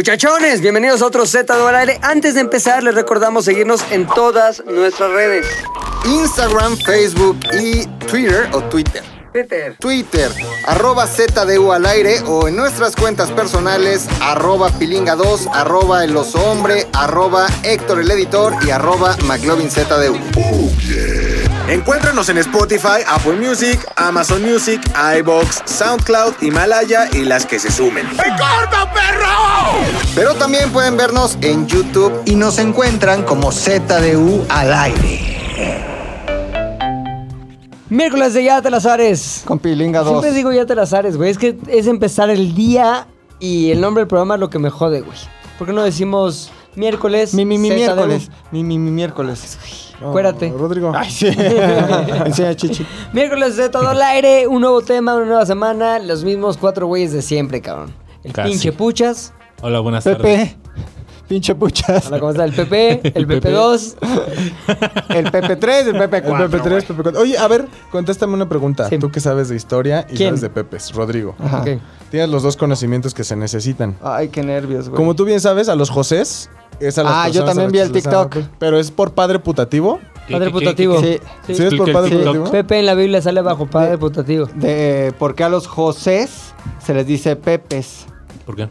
Muchachones, bienvenidos a otro Z al aire. Antes de empezar, les recordamos seguirnos en todas nuestras redes. Instagram, Facebook y Twitter o Twitter. Twitter. Twitter, arroba ZDU al aire o en nuestras cuentas personales, arroba pilinga2, arroba el oso hombre, arroba Héctor el editor y arroba McLovinZDU. Encuéntranos en Spotify, Apple Music, Amazon Music, iBox, SoundCloud, Himalaya y las que se sumen. Pero también pueden vernos en YouTube y nos encuentran como ZDU al aire. Miércoles de Ya Te las Ares. con Pilinga Siempre 2. digo Ya Te las Ares, güey. Es que es empezar el día y el nombre del programa es lo que me jode, güey. ¿Por qué no decimos miércoles? Mi, mi, mi ZDU? miércoles. Mi, mi, mi miércoles. Oh, Acuérdate. Rodrigo. Ay, sí. Enseña chichi. Miércoles de todo al aire, un nuevo tema, una nueva semana, los mismos cuatro güeyes de siempre, cabrón. El Casi. pinche puchas, Hola, buenas tardes. Pepe. Pinche puchas. hola, ¿cómo está? El PP, el El Pepe. PP2. El Pepe 3, el Pepe 4. cuatro, El Pepe 3, Pepe 4. Oye, a ver, contéstame una pregunta. Sí. Tú que sabes de historia y ¿Quién? sabes de Pepes, Rodrigo. Ajá. Ok. Tienes los dos conocimientos que se necesitan. Ay, qué nervios, güey. Como tú bien sabes, a los Josés es a las Ah, yo personas a también las vi que el se les TikTok. habla, Pero es por padre putativo. Padre putativo. Sí. Sí. ¿Sí es por Explica el padre TikTok. putativo? Pepe en la Biblia sale bajo padre putativo. De por qué a los Josés se les dice Pepes. ¿Por qué?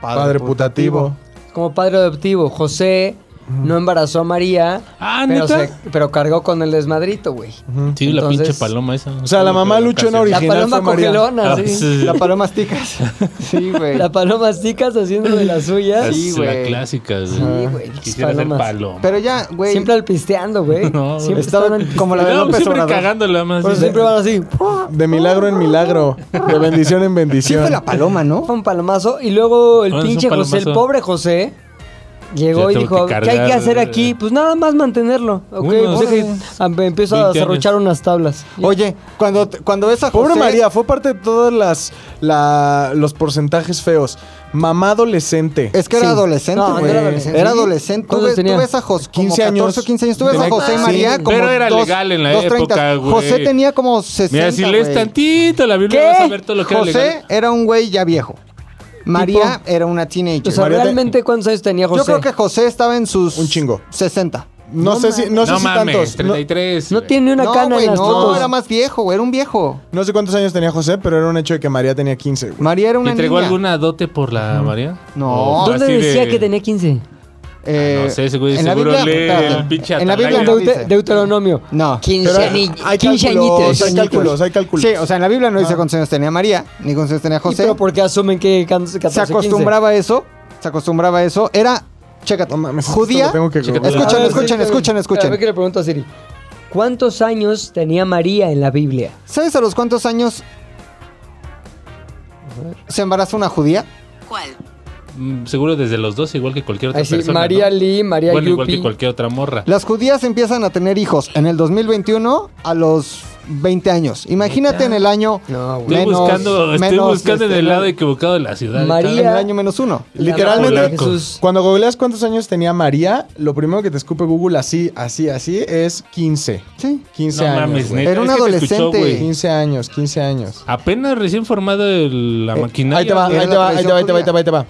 Padre putativo. Como padre adoptivo, José no embarazó a María, Ah, pero, ¿neta? se- pero cargó con el desmadrito, güey. Sí, la Entonces- pinche paloma esa. O sea, la mamá Lucho en La original paloma fue María. cogelona, Ah, sí. sí. La paloma ticas. Sí, güey. La paloma chicas haciendo de las suyas. Es Sí, la güey. clásica. Sí, güey, las Quisiera ser palomas. paloma. Pero ya, güey. Siempre al pisteando, güey. No, güey. siempre Estaban estaban como la de No, pues López siempre Obrador. cagándola más. Pero Pues Sí. siempre van así. De milagro en milagro. De bendición en Sí bendición. fue la paloma, ¿no? Fue un palomazo. Y luego el Ah, es un pinche José, el palomazo. pobre José, llegó Ya y tengo dijo, que ¿qué hay que cargar, hacer eh, aquí? Pues nada más mantenerlo. Ok, Unos pues deje- ah, me empiezo a 20 años. desarrochar unas tablas. Oye, cuando, cuando esa José... Pobre María, fue parte de todos las, la- los porcentajes feos. Mamá adolescente. Es que era Sí. adolescente, No, no güey. era era adolescente. ¿Sí? adolescente. Tú ¿Cuántos ves, tú tenía? ves a José. 15 años. 14 o 15 años. Tú ves a Tenía- José y Sí, María pero como. era dos- legal en la dos época, 30. güey. José tenía como 60. Mira, si lees güey. tantito la Biblia, ¿Qué? vas a ver todo lo que era José legal. era un güey ya viejo. María era una teenager. O Pues, sea, María te- ¿realmente cuántos años tenía José? Yo creo que José estaba en sus. Un chingo. 60. No, sé si, no, sé No si mames, tantos. No- 33. No güey. tiene una no, cana güey, en las no, fotos. era más viejo, güey, era un viejo. No sé cuántos años tenía José, pero era un hecho de que María tenía 15, güey. María era ¿Le una entregó niña. alguna dote por la María? No. ¿O fue ¿Dónde así de- decía que tenía 15? Eh, Ah, No sé, ese güey en la seguro Biblia- lee espérate, el pinche En la Biblia Atalaya. no Deute- dice. Deuteronomio. No. 15, Pero añi- hay 15 cálculos, añitos. Hay cálculos, hay cálculos. Sí, o sea, en la Biblia no Ah. dice cuántos años tenía María, ni cuántos años tenía ¿Y José. pero por qué asumen que can- 14, se acostumbraba a eso, se acostumbraba a eso, era, chécate, No mames, esto judía, lo tengo que Chécate. A ver, escuchen, sí, escuchen, sí, escuchen, A ver escuchen. qué le pregunto a Siri. ¿Cuántos años tenía María en la Biblia? ¿Sabes a los cuántos años se embarazó una judía? ¿Cuál? Mm, Seguro desde los dos, igual que cualquier otra Así, persona. María ¿no? Lee, María Bueno, igual Yupi. que cualquier otra morra. Las judías empiezan a tener hijos en el 2021 a los 20 años. Imagínate en el año No, güey. Estoy menos- buscando, estoy menos, buscando en este, el lado equivocado de la ciudad. María- en el año menos uno. Literalmente, Polaco. Jesús. cuando googleas cuántos años tenía María, lo primero que te escupe Google así, así, así, es 15. Sí. 15 No años. mames, güey. neta. Era un es que te escuchó, adolescente. güey. 15 años, 15 años. Apenas recién formada el- la maquinaria. Eh, Ahí te va, era ahí la te va, ahí te va, ahí te va, ahí te tradición va, ahí te va.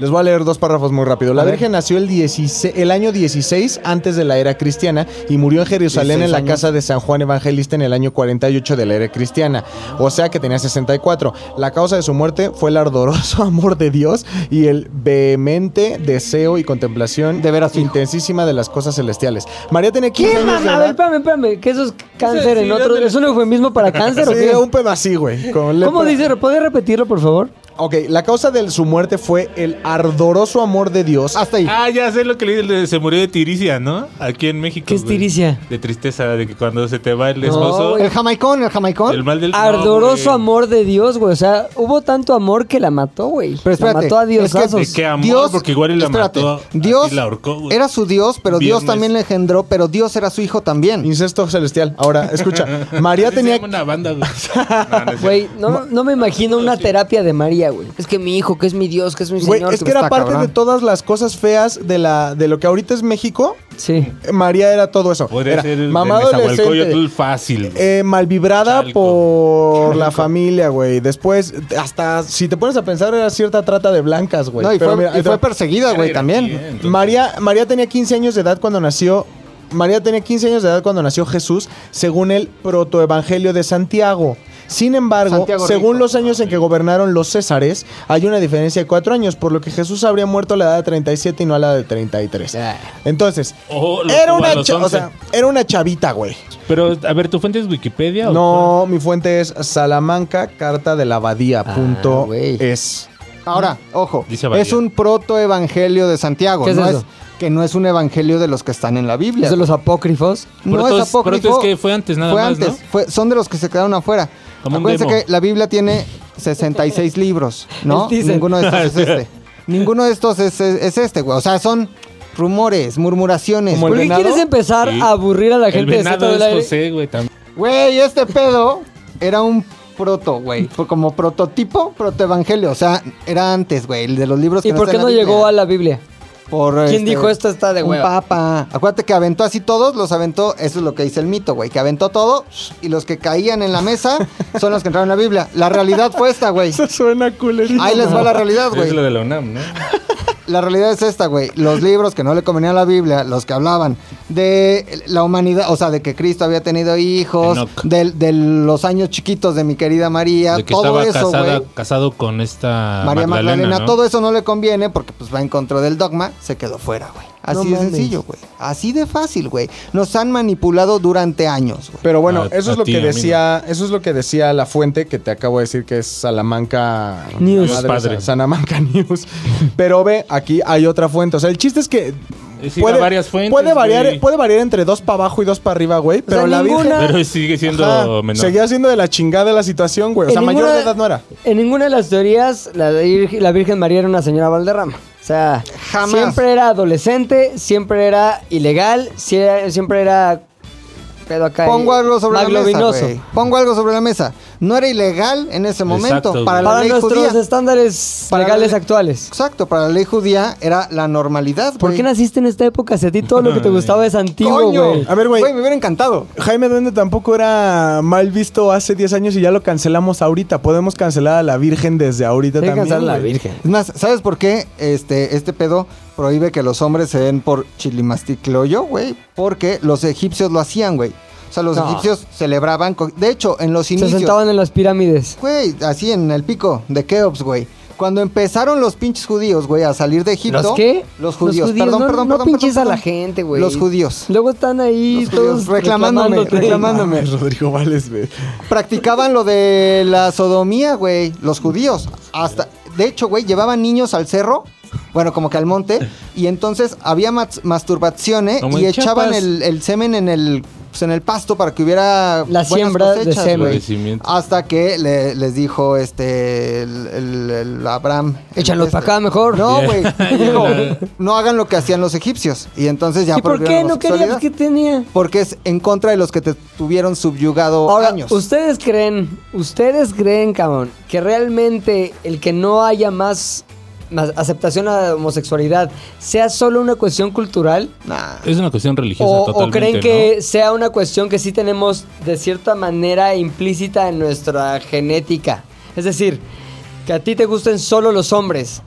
Les voy a leer dos párrafos muy rápido. La A ver. Virgen nació el, 16 el año 16 antes de la era cristiana y murió en Jerusalén 16 en la años. casa de San Juan Evangelista en el año 48 de la era cristiana, o sea que tenía 64. La causa de su muerte fue el ardoroso amor de Dios y el vehemente deseo y contemplación De ver a su hijo. intensísima de las cosas celestiales. María tenía 15 ¿Qué años de mamá? A ver, edad. espérame, espérame. ¿Que eso es cáncer sí, en otro? dándole- ¿Es un eufemismo para cáncer o Sí, qué? un pedo así, güey. con ¿Cómo lepra. dice? ¿Puedes repetirlo, por favor? Ok, la causa de su muerte fue el ardoroso amor de Dios Hasta ahí. Ah, ya sé lo que le dije, se murió de tiricia, ¿no? Aquí en México. ¿Qué es güey. tiricia? De tristeza, de que cuando se te va el No, esposo, güey. El jamaicón, el jamaicón. el mal del no, Ardoroso güey. amor de Dios, güey. O sea, hubo tanto amor que la mató, güey. Pero la espérate, mató a Dios. ¿De qué amor? Porque igual y la mató, Dios así la ahorcó, güey. era su Dios, pero Dios Viernes. también le engendró, pero Dios era su hijo también. Incesto celestial. Ahora, escucha, María Así se tenía. llama una banda, güey. No, no es Güey, no, no me imagino una terapia de María, día, güey. Es que mi hijo, que es mi Dios, que es mi Güey, señor. es que era está parte cabrón. de todas las cosas feas de, la, de lo que ahorita es México. Sí. Eh, María era todo eso. Podría era ser el mamá de Nezahualcóyotl adolescente. fácil. güey. eh, malvibrada Chalco. por la familia, güey. Después, hasta si te pones a pensar, era cierta trata de blancas, güey. No, y Pues, Pero fue, mira, ahí y te fue va. perseguida, güey, Era también. bien, ¿eh? entonces. María, María tenía 15 años de edad cuando nació. María tenía 15 años de edad cuando nació Jesús, según el protoevangelio de Santiago. Sin embargo, Santiago según Rico. Ah, los años en que gobernaron los Césares, hay una diferencia de cuatro años, por lo que Jesús habría muerto a la edad de 37 y no a la de 33. Entonces, O lo era tuvo a una, los cha- o 11. sea, era una chavita, güey. Pero, a ver, ¿tu fuente es Wikipedia? o cuál? pues. No, mi fuente es Salamanca, carta de la abadía. Ah, punto güey. es. Ahora, ojo, Dice Bahía. es un protoevangelio de Santiago, ¿Qué es no eso? es que no es un evangelio de los que están en la Biblia. Es de los apócrifos. no Proto es es- proto apócrifo. es que fue antes nada fue más, antes, ¿no? fue- son de los que se quedaron afuera. Como un Acuérdense demo. que la Biblia tiene 66 libros, ¿no? El teaser. Ninguno de estos es este. Ninguno de estos es, es- es este, güey. O sea, son rumores, murmuraciones. Como el ¿Por qué venado? quieres empezar Sí. a aburrir a la El gente de Zeta venado del es Aire? José, güey, también. Güey, este pedo era un proto, güey. Fue Como prototipo, protoevangelio. O sea, era antes, güey, el de los libros que ¿Y por qué no llegó a la Biblia? Este, ¿Quién dijo esto está de este, Un hueva? papa. Acuérdate que aventó así todos, los aventó. Eso es lo que dice el mito, güey. Que aventó todo y los que caían en la mesa son los que entraron en la Biblia. La realidad fue esta, güey. suena culerísimo. Ahí les va la realidad, Pues, Es lo güey. de la UNAM, ¿no? La realidad es esta, güey. Los libros que no le convenían a la Biblia, los que hablaban de la humanidad, o sea, de que Cristo había tenido hijos, Enoch. del- de los años chiquitos de mi querida María, De que todo estaba eso, casada- güey. casado con esta María Magdalena, ¿no? todo eso no le conviene porque pues va en contra del dogma, se quedó fuera, güey. Así No de mames. sencillo, güey. Así de fácil, güey. Nos han manipulado durante años, güey. Pero bueno, A- eso a es lo ti, que a mí decía, eso es lo que decía la fuente que te acabo de decir que es Salamanca News. Madre, Padre. Salamanca News. Pero ve, aquí hay otra fuente. O sea, el chiste es que Es ir a varias fuentes, puede variar, güey. puede variar entre dos para abajo y dos para arriba, güey. Pero sea, la ninguna- virgen Pero sigue siendo Ajá, menor. seguía siendo de la chingada la situación, güey. O sea, En mayor ninguna- de edad no era. En ninguna de las teorías, la, vir- la Virgen María era una señora Valderrama. O sea, Jamás. siempre era adolescente, siempre era ilegal, si era- siempre era pedo acá. Pongo eh, algo sobre la mesa, maglobinoso. güey. Pongo algo sobre la mesa. No era ilegal en ese momento Exacto, para güey. la Para ley nuestros judía. estándares Para la legales ley- actuales. Exacto, para la ley judía era la normalidad, güey. ¿Por qué naciste en esta época si a ti todo lo que te gustaba es antiguo, Coño. güey? A ver, güey. me hubiera encantado. Jaime Duende tampoco era mal visto hace 10 años y ya lo cancelamos ahorita. Podemos cancelar a la Virgen desde ahorita Hay que también. cansar la güey. Virgen. Es más, ¿sabes por qué este, este pedo prohíbe que los hombres se den por chilimasticloyo, güey? Porque los egipcios lo hacían, güey. O sea, los No. egipcios celebraban. co- De hecho, en los Se inicios. sentaban en las pirámides. Güey, así en el pico de Keops, güey. Cuando empezaron los pinches judíos, güey, a salir de Egipto. ¿Los qué? Los judíos. perdón, no, perdón, no perdón. pinches perdón, a la perdón. gente, güey. Los judíos. Luego están ahí Los judíos todos reclamándome, reclamándote. reclamándome. Mames, Rodrigo Vales, güey. Practicaban lo de la sodomía, güey. Los judíos. Hasta. De hecho, güey, llevaban niños al cerro. Bueno, como que al monte. Y entonces había mas- masturbaciones Como y en echaban Chiapas. el, el semen en el. pues, en el pasto para que hubiera La buenas siembra de cosechas, semen. güey. Florecimiento. hasta que le- les dijo este el, el- el Abraham Échalos Este, para acá mejor. no, güey. Dijo, no hagan lo que hacían los egipcios. Y entonces ya ¿Y por qué prohibieron no querías homosexualidad. que tenía? Porque es en contra de los que te tuvieron subyugado Ahora, años. ustedes creen, ustedes creen, cabrón, que realmente el que no haya más, más aceptación a la homosexualidad sea solo una cuestión cultural Nah. Es una cuestión religiosa o, o totalmente, creen que sea una cuestión que sí tenemos de cierta manera implícita en nuestra genética. Es decir, que a ti te gusten solo los hombres.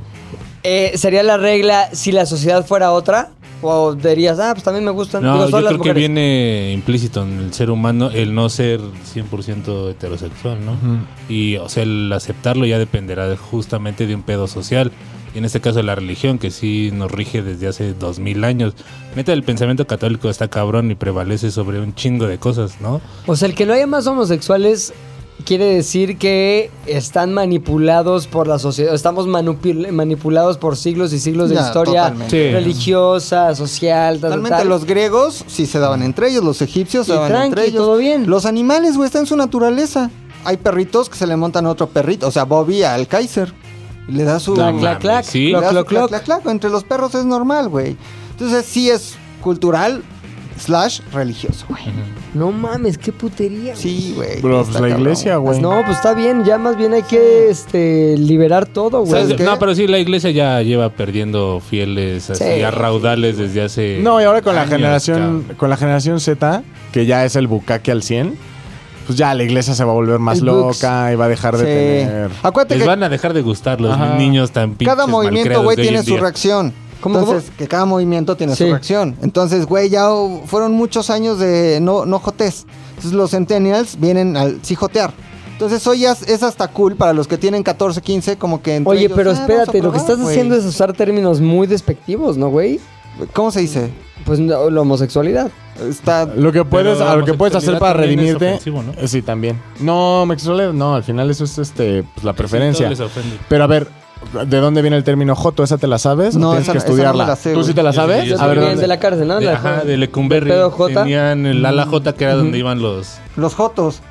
Eh, ¿Sería la regla si la sociedad fuera otra? ¿O dirías, ah, pues también me gustan? No, Digo, yo solo las creo que mujeres. viene implícito en el ser humano el no ser 100% heterosexual, ¿no? Y, o sea, el aceptarlo ya dependerá de- justamente de un pedo social. Y en este caso la religión, que sí nos rige desde hace 2000 años. Neta, el pensamiento católico está cabrón y prevalece sobre un chingo de cosas, ¿no? O sea, el que no haya más homosexuales quiere decir que están manipulados por la sociedad, estamos manupil- manipulados por siglos y siglos de Ya, historia totalmente. Sí. religiosa, social, tal, Totalmente, tal. los griegos sí se daban entre ellos, los egipcios se Y daban tranqui, entre ellos. todo bien. Los animales, güey, está en su naturaleza. Hay perritos que se le montan a otro perrito, o sea, Bobby al Kaiser. Y le da su... Ah, No Clac, clac, mames, clac, sí. Le cloc, das cloc, clac, cloc. clac, clac. Entre los perros es normal, güey. Entonces sí es cultural, slash religioso, güey. No mames, qué putería. güey. Sí, güey. Bro, está pues la cabrón. iglesia, güey. No, pues está bien, ya más bien hay que este, liberar todo, ¿Sabes güey. ¿Sabes qué? qué? No, pero sí, la iglesia ya lleva perdiendo fieles así Sí. a raudales desde hace. No, y ahora con la años, generación cabrón. con la generación Z, que ya es el bucaque al 100, pues ya la iglesia se va a volver más El Bux. loca y va a dejar de Sí. tener. Acuérdate Les que van a dejar de gustar los Ajá. niños tan pinches. cada movimiento, malcreados güey, de hoy tiene en su día. reacción. ¿Cómo, Entonces, que cada movimiento tiene Sí. su reacción. Entonces, güey, ya hu- fueron muchos años de no, no jotes. Entonces, los centennials vienen al sí jotear. Entonces, hoy ya es, es hasta cool para los que tienen 14, 15, como que... entre Oye, ellos, pero "Ah, vamos a espérate, lo que probar, estás güey". haciendo es usar términos muy despectivos, ¿no, güey? ¿Cómo se dice? Pues no, la homosexualidad. Está... Lo que puedes, Pero pues, lo que puedes hacer para también es redimirte. eh, ofensivo, ¿no? Sí, también. No, homosexualidad, no, al final eso es este pues, la preferencia. Sí, todo les ofende. Pero a ver, ¿de dónde viene el término joto? ¿Esa te la sabes? o No, tienes esa- que esa no me estudiarla. la sé, ¿Tú sí güey. te la Yo sí, sabes? yo a sí. ver, Viene ¿dónde? de la cárcel, ¿no? De- La- ajá, de de Lecumberri. pedo J. Tenían el ala J que era donde iban los. Los jotos.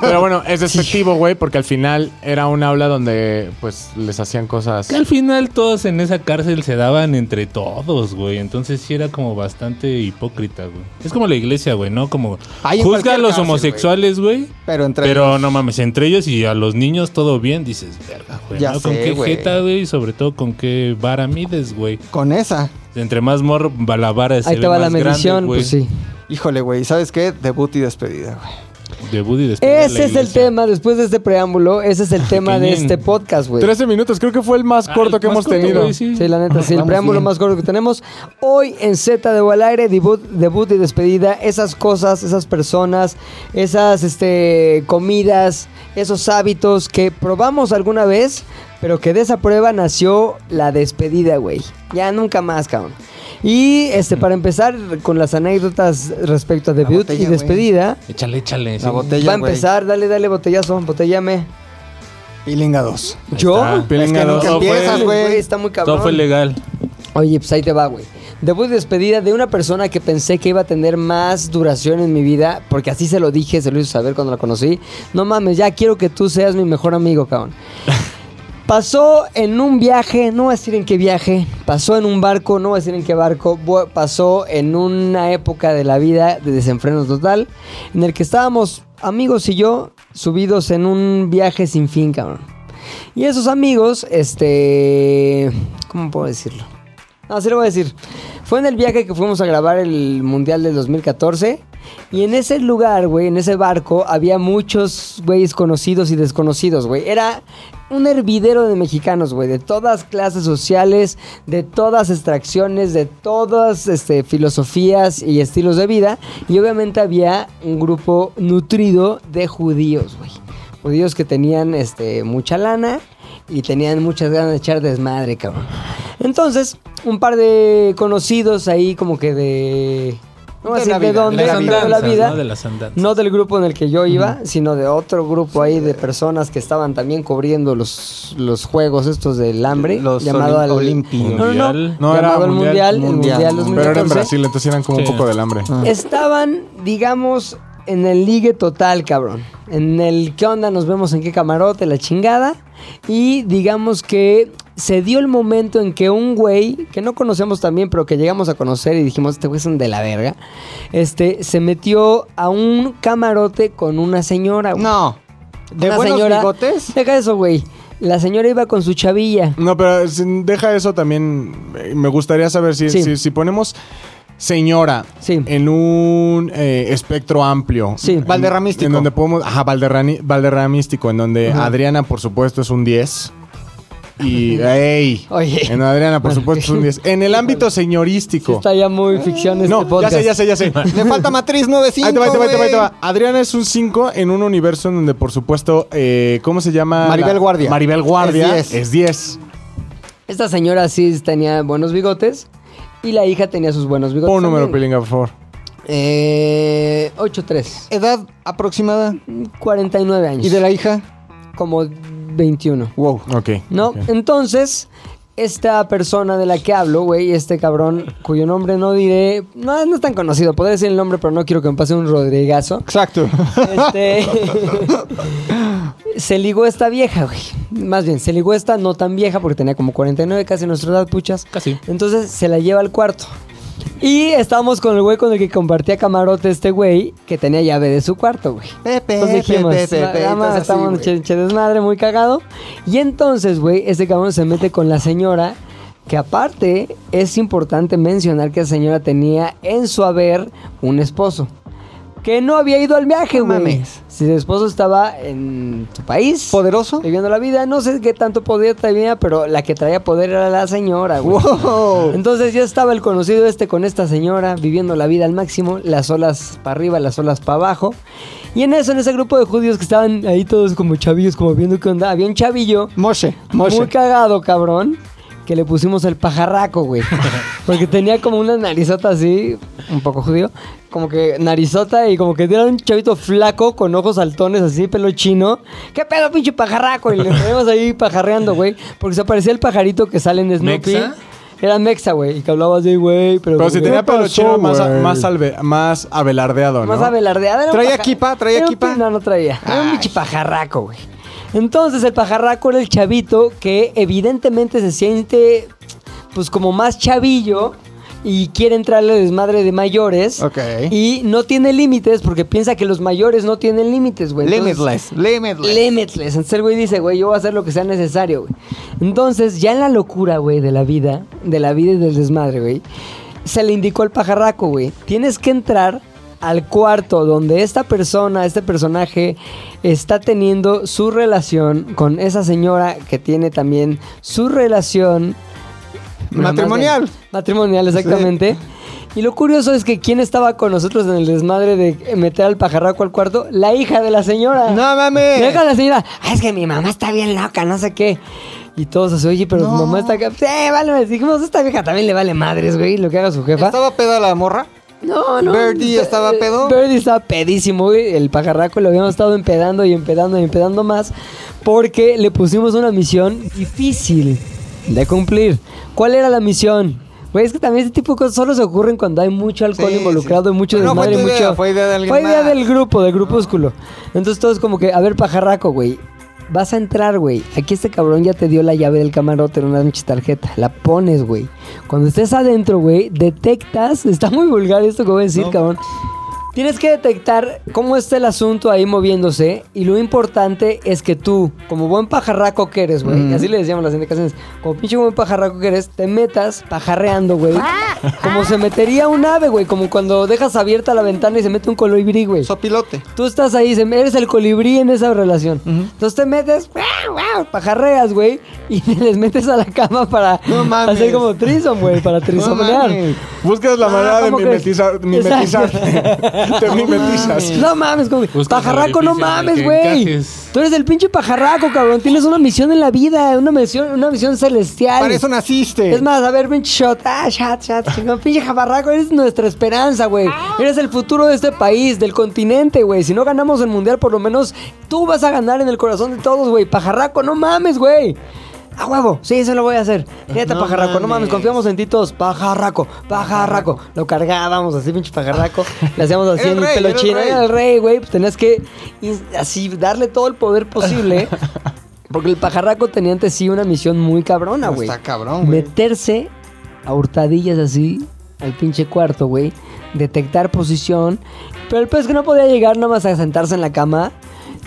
Pero bueno, es despectivo, güey, porque al final era un aula donde pues les hacían cosas. Que al final todos en esa cárcel se daban entre todos, güey. Entonces sí era como bastante hipócrita, güey. Es como la iglesia, güey, ¿no? Como Ahí en juzga a cualquier los cárcel, homosexuales, güey. Pero entre... Pero no mames, entre ellos y a los niños todo bien, dices, verga, güey. Ya ¿no? ¿Con sé, qué güey. jeta, güey? Y sobre todo con qué vara mides, güey. Con esa. Entre más morro, va la vara se Ahí te ve va la más grande, medición, güey. pues sí. Híjole, güey, ¿sabes qué? Debut y despedida, güey. Debut y despedida de Ese la es Ah, el iglesia. tema, después de este preámbulo, ese es el tema de Pequeñín. este podcast, güey. 13 minutos, creo que fue el más Ah, corto que más hemos corto, tenido. güey, sí. Sí, la neta, sí, el Vamos preámbulo bien. más corto que tenemos. Hoy en Z de O al aire, debut, debut y despedida, esas cosas, esas personas, esas este, comidas, esos hábitos que probamos alguna vez, pero que de esa prueba nació la despedida, güey. Ya nunca más, cabrón. Y este, para empezar con las anécdotas respecto a debut botella, y güey. despedida, Échale, échale. sí. La botella, va a güey. empezar, dale, dale botellazo, botellame. Pilinga 2. ¿Yo? está. Es que Pilinga nunca dos. empiezas, Güey, este güey. está muy cabrón. Todo fue legal. Oye, pues ahí te va, güey. Debut y despedida de una persona que pensé que iba a tener más duración en mi vida, porque así se lo dije, se lo hice saber cuando la conocí. No mames, ya quiero que tú seas mi mejor amigo, cabrón. Pasó en un viaje, no voy a decir en qué viaje, pasó en un barco, no voy a decir en qué barco, bu- pasó en una época de la vida de desenfreno total, en el que estábamos amigos y yo subidos en un viaje sin fin, cabrón. Y esos amigos, este... ¿Cómo puedo decirlo? No, sí lo voy a decir. Fue en el viaje que fuimos a grabar el Mundial del 2014. Y en ese lugar, güey, en ese barco, había muchos güeyes conocidos y desconocidos, güey. Era un hervidero de mexicanos, güey, de todas clases sociales, de todas extracciones, de todas este, filosofías y estilos de vida. Y obviamente había un grupo nutrido de judíos, güey. Judíos que tenían este, mucha lana y tenían muchas ganas de echar desmadre, cabrón. Entonces, un par de conocidos ahí como que de... No voy a De decir la de vida, dónde, de la pero vida. de la vida. ¿no? De las andanzas. No del grupo en el que yo iba, sino de otro grupo ahí de personas que estaban también cubriendo los, los juegos estos del hambre. Los llamado olim- al olimpios. No, no, no. Mundial. No, era llamado al mundial, mundial, mundial. el mundial 2014. Pero era en Brasil, entonces eran como Sí. un poco del hambre. Ah. Ah. Estaban, digamos, en el ligue total, cabrón. En el qué onda, nos vemos en qué camarote, la chingada. Y digamos que se dio el momento en que un güey, que no conocemos también, pero que llegamos a conocer y dijimos, este güey es un de la verga, este, se metió a un camarote con una señora. güey. No. ¿De Una buenos señora- bigotes? Deja eso, güey. La señora iba con su chavilla. No, pero sin- deja eso también. eh, Me gustaría saber si, Sí. si, si ponemos señora Sí. en un eh, espectro amplio. Sí. En- Valderramístico. En donde podemos. Ajá, valderrani- valderramístico. En donde Adriana, por supuesto, es un 10. Y. ¡Ey! Oye. En Adriana, por supuesto, es un 10. En el ámbito Sí señorístico. está ya muy ficción este no, ya podcast. sé, ya sé, ya sé. Le falta matriz Ahí te 95, va, ahí te va, ahí te va, ahí te güey. va. Adriana es un 5 en un universo en donde, por supuesto, eh, ¿cómo se llama? Maribel Guardia. Maribel Guardia Es 10. es 10. Esta señora sí tenía buenos bigotes. Y la hija tenía sus buenos bigotes. Pon un número, también. Pilinga, por favor. Eh, 8-3. Edad aproximada. 49 años. ¿Y de la hija? Como 21. Wow. Ok. ¿No? ok. Entonces, esta persona de la que hablo, güey, este cabrón, cuyo nombre no diré. No, no es tan conocido. Podría decir el nombre, pero no quiero que me pase un rodrigazo. Exacto. Este, se ligó esta vieja, güey. Más bien, se ligó esta no tan vieja porque tenía como 49, casi nuestra edad, puchas. Casi. Entonces se la lleva al cuarto. Y estábamos con el güey con el que compartía camarote este güey, que tenía llave de su cuarto, güey. Pepe, Entonces dijimos, Pepe, nada Pepe, más, entonces así, estamos güey. che, che desmadre, muy cagado. Y entonces, güey, este cabrón se mete con la señora, que aparte es importante mencionar que la señora tenía en su haber un esposo. Que no había ido al viaje, No güey. mames. Si su esposo estaba en su país. ¿Poderoso? Viviendo la vida, no sé qué tanto poder tenía, pero la que traía poder era la señora, güey. ¡Wow! Entonces ya estaba el conocido este con esta señora viviendo la vida al máximo, las olas para arriba, las olas para abajo. Y en eso, en ese grupo de judíos que estaban ahí todos como chavillos, como viendo qué onda, había un chavillo Moshe, Moshe. muy cagado, cabrón, que le pusimos el pajarraco, güey. Porque tenía como una narizota así, un poco judío, como que narizota y como que era un chavito flaco con ojos saltones así, pelo chino. ¿Qué pedo, pinche pajarraco? Y le ponemos ahí pajarreando, güey. Porque se parecía el pajarito que sale en Snoopy. ¿Mexa? Era mexa, güey, y que hablaba así, güey, pero... Pero si ¿qué tenía pelo pasó, chino más, güey? más, alve- más abelardeado, ¿no? Más abelardeada. ¿Traía equipa? ¿Traía equipa? No, no traía. Era un pinche pajarraco, güey. Entonces, el pajarraco era el chavito que evidentemente se siente, pues, como más chavillo y quiere entrarle al desmadre de mayores. Ok. Y no tiene límites porque piensa que los mayores no tienen límites, güey. Entonces, Limitless, limitless. Limitless. Entonces el güey dice, güey, yo voy a hacer lo que sea necesario, güey. Entonces, ya en la locura, güey, de la vida, de la vida y del desmadre, güey, se le indicó al pajarraco, güey, tienes que entrar al cuarto donde esta persona, este personaje, está teniendo su relación con esa señora que tiene también su relación pero más Matrimonial. bien, Matrimonial, exactamente. Y lo curioso es que quién estaba con nosotros en el desmadre de meter al pajarraco al cuarto, la hija de la señora. ¡No mames! Llega Ah. la señora, "Ah, es que mi mamá está bien loca, no sé qué. Y todos así, oye, pero tu mamá está acá. Sí, vale, me dijimos, esta vieja también le vale madres, güey, lo que haga su jefa. ¿Estaba peda la morra? No, no. ¿Birdie estaba eh, pedo? Birdie estaba pedísimo, güey. El pajarraco lo habíamos estado empedando y empedando y empedando más porque le pusimos una misión difícil de cumplir. ¿Cuál era la misión? Güey, es que también este tipo de cosas solo se ocurren cuando hay mucho alcohol Sí, involucrado y sí. mucho Pero no fue desmadre. y tu mucho... idea, fue idea de alguien Fue idea más. del grupo, del grupúsculo. Entonces todos como que, a ver, pajarraco, güey. Vas a entrar, güey. Aquí este cabrón ya te dio la llave del camarote en una pinche tarjeta. La pones, güey. Cuando estés adentro, güey, detectas. Está muy vulgar esto que voy a decir, cabrón. Tienes que detectar cómo está el asunto ahí moviéndose. Y lo importante es que tú, como buen pajarraco que eres, güey, así le decíamos las indicaciones, como pinche buen pajarraco que eres, te metas pajarreando, güey. Como se metería un ave, güey. Como cuando dejas abierta la ventana y se mete un colibrí, güey. Sopilote. Tú estás ahí, se- eres el colibrí en esa relación. Entonces te metes, ¡guau, guau! pajarreas, güey, y te les metes a la cama para No mames. hacer como trison, güey, para trisomear. mames. Buscas la Ah, manera de ¿cómo crees? mimetizar, mimetizar. te mimetizas. No mames, como, Buscas pajarraco, no orificio en el mames, que güey. encajes. Tú eres el pinche pajarraco, cabrón. Tienes una misión en la vida, una misión, una misión celestial. Para eso naciste. Es más, a ver, pinche shot, ah, shot, shot, chingón, pinche jabarraco, eres nuestra esperanza, güey. Eres el futuro de este país, del continente, güey. Si no ganamos el mundial, por lo menos tú vas a ganar en el corazón de todos, güey. Pajarraco, no mames, güey. A huevo, sí, eso lo voy a hacer. Neta, pajarraco, no mames, confiamos en ti todos. Pajarraco, pajarraco. Lo cargábamos así, pinche pajarraco. Le hacíamos así Era el en el rey, pelo era el chino. rey. Era el rey, güey. Pues tenías que ins- así darle todo el poder posible. Porque el pajarraco tenía ante sí una misión muy cabrona, Ah, güey Está cabrón, güey. meterse a hurtadillas así al pinche cuarto, güey. Detectar posición. Pero el pez que no podía llegar nada más a sentarse en la cama.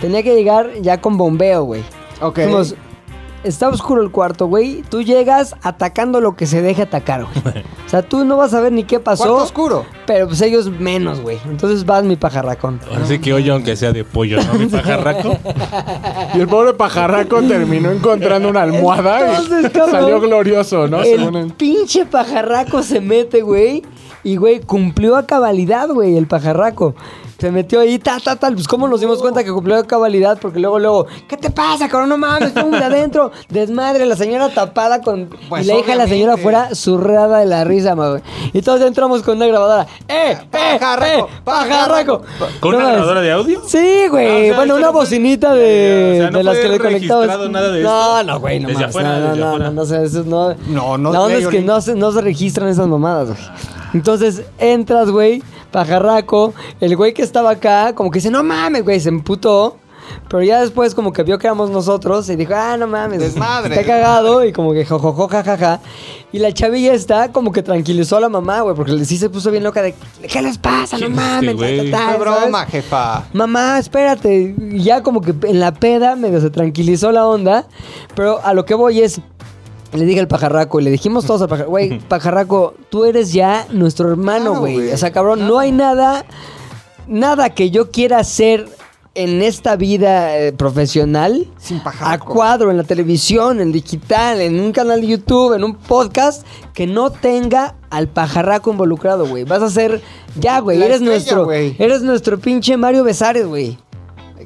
Tenía que llegar ya con bombeo, güey. Ok. Dijimos, está oscuro el cuarto, güey. Tú llegas atacando lo que se deje atacar, güey. O sea, tú no vas a ver ni qué pasó. Cuarto oscuro. Pero pues ellos menos, güey. Entonces vas mi pajarracón. Así que hoy, aunque sea de pollo, ¿no? Mi pajarraco. Y el pobre pajarraco terminó encontrando una almohada Entonces, y cabrón, salió glorioso, ¿no? el Según él. pinche pajarraco se mete, güey. Y, güey, cumplió a cabalidad, güey, el pajarraco. Se metió ahí, ta, ta, tal. Pues, ¿cómo nos dimos cuenta que cumplió a cabalidad? Porque luego, luego, ¿qué te pasa, cabrón? No mames, tengo de adentro. Desmadre, la señora tapada con. Pues, y la hija de la señora obviamente. fuera zurrada de la risa, ma, güey. Y todos entramos con una grabadora. ¡Eh, eh, Pajarraco, pajarraco! ¡Pajarraco! ¿Con No una mames. grabadora de audio? Sí, Ah, o güey. sea, bueno, esto una no fue- bocinita Ya, ya, de, ya. O sea, no de las fue que le registrado conectamos. nada de no, esto. no, güey, no Desde mames. afuera, no, desde no, afuera. no, no, o sea, eso no. No, no, La onda güey, es que ahorita. no se, no se registran esas mamadas, güey. Entonces entras, güey, pajarraco. El güey que estaba acá, como que dice, no mames, güey, se emputó. Pero ya después como que vio que éramos nosotros y dijo, ah, no mames, Desmadre. está cagado y como que jojojo, jajaja. Y la chavilla está como que tranquilizó a la mamá, güey, porque sí se puso bien loca de, ¿qué les pasa? No ¿Quién es mames, este ta, güey? ta, ta", Fue Ah, ¿sabes? broma, jefa. Mamá, espérate. Y Ya como que en la peda medio se tranquilizó la onda. Pero a lo que voy es. Le dije al pajarraco y le dijimos todos al pajarraco, güey, pajarraco, tú eres ya nuestro hermano, Claro, güey. güey. o sea, cabrón, no hay nada, nada que yo quiera hacer en esta vida eh, profesional Sin a pajarraco. cuadro, en la televisión, en digital, en un canal de YouTube, en un podcast, que no tenga al pajarraco involucrado, güey. Vas a ser, ya, güey, La eres estrella, nuestro, güey. eres nuestro pinche Mario Besares, güey.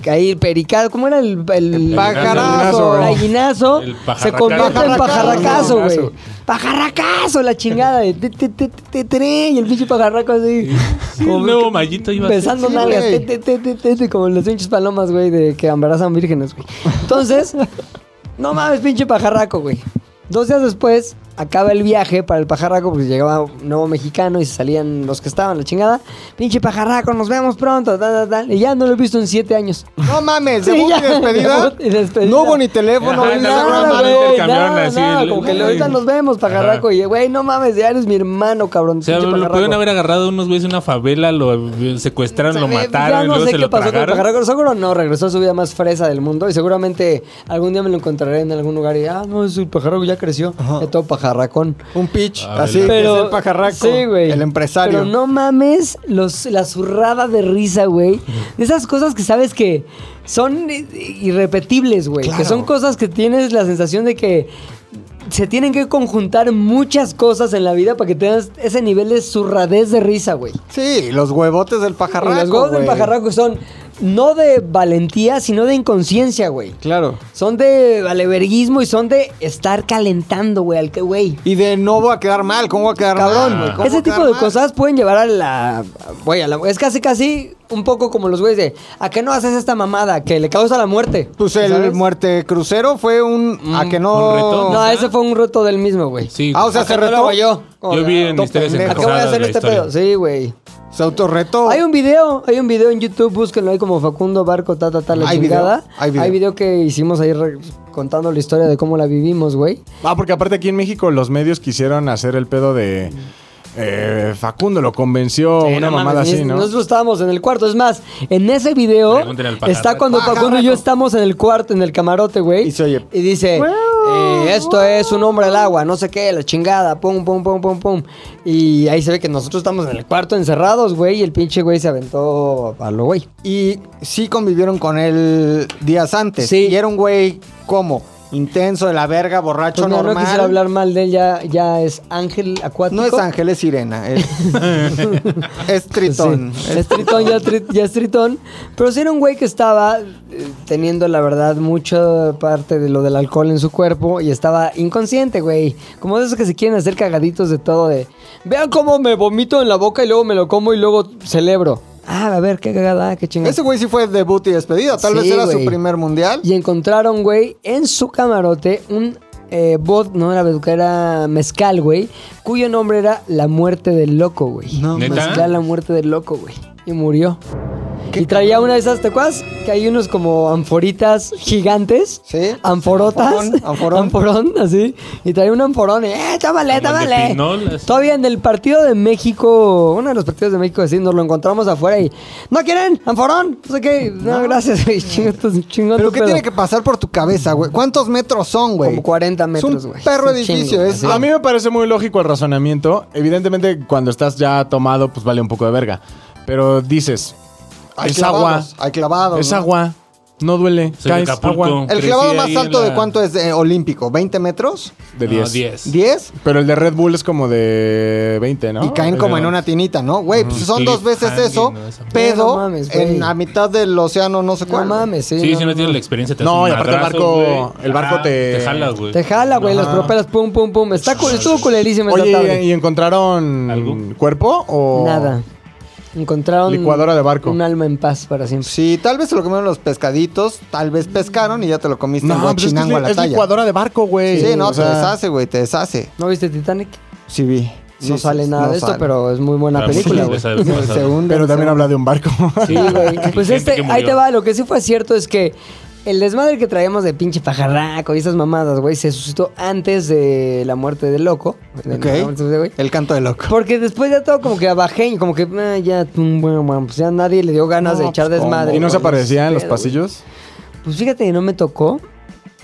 Ahí pericado, ¿cómo era el, el, pajarazo. gallinazo? El se pajarracazo. convierte en Pajarracazo. pajarracazo, güey. Pajarracazo, la chingada. de te, te, te, te, te, te, y el pinche pajarraco así. Sí, el nuevo mallito iba a ser. Besando Sí, nalgas. güey. te, te, te, te, te, como las pinches palomas, güey, de que embarazan vírgenes, güey. Entonces, no mames, pinche pajarraco, güey. Dos días después, acaba el viaje para el pajarraco porque llegaba un nuevo mexicano y se salían los que estaban, la chingada. Pinche pajarraco, nos vemos pronto, tal, tal, tal. Y ya no lo he visto en siete años. No mames, debut ya, y despedida. debut y despedida. No hubo ni teléfono, Ajá, ni nada, nada, nada, güey. güey, intercambiaron nada, así nada, el- Como que el- le- ahorita nos vemos, pajarraco. Y, güey, no mames, ya eres mi hermano, cabrón. O sea, pinche lo pajarraco. pudieron haber agarrado unos güeyes de una favela, lo secuestraron, lo Se ve- mataron ya y no luego sé se qué lo pasó con el tragaron. pajarraco. Seguro no, regresó a su vida más fresa del mundo y seguramente algún día me lo encontraré en algún lugar y, ah, no, es el pajarraco ya creció. Ya todo pajarracón. Un pitch, Ah, así, ¿verdad? es el pajarraco, Sí, güey. el empresario. Pero no mames los, la zurrada de risa, güey. De esas cosas que sabes que son i- irrepetibles, güey. Que son cosas que tienes la sensación de que se tienen que conjuntar muchas cosas en la vida para que tengas ese nivel de zurradez de risa, güey. Sí, los huevotes del Y pajarraco, los huevos del güey. pajarraco son no de valentía, sino de inconsciencia, güey. Claro. Son de valeverguismo y son de estar calentando, güey, al que, güey. Y de no voy a quedar mal, ¿cómo voy a quedar Cabrón, mal? güey. ¿Cómo voy ese a tipo quedar de mal? cosas pueden llevar a la. Güey, a la. Es casi, casi un poco como los güeyes de. ¿A qué no haces esta mamada? Que le causa la muerte. Pues el ¿Sabes? muerte crucero fue un... a que Mm, un no... reto. No, ese fue un reto del mismo, güey. Sí, Ah, o sea, ¿A qué se no lo retó. hago yo? Como Yo que, vi en ah, tonto, Misterios pendejo. ¿A qué voy a Encajonadas hacer la este historia. pedo? Sí, güey. Se autorretó. Hay un video, hay un video en YouTube, búsquenlo ahí como Facundo Barco, ta, ta, ta, la Hay video, chingada. hay video. que hicimos ahí re- contando la historia de cómo la vivimos, güey. Ah, porque aparte aquí en México los medios quisieron hacer el pedo de. eh, Facundo lo convenció, Sí, una no mames, mamada ni- así, ¿no? Nosotros estábamos en el cuarto. Es más, en ese video Pregúntenle al pajarraco. está cuando Facundo y yo estamos en el cuarto, en el camarote, güey. Y se oye. Y dice, eh, esto es un hombre al agua, no sé qué, la chingada, pum, pum, pum, pum, pum. Y ahí se ve que nosotros estamos en el cuarto encerrados, güey, y el pinche güey se aventó a lo güey. Y sí convivieron con él días antes. Sí. Y era un güey, ¿cómo? Intenso, de la verga, borracho, Pues mira, no normal. quisiera hablar mal de él, ya, ya es Ángel Acuático. No es ángel, es sirena. Es, es tritón. Sí, Es- Es Tritón, ya, tri- ya es Tritón. Pero sí era un güey que estaba eh, teniendo, la verdad, mucha parte de lo del alcohol en su cuerpo y estaba inconsciente, güey. Como de esos que se quieren hacer cagaditos de todo, de vean cómo me vomito en la boca y luego me lo como y luego celebro. Ah, a ver, qué cagada, qué chingada. Ese güey sí fue debut y despedida. Tal Sí, vez era güey. su primer mundial. Y encontraron, güey, en su camarote un eh, bot, no era beduca, era mezcal, güey, cuyo nombre era La Muerte del Loco, güey. No, ¿Neta? Mezcal La Muerte del Loco, güey. Y murió. Y traía una de esas, ¿te acuerdas? Que hay unos como anforitas gigantes. Sí. Anforotas. Anforón, anforón. Anforón, así. Y traía un anforón. y, ¡Eh, tómale, Como el de tómale! Pinol, así. Todavía en el partido de México, uno de los partidos de México, así, nos lo encontramos afuera y... ¿No quieren? ¡Anforón! No sé qué. No, gracias, güey. Chinga tu- chingón Pero tu ¿qué pedo. tiene que pasar por tu cabeza, güey? ¿Cuántos metros son, güey? Como 40 metros, Es un güey. perro Es un edificio, chingo, es- así. A mí me parece muy lógico el razonamiento. Evidentemente, cuando estás ya tomado, pues vale un poco de verga. Pero dices, Hay es clavados, agua. Hay clavados. Es ¿no? agua, no duele, Soy de caes Acapulco. agua. El Crecí clavado ahí más en alto la- de cuánto es eh, olímpico, 20 metros, De No, 10. 10. 10 Pero el de Red Bull es como de 20, ¿no? y caen como en una tinita, ¿no? Güey, pues son dos veces cliffhanger, eso, ¿no? Esa- pedo No mames, güey. en la mitad del océano, no sé No cuál. mames, sí. no, Sí, si no, no no. tienes la experiencia, te No, hace un y aparte el madrazo, barco- güey. el barco Ajá, te- Te jala, güey. Te jala, güey, las propelas, pum, pum, pum. Está, cu- estuvo culerísimo esta Oye, tarde. ¿y, y encontraron ¿Algo? cuerpo o...? Nada. Encontraron Licuadora de barco. un alma en paz para siempre. Sí, tal vez se lo comieron los pescaditos, tal vez pescaron y ya te lo comiste en No, pues es, que es Huachinango li- a la es talla. licuadora de barco, güey. Sí, no, O te sea, deshace, güey, te deshace. ¿No viste Titanic? Sí vi. no sí, sale sí, nada no de esto, sale. pero es muy buena Pero, película, sí, güey. esa es buena. Se hunde, Pero se también habla de un barco. Sí, güey. Pues Gente este, que murió. ahí te va, lo que sí fue cierto es que el desmadre que traíamos de pinche pajarraco y esas mamadas, güey, se suscitó antes de la muerte del loco. de Ok. la muerte de güey. El canto de loco. Porque después ya todo como que abajé y como que eh, ya, mm, bueno, bueno, pues ya nadie le dio ganas de echar pues, desmadre. ¿Y no se con aparecía en los ese pedo, pasillos? güey. Pues fíjate que no me tocó,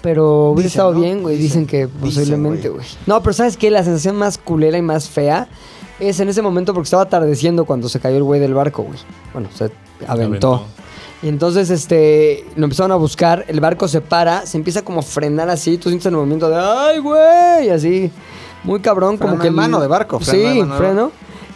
pero hubiera Dicen, estado ¿no? bien, güey. Dicen, Dicen, que dicen, posiblemente, güey. No, pero ¿sabes qué? La sensación más culera y más fea es en ese momento porque estaba atardeciendo cuando se cayó el güey del barco, güey. Bueno, se aventó. Aventó. Y entonces, este, lo empezaron a buscar, el barco se para, se empieza como a frenar así, tú sientes el movimiento de, ay, güey, así, muy cabrón, como Freno que... de el- mano de barco, Sí, freno de mano de freno.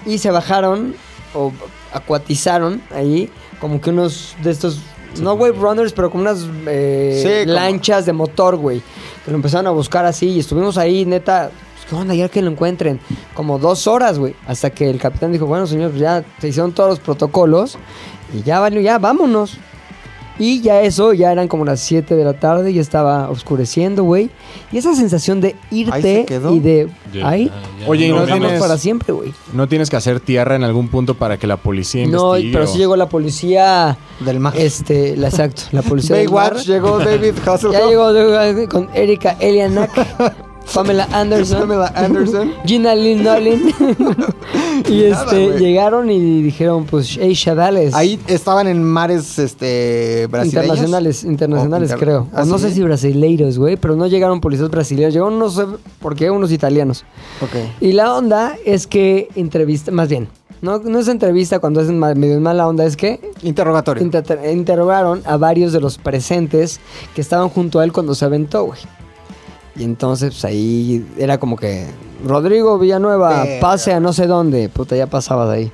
Y se bajaron, o acuatizaron ahí, como que unos de estos, no wave runners, pero como unas eh, Sí, como- lanchas de motor, güey, que lo empezaron a buscar así, y estuvimos ahí, neta... pues, ¿Qué onda? Ya que lo encuentren. Como dos horas, güey. Hasta que el capitán dijo, bueno, señor, pues ya se hicieron todos los protocolos. Y ya, valió, ya, vámonos. Y ya eso, ya eran como las 7 de la tarde, ya estaba oscureciendo, güey. Y esa sensación de Ahí se irte quedó. y de... Ya, Ahí ya, ya Oye, ¿y no nos vamos tienes- para siempre, güey. ¿No tienes que hacer tierra en algún punto para que la policía No, investigue? pero sí llegó la policía... Del mar. Este, la, exacto, la policía del mar. Baywatch llegó David Hasselhoff. Ya llegó eh, con Erika Elianak, Pamela Anderson, Pamela Anderson. Gina Lynn Nolin. y Nada, este, güey. llegaron y dijeron, pues, hey, chavales. Ahí estaban en mares este, brasileños. Internacionales, internacionales O inter- creo. O ¿Ah, no sí? sé si brasileiros, güey, pero no llegaron policías brasileños. Llegaron, no sé por qué, unos italianos. Ok. Y la onda es que entrevista, más bien, no, no es entrevista cuando hacen ma- medio mala onda, es que Interrogatorio. inter- interrogaron a varios de los presentes que estaban junto a él cuando se aventó, güey. Y entonces pues, ahí era como que Rodrigo Villanueva, Verga. pase a no sé dónde. Puta, ya pasabas de ahí.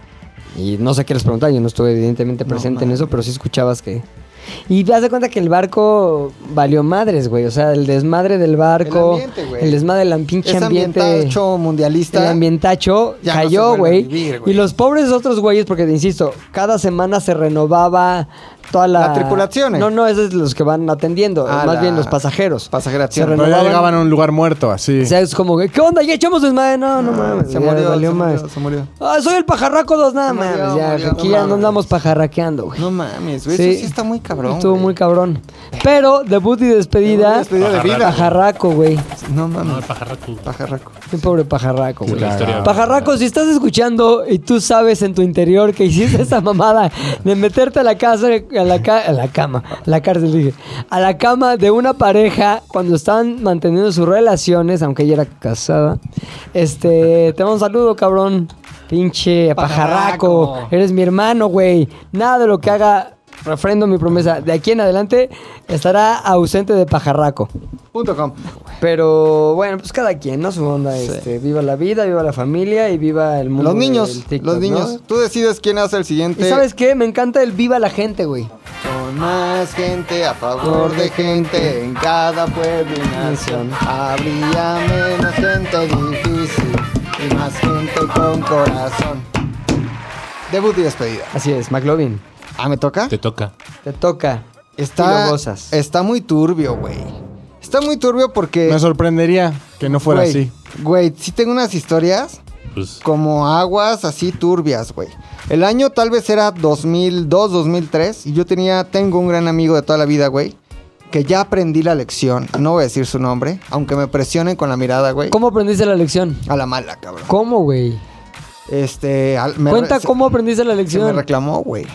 Y no sé qué les preguntaba, yo no estuve evidentemente presente en eso, pero sí escuchabas que. Y te das de cuenta que el barco valió madres, güey. O sea, el desmadre del barco, el, ambiente, güey. desmadre del pinche Ese ambiente. ambientacho El mundialista. ambientacho Ya no se cayó, vuelve a güey. vivir, y güey. los pobres otros güeyes, porque te insisto, cada semana se renovaba toda la. La tripulación, eh. No, no, esos son los que van atendiendo. Ah, más la- bien los pasajeros. Pasajeración. Se Pero ya renovaban. llegaban a un lugar muerto, así. O sea, es como, que, ¿qué onda? Ya echamos desmadre. No, no mames. se ya murió, valió se más. murió, se murió. Ah, soy el pajarraco dos, nada Se murió, mames. Ya, murió, aquí no ya mames. no andamos pajarraqueando, güey. No mames, güey. Eso sí está muy cabrón. Estuvo güey. muy cabrón. Pero debut y Debut y despedida. despedida de Pajarraco. vida. Pajarraco, güey. No No, mames. el pajarraco. Ah. Pajarraco. Mi pobre pajarraco, güey. La historia- Pajarraco, si estás escuchando y tú sabes en tu interior que hiciste esa mamada de meterte a la casa, a la, ca- a la cama, a la cárcel, dije, a la cama de una pareja cuando estaban manteniendo sus relaciones, aunque ella era casada. Este, te mando un saludo, cabrón. Pinche pajarraco. Pajarraco. Eres mi hermano, güey. Nada de lo que haga. Refrendo mi promesa. De aquí en adelante estará ausente de pajarraco. Punto com. Pero bueno, pues cada quien, ¿no? Su onda, este, viva la vida, viva la familia y viva el mundo. Los del niños. TikTok, los ¿no? niños. Tú decides quién hace el ¿Y siguiente. sabes qué? Me encanta el viva la gente, güey. Con más gente a favor de gente en cada pueblo y nación. Habría menos gente difícil y más gente con corazón. Debut y despedida. Así es, McLovin. Ah, ¿me toca? Te toca. Te toca. Y Está, lo gozas. está muy turbio, güey. Está muy turbio porque... Me sorprendería que no fuera güey, así. Güey, sí tengo unas historias Pues, como aguas así turbias, güey. El año tal vez era 2002, 2003 y yo tenía, tengo un gran amigo de toda la vida, güey, que ya aprendí la lección. No voy a decir su nombre, aunque me presionen con la mirada, güey. ¿Cómo aprendiste la lección? A la mala, cabrón. ¿Cómo, güey? Este, al- me Cuenta re- se- cómo aprendiste la se me lección. reclamó, güey.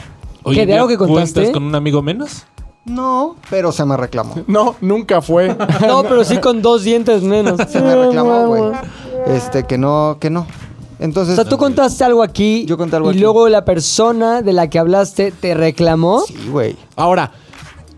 oye, ¿de ¿ya algo que cuentas contaste? con un amigo menos? No, pero se me reclamó. No, nunca fue. No, pero sí con dos dientes menos. Se me reclamó, güey. Este, que no, que no. O Entonces, sea, tú contaste algo aquí. Yo conté algo Y aquí. luego la persona de la que hablaste te reclamó. sí, güey. Ahora,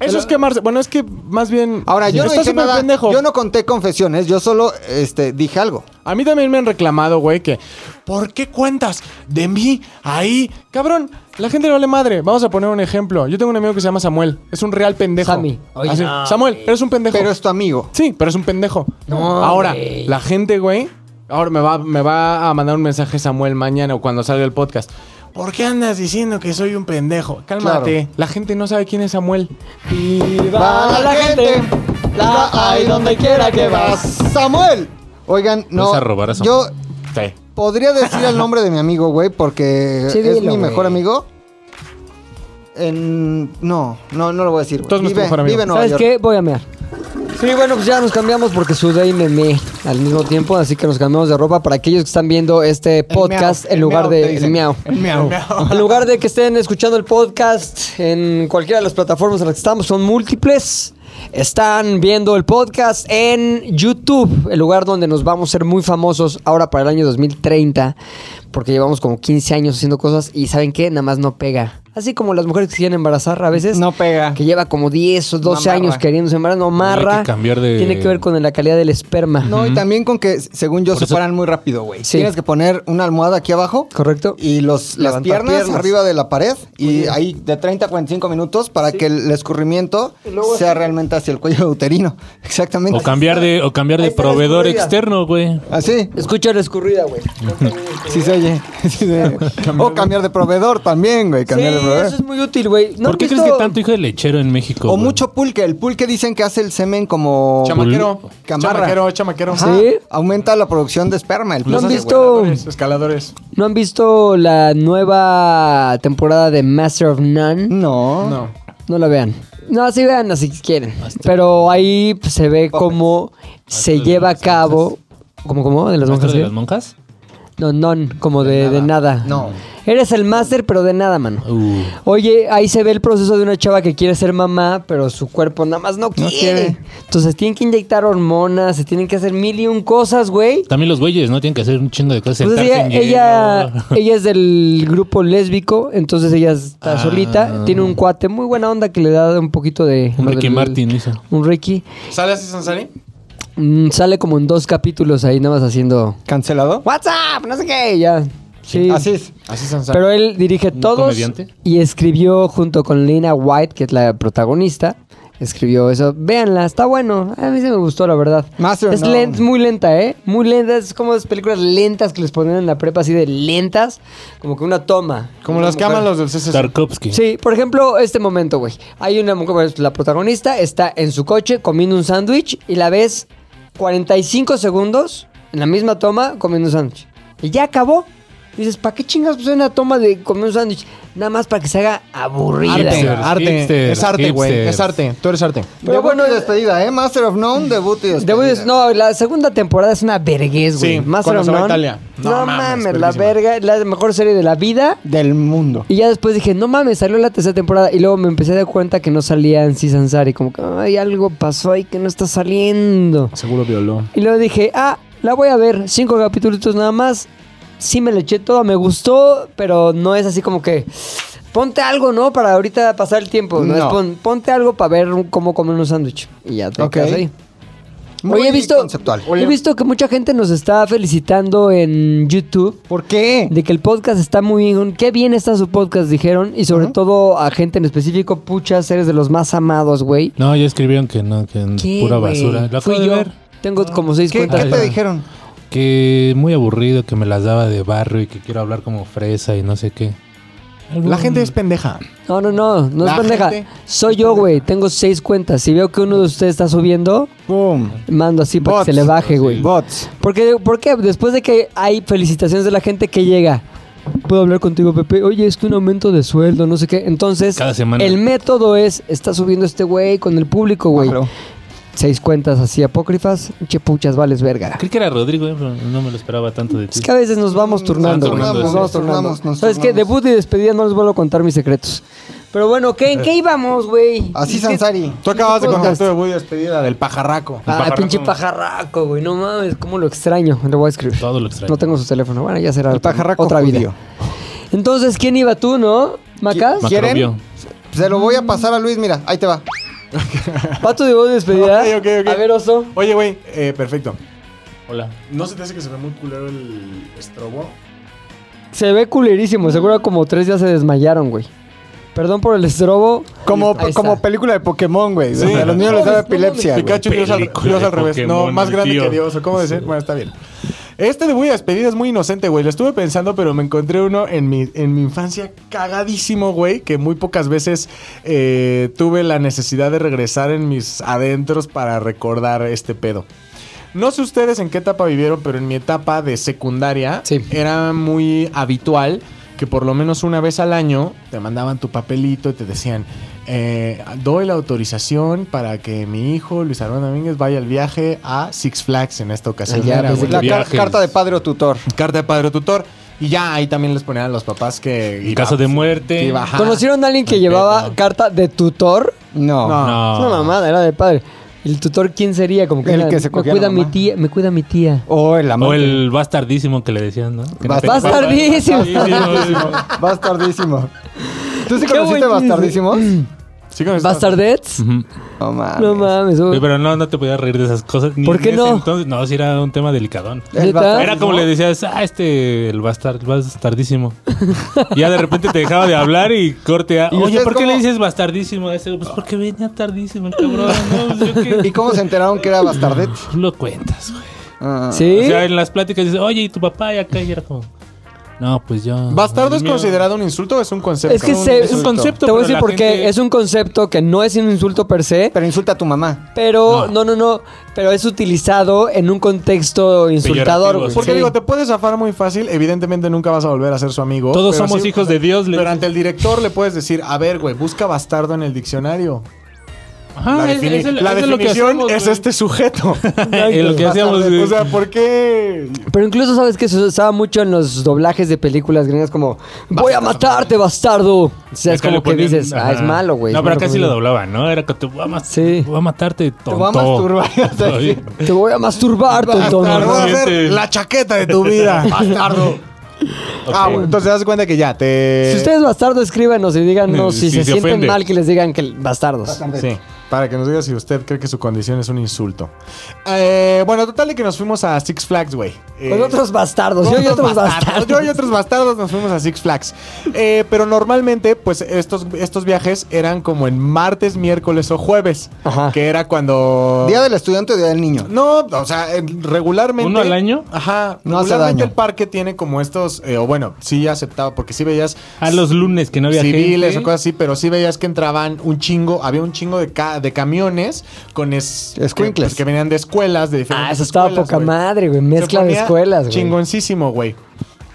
eso es quemarse. Bueno, es que más bien. Ahora, yo no Estás dije súper nada. pendejo. Yo no conté confesiones, yo solo este, dije algo. A mí también me han reclamado, güey, que ¿por qué cuentas de mí ahí? Cabrón, la gente le vale madre. Vamos a poner un ejemplo. Yo tengo un amigo que se llama Samuel. Es un real pendejo. Sammy. Oye, Así, no, Samuel, eres un pendejo. Pero es tu amigo. Sí, pero es un pendejo. No, ahora, güey. la gente, güey, ahora me va, me va a mandar un mensaje Samuel mañana o cuando salga el podcast. ¿Por qué andas diciendo que soy un pendejo? Cálmate. La gente no sabe quién es Samuel. Viva la gente. La hay donde quiera que vas. Samuel. Oigan, no. Vas a robar a yo Samuel. Sí. Podría decir el nombre de mi amigo, güey, porque Sí, es dilo, mi mejor güey. amigo. En... No, no, no lo voy a decir. güey. Entonces no es tu Vive- mejor amigo. Vive en Nueva ¿Sabes York. qué? Voy a mear. Sí, bueno, pues ya nos cambiamos porque sudé y meé al mismo tiempo, así que nos cambiamos de ropa para aquellos que están viendo este podcast miau, en el lugar miau, te de el dicen. miau. El miau. En lugar de que estén escuchando el podcast en cualquiera de las plataformas en las que estamos, son múltiples. Están viendo el podcast en YouTube, el lugar donde nos vamos a ser muy famosos ahora para el año 2030, porque llevamos como 15 años haciendo cosas y ¿saben qué? Nada más no pega. Así como las mujeres que se quieren embarazar a veces. No pega. Que lleva como 10 o 12 amarra. años queriéndose embarazar, no amarra. Hay que cambiar de- Tiene que ver con la calidad del esperma. No, y también con que, según yo, Por se eso- paran muy rápido, güey. Sí. Tienes que poner una almohada aquí abajo. ¿Correcto? Y los, las Levantar piernas, piernas. arriba de la pared. Y ahí de 30 a 45 minutos para que el escurrimiento sea realmente hacia el cuello uterino. Exactamente. O cambiar de, o cambiar Ahí de está proveedor la escurrida. externo, güey. Así. Escucha la escurrida, güey. Sí se oye. Sí se oye. o cambiar de proveedor también, güey. Sí, Cambiar de proveedor. eso es muy útil, güey. ¿No ¿Por han qué visto- crees que tanto hijo de lechero en México? O güey? mucho pulque. El pulque dicen que hace el semen como... Chamaquero. Camarra. Chamaquero, chamaquero. Ajá. ¿Sí? Aumenta la producción de esperma. El ¿No han pulque, visto, Escaladores. ¿No han visto la nueva temporada de Master of None? güey. No. No. No la vean. No, sí vean así que quieren. Pero ahí pues, se ve cómo se Maestro de lleva a las cabo. ¿Cómo, cómo? ¿De las ¿Maestro monjas? de sí? las monjas? No, non, como de, de nada. No. Eres el máster, pero de nada, mano. Uh. Oye, ahí se ve el proceso de una chava que quiere ser mamá, pero su cuerpo nada más no quiere. quiere. Entonces tienen que inyectar hormonas, se tienen que hacer mil y un cosas, güey. También los güeyes, ¿no? Tienen que hacer un chingo de cosas. Entonces ella, sentarse en Pues ella, hielo. ella es del grupo lésbico, entonces ella está Ah. solita, tiene un cuate muy buena onda que le da un poquito de... Un lo Ricky del- Martin hizo. Un Ricky. ¿Sale así Sansari? Mm, sale como en dos capítulos ahí nada más haciendo... ¿Cancelado? WhatsApp, no sé qué, ya. Sí. Así es. Así Sansari. Pero él dirige todos comediante? y escribió junto con Lena White, que es la protagonista. Escribió eso. Véanla, está bueno. A mí se me gustó, la verdad. Master es no. len- muy lenta, ¿eh? Muy lenta. Es como las películas lentas que les ponían en la prepa, así de lentas. Como que una toma. Como Una las mujer. cámaras del CCC. Tarkovsky. Sí, por ejemplo, este momento, güey. Hay una mujer, bueno, la protagonista está en su coche comiendo un sándwich y la ves 45 segundos en la misma toma comiendo un sándwich. Y ya acabó. Y dices, ¿para qué chingas pues, una toma de comer un sándwich? Nada más para que se haga aburrida. Arte, güey. Hipsters, arte. hipsters, es arte, güey. hipsters. Es arte. Tú eres arte. Pero Pero debut bueno, bueno, y despedida, ¿eh? Master of None, debut y despedida. Debo decir, no, la segunda temporada es una vergüenza, güey. Sí, Más cuando se va a no, Italia. no, No mames, mames, la verguísima. verga, la mejor serie de la vida. Del mundo. Y ya después dije, no mames, salió la tercera temporada. Y luego me empecé a dar cuenta que no salía en Sansari. Como que, ay, algo pasó ahí que no está saliendo. Seguro violó. Y luego dije, ah, la voy a ver. Cinco capítulos nada más. Sí me le eché todo, me gustó, pero no es así como que... Ponte algo, ¿no? Para ahorita pasar el tiempo. No, es No. pon- ponte algo para ver cómo comer un sándwich. Y ya te Ok. quedas ahí. Muy Oye, he visto, conceptual. he visto que mucha gente nos está felicitando en YouTube ¿Por qué? de que el podcast está muy bien. Qué bien está su podcast, dijeron. Y sobre todo a gente en específico, puchas, eres de los más amados, güey. No, ya escribieron que no, que ¿Qué, pura güey? basura. La Fui acabo de yo. ver. Tengo como seis ¿Qué, cuentas. qué te Ah, dijeron? Que muy aburrido, que me las daba de barro y que quiero hablar como fresa y no sé qué. Algo- La gente es pendeja. No, no, no, no es La pendeja. gente Soy yo, güey. Tengo seis cuentas. Si veo que uno de ustedes está subiendo, Boom. mando así para Bots. que se le baje, güey. Bots. Porque, ¿Por qué? Después de que hay felicitaciones de la gente que llega, puedo hablar contigo, Pepe. Oye, es que un aumento de sueldo, no sé qué. Entonces, Cada semana. el método es: está subiendo este güey con el público, güey. Bájalo. Seis cuentas así apócrifas, che puchas, vales verga. Creí que era Rodrigo, eh, pero no me lo esperaba tanto de ti. Es que a veces nos vamos turnando, güey. turnando, Nos sí. vamos turnando. Turnamos, nos ¿Sabes qué? turnamos. Debut y despedida no les vuelvo a contar mis secretos. Pero bueno, ¿qué, ¿en qué íbamos, güey? Así ¿Qué- Sansari. Tú acabas de Podcast. contar tu debut y despedida del pajarraco. Ah, pinche pajarraco, güey. No mames, cómo lo extraño. Le voy a escribir. Todo lo extraño. No tengo su teléfono. Bueno, ya será El otra- pajarraco otra vida. judío. Entonces, ¿quién iba tú, no? ¿Macas? Macrobio. Se lo voy a pasar a Luis, mira, ahí te va. ¿Pato de voz de despedida? Ok, ok, ok. A ver, oso. Oye, güey, eh, perfecto. Hola. ¿No se te hace que se ve muy culero el estrobo? Se ve culerísimo. Seguro como tres días se desmayaron, güey. Perdón por el estrobo. Como, Ahí está. como película de Pokémon, güey. Sí. O sea, a los niños les da epilepsia, güey. Pikachu, Dios al, Película Dios de al revés. Pokémon, no, más el grande tío. que Dios. ¿o ¿Cómo decir? Sí. Bueno, está bien. Este de Voy a despedida es muy inocente, güey. Lo estuve pensando, pero me encontré uno en mi, en mi infancia cagadísimo, güey. Que muy pocas veces eh, tuve la necesidad de regresar en mis adentros para recordar este pedo. No sé ustedes en qué etapa vivieron, pero en mi etapa de secundaria Sí. era muy habitual que por lo menos una vez al año te mandaban tu papelito y te decían, eh, doy la autorización para que mi hijo Luis Armando Domínguez vaya al viaje a Six Flags en esta ocasión. Ah, ya, Era, pensé güey. que- La car- Viajes. carta de padre o tutor. Carta de padre o tutor. Y ya ahí también les ponían a los papás que... En caso de muerte. iba, ajá. ¿Conocieron a alguien que Ay, llevaba Ah, perdón. carta de tutor? No. No. Es una mamada, era de padre. ¿El tutor quién sería? Como que, El era, que se me cogía a la cuida mi mamá". tía, me cuida mi tía. O el O amante. el bastardísimo que le decían, ¿no? Que no te- Bastardísimo. Bastardísimo. Bastardísimo. ¿Tú sí Qué conociste buen chiste. bastardísimos? Sí, con- Bastardets. Ujú. No mames. No mames. Oye, güey. Pero no, no te podías reír de esas cosas. ni ¿Por en qué ese no? Entonces, no, sí era un tema delicadón. El ¿Neta? bastardo. Era como le decías, ah, este, el bastar- bastardísimo. Y ya de repente te dejaba de hablar y corte a, ¿Y oye, ustedes ¿por qué cómo- le dices bastardísimo a ese? Pues porque venía tardísimo el cabrón. No, Pues, yo ¿Y qué- cómo se enteraron que era bastardet? Pues lo cuentas, güey. Ah. ¿Sí? O sea, en las pláticas dices, oye, ¿y tu papá? Y acá y era como, no, pues yo... ¿Bastardo es Mío. considerado un insulto o es un concepto? Es que se- Es un concepto. Te voy a pero decir la por qué. gente- Es un concepto que no es un insulto per se, Pero insulta a tu mamá. pero no, no, no. Pero es utilizado en un contexto insultador. güey. Porque Sí. digo, te puedes zafar muy fácil, evidentemente nunca vas a volver a ser su amigo. Todos pero somos sí- hijos de Dios. le Pero dices. ante el director le puedes decir, a ver, güey, busca bastardo en el diccionario. Ajá, la Ah, es- defini- es el- la es de lo que definición hacemos, es güey. este sujeto. Es lo que hacíamos, Bastardo. güey. O sea, ¿por qué? Pero incluso sabes que se usaba mucho en los doblajes de películas gringas como voy a matarte, bastardo. O sea, es Acá le como que ponían- dices, ah, ajá. es malo, güey. No, es malo pero acá sí conmigo". lo doblaban, ¿no? Era que te voy a, mat- Sí. te voy a matarte, tonto. voy a masturbar, ya te Oye, Te voy a masturbar, Bastardo, tontón. voy a hacer Totalmente. la chaqueta de tu vida. Bastardo. Ah, bueno, entonces te das cuenta que ya te. Si ustedes bastardo, escríbanos y díganos si, Si se, se sienten ofende. mal que les digan que bastardos. Sí, para que nos diga si usted cree que su condición es un insulto. Eh, bueno, total de que nos fuimos a Six Flags, güey. Eh, Con otros bastardos, yo y otros bastardos. Yo y otros bastardos nos fuimos a Six Flags. Eh, pero normalmente, pues estos, estos viajes eran como en martes, miércoles o jueves. Ajá. Que era cuando. Día del estudiante o día del niño. No, o sea, eh, regularmente. ¿Uno al año? Ajá. No hace regularmente daño. el parque tiene como estos. eh, o bueno, sí aceptaba, porque sí veías A los lunes que no había civiles gente. o cosas así, pero sí veías que entraban un chingo, había un chingo de, ca- de camiones con es, que, Escuincles. pues, que venían de escuelas, de diferentes Ah, eso estaba escuelas, poca güey. madre, güey. Se Mezcla de ponía escuelas, güey. Chingoncísimo, güey.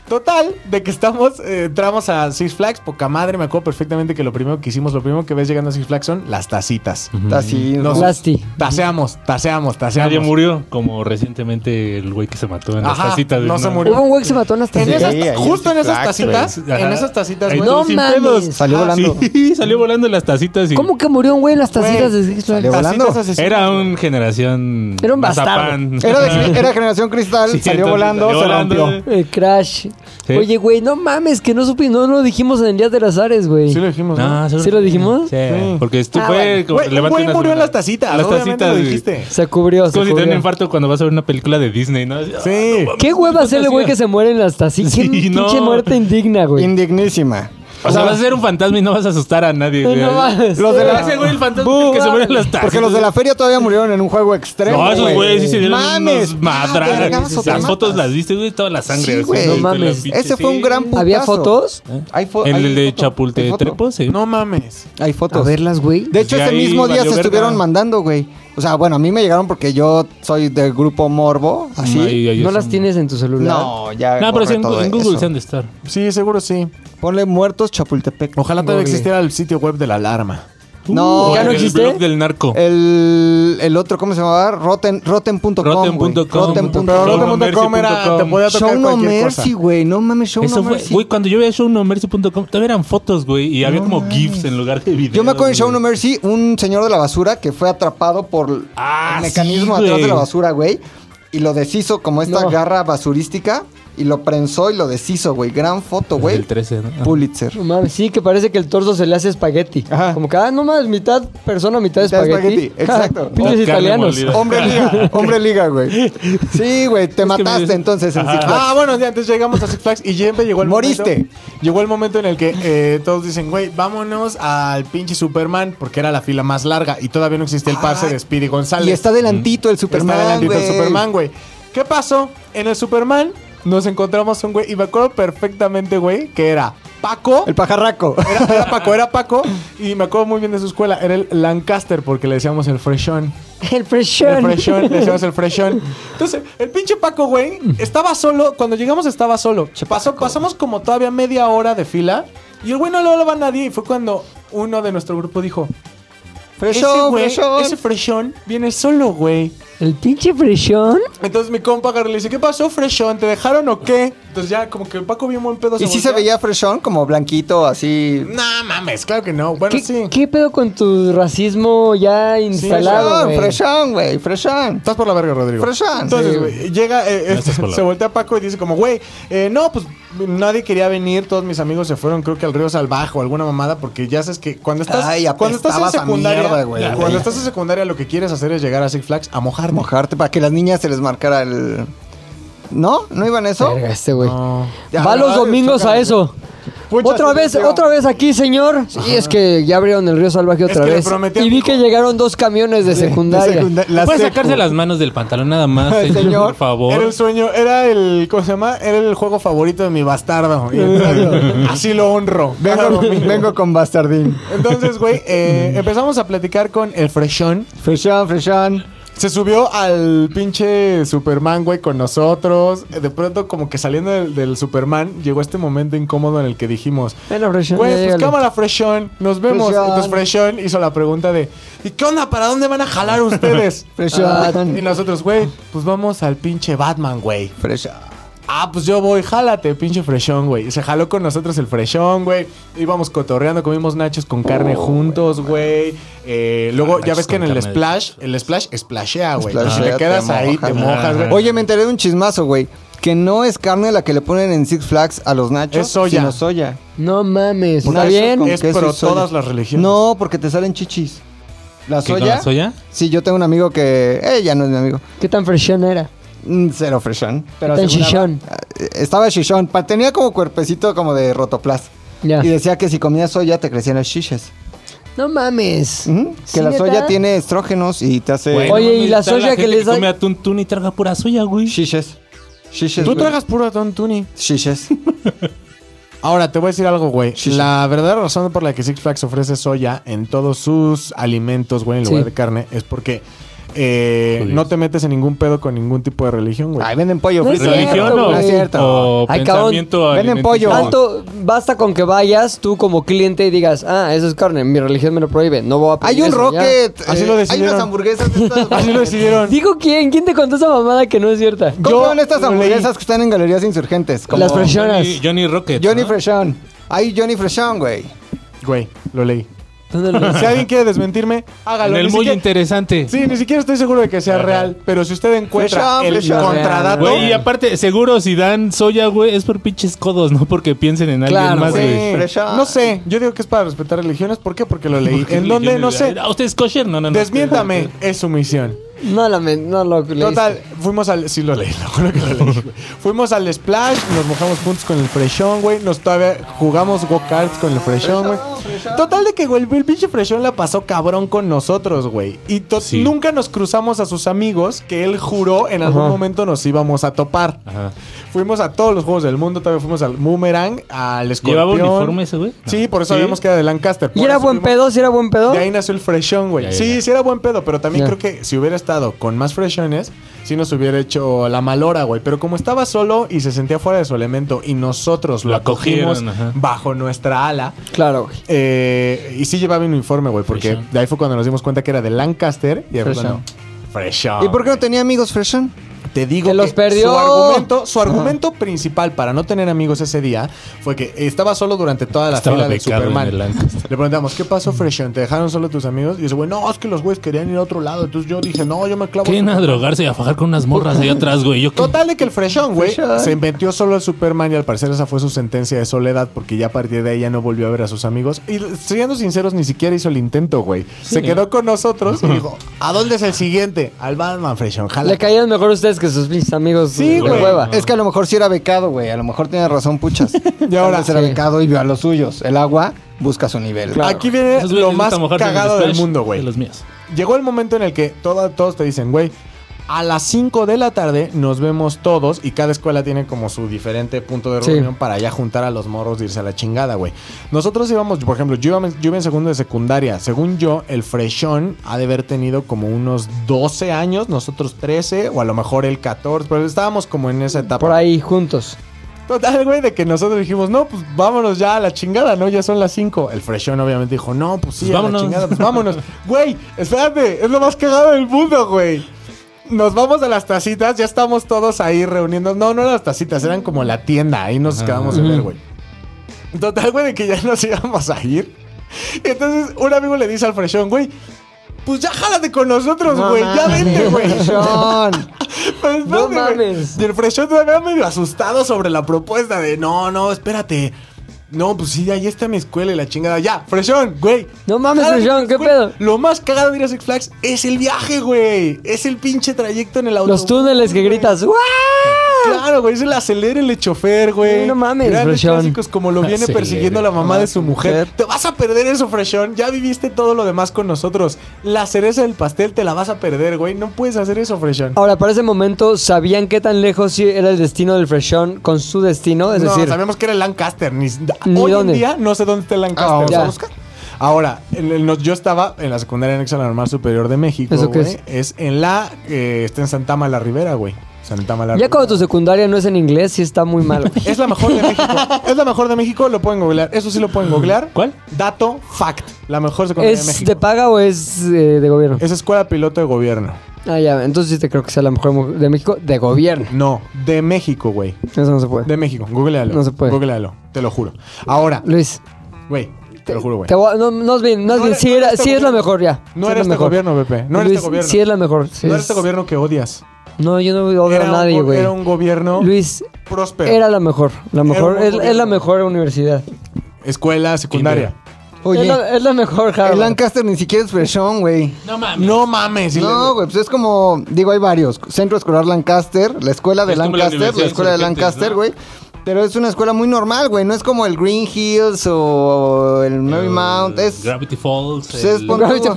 Total, de que estamos, eh, entramos a Six Flags, poca madre, me acuerdo perfectamente que lo primero que hicimos, lo primero que ves llegando a Six Flags son las tacitas. Mm, Está así. No, ¿no? Plasti. Taseamos, taseamos, taseamos. Nadie murió, como recientemente el güey que se mató en Ajá, las tacitas. no se murió. Hubo un güey que se mató en las En tacitas. esas- Sí, ahí en justo en Six esas Flags, tacitas, güey. en esas tacitas, Ahí güey. No sin mames. pedos. Salió Ah, volando. Sí, salió volando las tacitas. Y ¿Cómo que murió un güey en las tacitas de Six Flags? salió volando. Tacitas asesinas. Era un generación. Era un mazapán. Era, de- era generación cristal, Sí, salió entonces, volando, salió se volando, rompió. güey. El Eh, crash. Sí. Oye, güey, no mames, que no supi, no lo dijimos en el Día de las Ares, güey. Sí lo dijimos, ¿no? No, seguro- ¿Sí lo dijimos? Sí. Porque esto Ah, fue. bueno. como Güey, levanta güey una murió en semana. las tacitas. Las obviamente tacitas. lo güey. dijiste. Se cubrió, Es se como si te da un cubrió. infarto cuando vas a ver una película de Disney, ¿no? Sí. ¿Qué hueva hacerle, güey, que se muere en las tacitas? Qué Sí, no. pinche muerte indigna, güey. Indignísima. O sea, vas a ser un fantasma y no vas a asustar a nadie, güey. No mames. Los de la- Ese güey, el fantasma que se muere en las tacitas. Porque los de la feria todavía murieron en un juego extremo. Ah, No, esos güeyes sí se dieron Mames, unos madrazos. vergazo, te Las fotos matas. las viste, güey, toda la sangre. Sí, así, güey. de No la mames. pinche- Ese fue sí. un gran putazo. ¿Había fotos? Hay fo- En hay el foto, de hay foto. Chapultepec, sí. No mames. Hay A fotos. verlas, güey. De hecho, Pues de ese ahí mismo día se valió verga. estuvieron mandando, güey. O sea, bueno, a mí me llegaron porque yo soy del grupo Morbo, así. Ahí- ahí ¿No es las un- tienes en tu celular? No, ya. No, pero borré sí, en, todo en Google eso. se han de estar. Sí, seguro sí. Ponle muertos Chapultepec. Ojalá todavía Google. existiera el sitio web de la alarma. No, Eh, O ¿Ya no el existe? blog del narco. El, el otro, ¿cómo se llamaba? Rotten, rotten.com. Rotten.com. güey. Rotten.com. Pero Pero Rotten.com no com era, te podía tocar Show No cualquier cosa. Mercy, güey. No mames, Show Eso No fue, Mercy. güey, cuando yo veía shownomercy.com, todavía eran fotos, güey, y había como GIFs en lugar de videos. Yo me acuerdo en Show No güey. Mercy, un señor de la basura que fue atrapado por Ah, el mecanismo sí, atrás de güey. la basura, güey. Y lo deshizo como esta No. garra basurística. Y lo prensó y lo deshizo, güey. Gran foto, güey. El Ah. 13, ¿no? Pulitzer. No mames, sí, que parece que el torso se le hace espagueti. Ajá. Como que, ah, no mames, mitad persona, mitad, Mitad espagueti. Ah, espagueti, exacto. Pinches O carne italianos. molida. Hombre liga, hombre liga, güey. Sí, güey, te mataste dices- entonces en Six Flags. Ah, bueno, ya entonces llegamos a Six Flags y siempre llegó el Moriste. momento. Llegó el momento en el que eh, todos dicen, güey, vámonos al pinche Superman, porque era la fila más larga y todavía no existía el pase de Speedy González. Ah. Y está adelantito el Superman, Está adelantito el güey. Superman, güey. ¿Qué pasó? En el Superman nos encontramos un güey, y me acuerdo perfectamente, güey, que era Paco. El pajarraco. Era, era Paco, era Paco. Y me acuerdo muy bien de su escuela. Era el Lancaster porque le decíamos el Freshón. El presión. El freshón, le decíamos el freshón. Entonces, el pinche Paco, güey, estaba solo. Cuando llegamos estaba solo. Pasó, pasamos como todavía media hora de fila. Y el güey no le hablaba a nadie. Y fue cuando uno de nuestro grupo dijo... ese, Freshón, güey, freshón". ese freshón viene solo, güey. El pinche presión. Entonces mi compa agarra y le dice, ¿qué pasó, freshón? ¿Te dejaron o qué? Entonces ya como que el Paco bien buen pedo. ¿Y si se voltea. veía freshón? Como blanquito, así. No mames, claro que no. Bueno, ¿Qué, sí. qué pedo con tu racismo ya instalado, Freshón, güey? freshón, güey, freshón. Estás por la verga, Rodrigo. Freshón. Entonces, Sí, güey, llega, eh, Gracias por la- se voltea Paco y dice como, güey, eh, no, pues nadie quería venir, todos mis amigos se fueron, creo que al río Salvaje o alguna mamada, porque ya sabes que cuando estás, Ay, cuando estás en apestabas a secundaria, mierda, güey. cuando estás en secundaria lo que quieres hacer es llegar a Six Flags a mojar, Mojarte para que las niñas se les marcara el. ¿No? ¿No iban a eso? Verga, este güey. Ya, Va la los verdad, domingos a chócala. eso. Pucha, otra se vez, metió. otra vez aquí, señor. Y es que ya abrieron el río salvaje Es otra que le vez. prometí a Y mi vi que hijo. llegaron dos camiones de secundaria. Puede sacarse las manos del pantalón nada más, señor, por Era favor. el sueño, era el, ¿cómo se llama? Era el juego favorito de mi bastardo. Y entonces, así lo honro. cada Vengo, domingo. vengo con Bastardín. Entonces, güey, eh, empezamos a platicar con el freshón. Freshón, freshón. Se subió al pinche Superman, güey, con nosotros. Eh, De pronto, como que saliendo del, del Superman, llegó este momento incómodo en el que dijimos... Bueno, Freshón, Güey, ya pues llégale. cámara Freshón, nos vemos. Freshón. Entonces Freshón hizo la pregunta de, ¿y qué onda? ¿Para dónde van a jalar ustedes? y Ah. Freshón. nosotros, güey, pues vamos al pinche Batman, güey. Freshón. Ah, pues yo voy, jálate, pinche freshón, güey. Y Se jaló con nosotros el freshón, güey. Íbamos cotorreando, comimos nachos con carne juntos, güey. Eh, luego, Ah, ya nachos ves que en con el carne. splash, el splash splashea, güey. Si Splashea, te quedas te ahí, mojas. te mojas, güey. Oye, me enteré de un chismazo, güey. Que no es carne la que le ponen en Six Flags a los nachos, Es soya. sino soya. No mames, Por ¿está eso bien? con Es queso pro y soya. todas las religiones. No, porque te salen chichis. ¿La ¿Qué, soya? con la soya? Sí, yo tengo un amigo que... Ella no es mi amigo. ¿Qué tan freshón era? Mm, Cero freshón. Pero ¿Qué tan según- chichón? Eh, Estaba chichón. Pa- Tenía como cuerpecito como de rotoplas. Ya. Y decía que si comías soya te crecían las chiches. No mames. Ujú, Que ¿Sí, la neta? soya tiene estrógenos y te hace... Bueno, Oye, ¿y mames, la está soya que gente les da- Come atún, tún y traga pura soya, güey. Chiches. Chiches, Tú güey. tragas puro tontuni. Chiches. Ahora, te voy a decir algo, güey. Sí, sí. La verdadera razón por la que Six Flags ofrece soya en todos sus alimentos, güey, en Sí. lugar de carne, es porque eh, Judíos. no te metes en ningún pedo con ningún tipo de religión, güey. Ahí venden pollo No es frito. ¿Religión cierto, o, güey. No es cierto. o Ay, cabrón. pensamiento Venden pollo. alimenticio? Tanto basta con que vayas tú como cliente y digas, ah, eso es carne, mi religión me lo prohíbe, no voy a pedir Hay un eso, ya". rocket. Así eh, lo hay decidieron. unas hamburguesas de estas. Así lo decidieron. Digo, ¿quién? ¿Quién te contó esa mamada que no es cierta? ¿Cómo Yo se llaman estas lo leí. hamburguesas que están en galerías insurgentes? Como Las freshonas. Johnny, Johnny Rocket. Johnny ¿no? Freshon. Hay Johnny Freshon, güey. Güey, lo leí. ¿Dónde lo Si alguien quiere desmentirme, En hágalo. el Ni muy siquiera- interesante. Sí, ni siquiera estoy seguro de que sea Ajá. real, pero si usted Fresh encuentra up, el fresh up. contradato, Güey, y aparte, seguro si dan soya, güey, es por pinches codos, no porque piensen en alguien Claro, más, sí. güey. fresh up. no sé, yo digo que es para respetar religiones, ¿por qué? Porque lo leí. Porque ¿En dónde? religiones, No sé. ¿verdad? ¿A Ah, usted es kosher? No, no, no. Desmiéntame, es su misión. No, la men- no lo leíste. Total, fuimos al. Sí, lo leí, lo juro que lo leí. güey. Fuimos al Splash, nos mojamos juntos con el Freshón, güey. Nos todavía jugamos go-karts con el Freshón, güey. Total de que, güey, el pinche Freshón la pasó cabrón con nosotros, güey. Y to- Sí. nunca nos cruzamos a sus amigos que él juró en algún momento nos íbamos a topar. Ajá. Fuimos a todos los juegos del mundo, todavía fuimos al Boomerang, al Escorpión. ¿Llevaba uniforme ese, güey? Sí, por eso ¿Sí? habíamos quedado de Lancaster. ¿Y por era eso buen fuimos- pedo? ¿Sí era buen pedo? de ahí nació el freshón, güey. Ya, ya, Sí, ya. sí era buen pedo, pero también Ya. creo que si hubiera estado con más freshones, sí nos hubiera hecho la malora, güey. Pero como estaba solo y se sentía fuera de su elemento y nosotros lo Lo acogimos acogieron, ajá. bajo nuestra ala, Claro, güey. eh, y sí llevaba un uniforme, güey, porque Freshón. de ahí fue cuando nos dimos cuenta que era de Lancaster y era Freshón. cuando... Freshón. ¿Y por qué no tenía amigos Freshon? Te digo Que los perdió. Su argumento, su argumento principal para no tener amigos ese día fue que estaba solo durante toda la Estaba fila de becado Superman. en el Lancaster. Le preguntamos, ¿qué pasó, Freshon? ¿Te dejaron solo tus amigos? Y dice, güey, no, es que los güeyes querían ir a otro lado. Entonces yo dije, no, yo me clavo. Quieren a drogarse y a fajar con unas morras ahí atrás, güey. Yo qué- Total de que el Freshon, güey, Freshón. se metió solo al Superman y al parecer esa fue su sentencia de soledad porque ya a partir de ahí ya no volvió a ver a sus amigos. Y siendo sinceros, ni siquiera hizo el intento, güey. Se quedó con nosotros y dijo, ¿a dónde es el siguiente? Al Batman, Freshon, jala. Le caían mejor ustedes que sus pinches amigos. Sí, de güey. Hueva. Es que a lo mejor sí era becado, güey. A lo mejor tenía razón, puchas. Y ahora- Tal vez era Sí. becado y vio a los suyos. El agua busca su nivel. Aquí viene Esos güeyes lo les más gusta mojarse en el cagado del splash mundo, güey. De los míos. Llegó el momento en el que todo- todos te dicen, güey, A las 5 de la tarde nos vemos todos y cada escuela tiene como su diferente punto de Sí. reunión para ya juntar a los morros de irse a la chingada, güey. Nosotros íbamos, por ejemplo, yo iba, yo iba en segundo de secundaria. Según yo, el freshón ha de haber tenido como unos 12 años, nosotros 13 o a lo mejor el 14, pero estábamos como en esa etapa. Por ahí, juntos. Total, güey, de que nosotros dijimos, no, pues vámonos ya a la chingada, ¿no? Ya son las 5. El freshón obviamente dijo, no, pues sí, Pues a vámonos. la chingada, pues vámonos. güey, espérate, es lo más cagado del mundo, güey. Nos vamos a las tacitas, ya estamos todos ahí reuniendo. No, no eran las tacitas, eran como la tienda, ahí nos quedamos de ver, güey. Total, güey, de que ya nos íbamos a ir. Y entonces un amigo le dice al freshón, güey, pues ya jálate con nosotros, güey, ya vente, güey. John. Pues, No espérate, güey. mames. Y el freshón todavía medio asustado sobre la propuesta de no, no, espérate. No, pues sí, ahí está mi escuela y la chingada. Ya, Freshón, güey. No mames, Jálate Freshón, mi ¿qué escuela. pedo? Lo más cagado de ir a Six Flags es el viaje, güey. Es el pinche trayecto en el auto. Los túneles que gritas. ¡guau! Claro, güey, es el acelérele chofer, güey. Sí, no mames, Grandes Freshón. clásicos como lo viene Acelérele. persiguiendo la mamá de su mujer. Te vas a perder eso, Freshón. Ya viviste todo lo demás con nosotros. La cereza del pastel te la vas a perder, güey. No puedes hacer eso, Freshón. Ahora, para ese momento, ¿sabían qué tan lejos sí era el destino del Freshón con su destino? Es no, decir, sabemos que era el Lancaster. Ni, Ni hoy dónde. en día no sé dónde está el Lancaster. Ah, vamos a Ya. buscar. Ahora, en el- no- yo estaba en la secundaria anexa a la Normal Superior de México. ¿Eso qué güey. es? en la. eh, está en Santa Mala Rivera, güey. Santa Mala ya Rivera. cuando tu secundaria no es en inglés, sí está muy mal. güey. Es la mejor de México. es la mejor de México, lo pueden googlear. Eso sí lo pueden googlear. ¿Cuál? Dato, fact. La mejor secundaria de ¿Es México. de paga o es eh, de gobierno? es escuela piloto de gobierno. Ah, ya, entonces sí te creo que sea la mejor mu- de México de gobierno. No, de México, güey. Eso no se puede. De México. Googlealo. No se puede. Googlealo. Te lo juro. Ahora, Luis, güey. Te lo juro, güey. te voy a- no, no es bien, no es No bien. eres- Sí, no era- eres sí este es la gobierno. mejor ya. No Sí era es este la mejor. gobierno, Pepe. No era Luis, este gobierno. Sí es la mejor. sí No era es- este gobierno que odias. No, yo no odio Era a un nadie, go- güey. Era un gobierno Luis, próspero. era la mejor. La un mejor buen es, es la gobierno. mejor universidad. Escuela, secundaria. Es Oye, la, es la mejor, el Harvard. Lancaster ni siquiera es freshón, güey. No mames. y No, güey, pues es como, digo, hay varios. Centro Escolar Lancaster, la escuela de Es como la Lancaster, la, Universidad de escuela de Insurgentes, Lancaster, ¿no? güey. Pero es una escuela muy normal, güey. No es como el Green Hills o el Marymount. Es, Gravity Falls. pues es el- pon- Gravity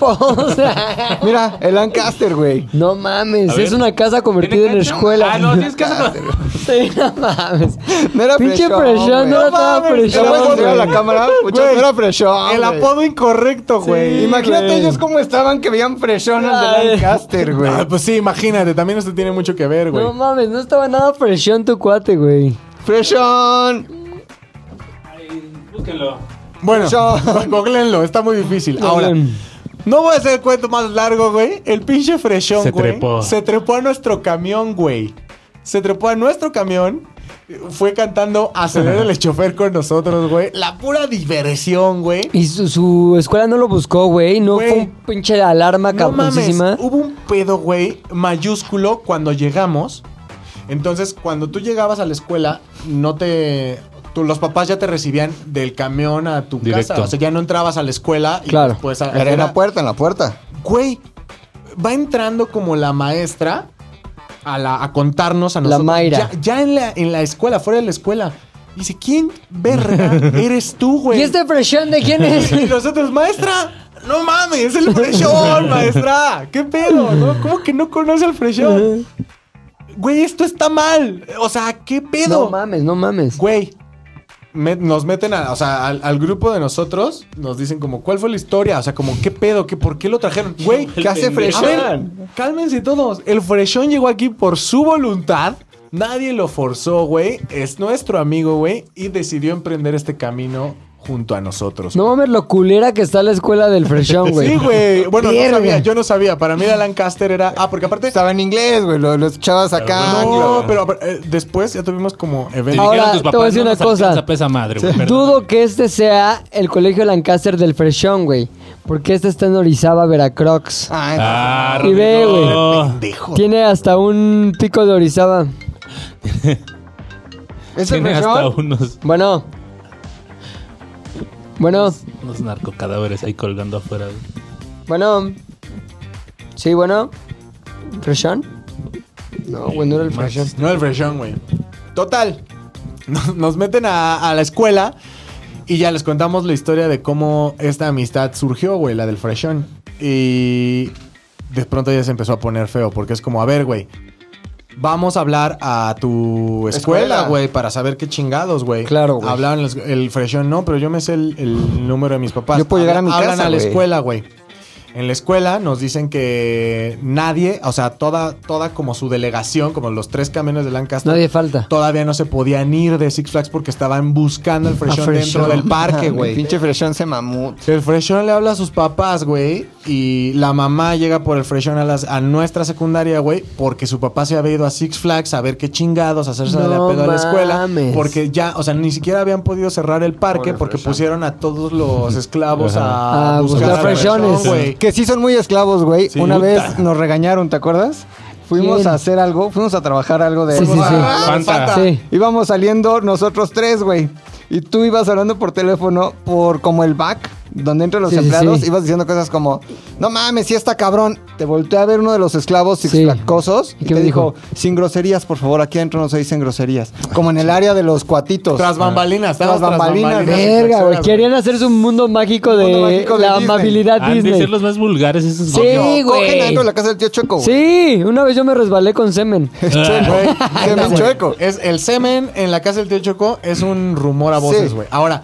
Falls. mira, el Lancaster, güey. No mames, A ver. es una casa convertida en ¿Tiene cancha? escuela. Ah, no, tienes casa. Sí, no mames. No era Pinche freshón, presión, güey. no era tan mames, ¿Te puedes presión. poner a la güey. cámara? Muchachos, Güey, no era freshón, El güey. apodo incorrecto, güey. Imagínate güey. ellos cómo estaban que veían freshón al Ay. de Lancaster, güey. Ah, pues sí, imagínate. También esto tiene mucho que ver, güey. No mames, no estaba nada presión tu cuate, güey. Freshón. Búsquenlo. bueno, yo- googleenlo. Está muy difícil. Ahora, no voy a hacer el cuento más largo, güey. El pinche freshón, Se güey. trepó. Se trepó a nuestro camión, güey. Se trepó a nuestro camión. Fue cantando Acelerar el chofer con nosotros, güey. La pura diversión, güey. Y su, su escuela no lo buscó, güey. No Güey. fue un pinche alarma No mames, uh, cabroncísima. hubo un pedo, güey, mayúsculo cuando llegamos. Entonces, cuando tú llegabas a la escuela, no te... tú- los papás ya te recibían del camión a tu Directo. casa. O sea, ya no entrabas a la escuela. Y Claro. Después a- Era en era- la puerta, en la puerta. Güey, va entrando como la maestra a, la, a contarnos a La nosotros. Mayra. Ya, ya en, la, en la escuela, fuera de la escuela. Dice, ¿quién verga eres tú, güey? ¿Y este presión de quién es? Y nosotros, maestra, no mames, es el freshón, maestra. ¿Qué pedo? ¿no? ¿Cómo que no conoce al freshón? Güey, esto está mal. O sea, ¿qué no pedo? mames, no mames. Güey, me- nos meten a, o sea, al, al grupo de nosotros, nos dicen como, ¿cuál fue la historia? O sea, como, ¿qué pedo? ¿Qué, ¿Por qué lo trajeron? Güey, ¿Qué hace a freshón? ver, cálmense todos. El freshón llegó aquí por su voluntad. Nadie lo forzó, güey. Es nuestro amigo, güey. Y decidió emprender este camino junto a nosotros. No mames, lo culera que está la escuela del presión, güey. Sí, güey. Bueno, no Verga. sabía, yo no sabía. Para mí la Lancaster era. Ah, porque aparte. Estaba en inglés, güey. Lo, lo escuchabas acá. No, pero eh, después ya tuvimos como Te eventos. Ahora, dijeron tus te voy a papás, decir "No una nos cosa. alcanza pa' esa madre, güey, perdón". Dudo que este sea el colegio Lancaster del Freshón, güey. Porque este está en Orizaba, Veracruz. Ah, entonces- Ah, Y ve, Rodrigo. Tiene hasta un pico de Orizaba. ¿Es el Tiene hasta freshón? unos, Bueno. Bueno, unos narcocadáveres ahí colgando afuera. güey. bueno. Sí, bueno. ¿Freshón? No, güey, no era el Freshón. No el freshón, güey. Total. Nos, nos meten a, a la escuela y ya les contamos la historia de cómo esta amistad surgió, güey, la del freshón. Y de pronto ya se empezó a poner feo, porque es como, a ver, güey, vamos a hablar a tu escuela, Escuela. güey, para saber qué chingados, güey. Claro, güey. Hablaban los- el freshón, no, pero yo me sé el, el número de mis papás. Yo puedo llegar a mi Hablan casa, a la güey. escuela, güey. En la escuela nos dicen que nadie, o sea, toda, toda como su delegación, como los tres camiones de Lancaster, Nadie falta. todavía no se podían ir de Six Flags porque estaban buscando al freshón dentro Freshón. del parque, El güey. pinche freshón se mamó. El freshón le habla a sus papás, güey, y la mamá llega por el freshón a, las, a nuestra secundaria, güey, porque su papá se había ido a Six Flags a ver qué chingados, a hacerse de la No pedo a la escuela, mames. porque ya, o sea, ni siquiera habían podido cerrar el parque Pobre porque Freshón. pusieron a todos los esclavos a, A buscar buscar al freshón, Ah, pues, freshones. güey. Que sí son muy esclavos, güey. Sí. Una Puta. vez nos regañaron, ¿te acuerdas? Fuimos ¿Quién? a hacer algo, fuimos a trabajar algo de... Sí, sí, sí. Ah, Fanta. Sí. Íbamos saliendo nosotros tres, güey. Y tú ibas hablando por teléfono por como el back, donde entran los Sí, sí, empleados. sí. Ibas diciendo cosas como, no mames, si está cabrón. Te volteé a ver uno de los esclavos Sí. sixflacosos ¿Y y qué me te dijo? dijo? sin groserías, por favor, aquí adentro no se dicen groserías. Como en el área de los cuatitos. Tras bambalinas, Tras estamos tras bambalinas. bambalinas. Verga, güey. Querían hacerse un mundo mágico de mundo mágico de la Disney. amabilidad Han de Disney. ser los más vulgares esos Sí, güeyes. Cogen güey. adentro de la casa del tío Choco, güey. Sí, una vez yo me resbalé con semen. Ah, eh. Se me chueco. Es el semen en la casa del tío Choco es un rumor a voces, Sí. güey. Ahora,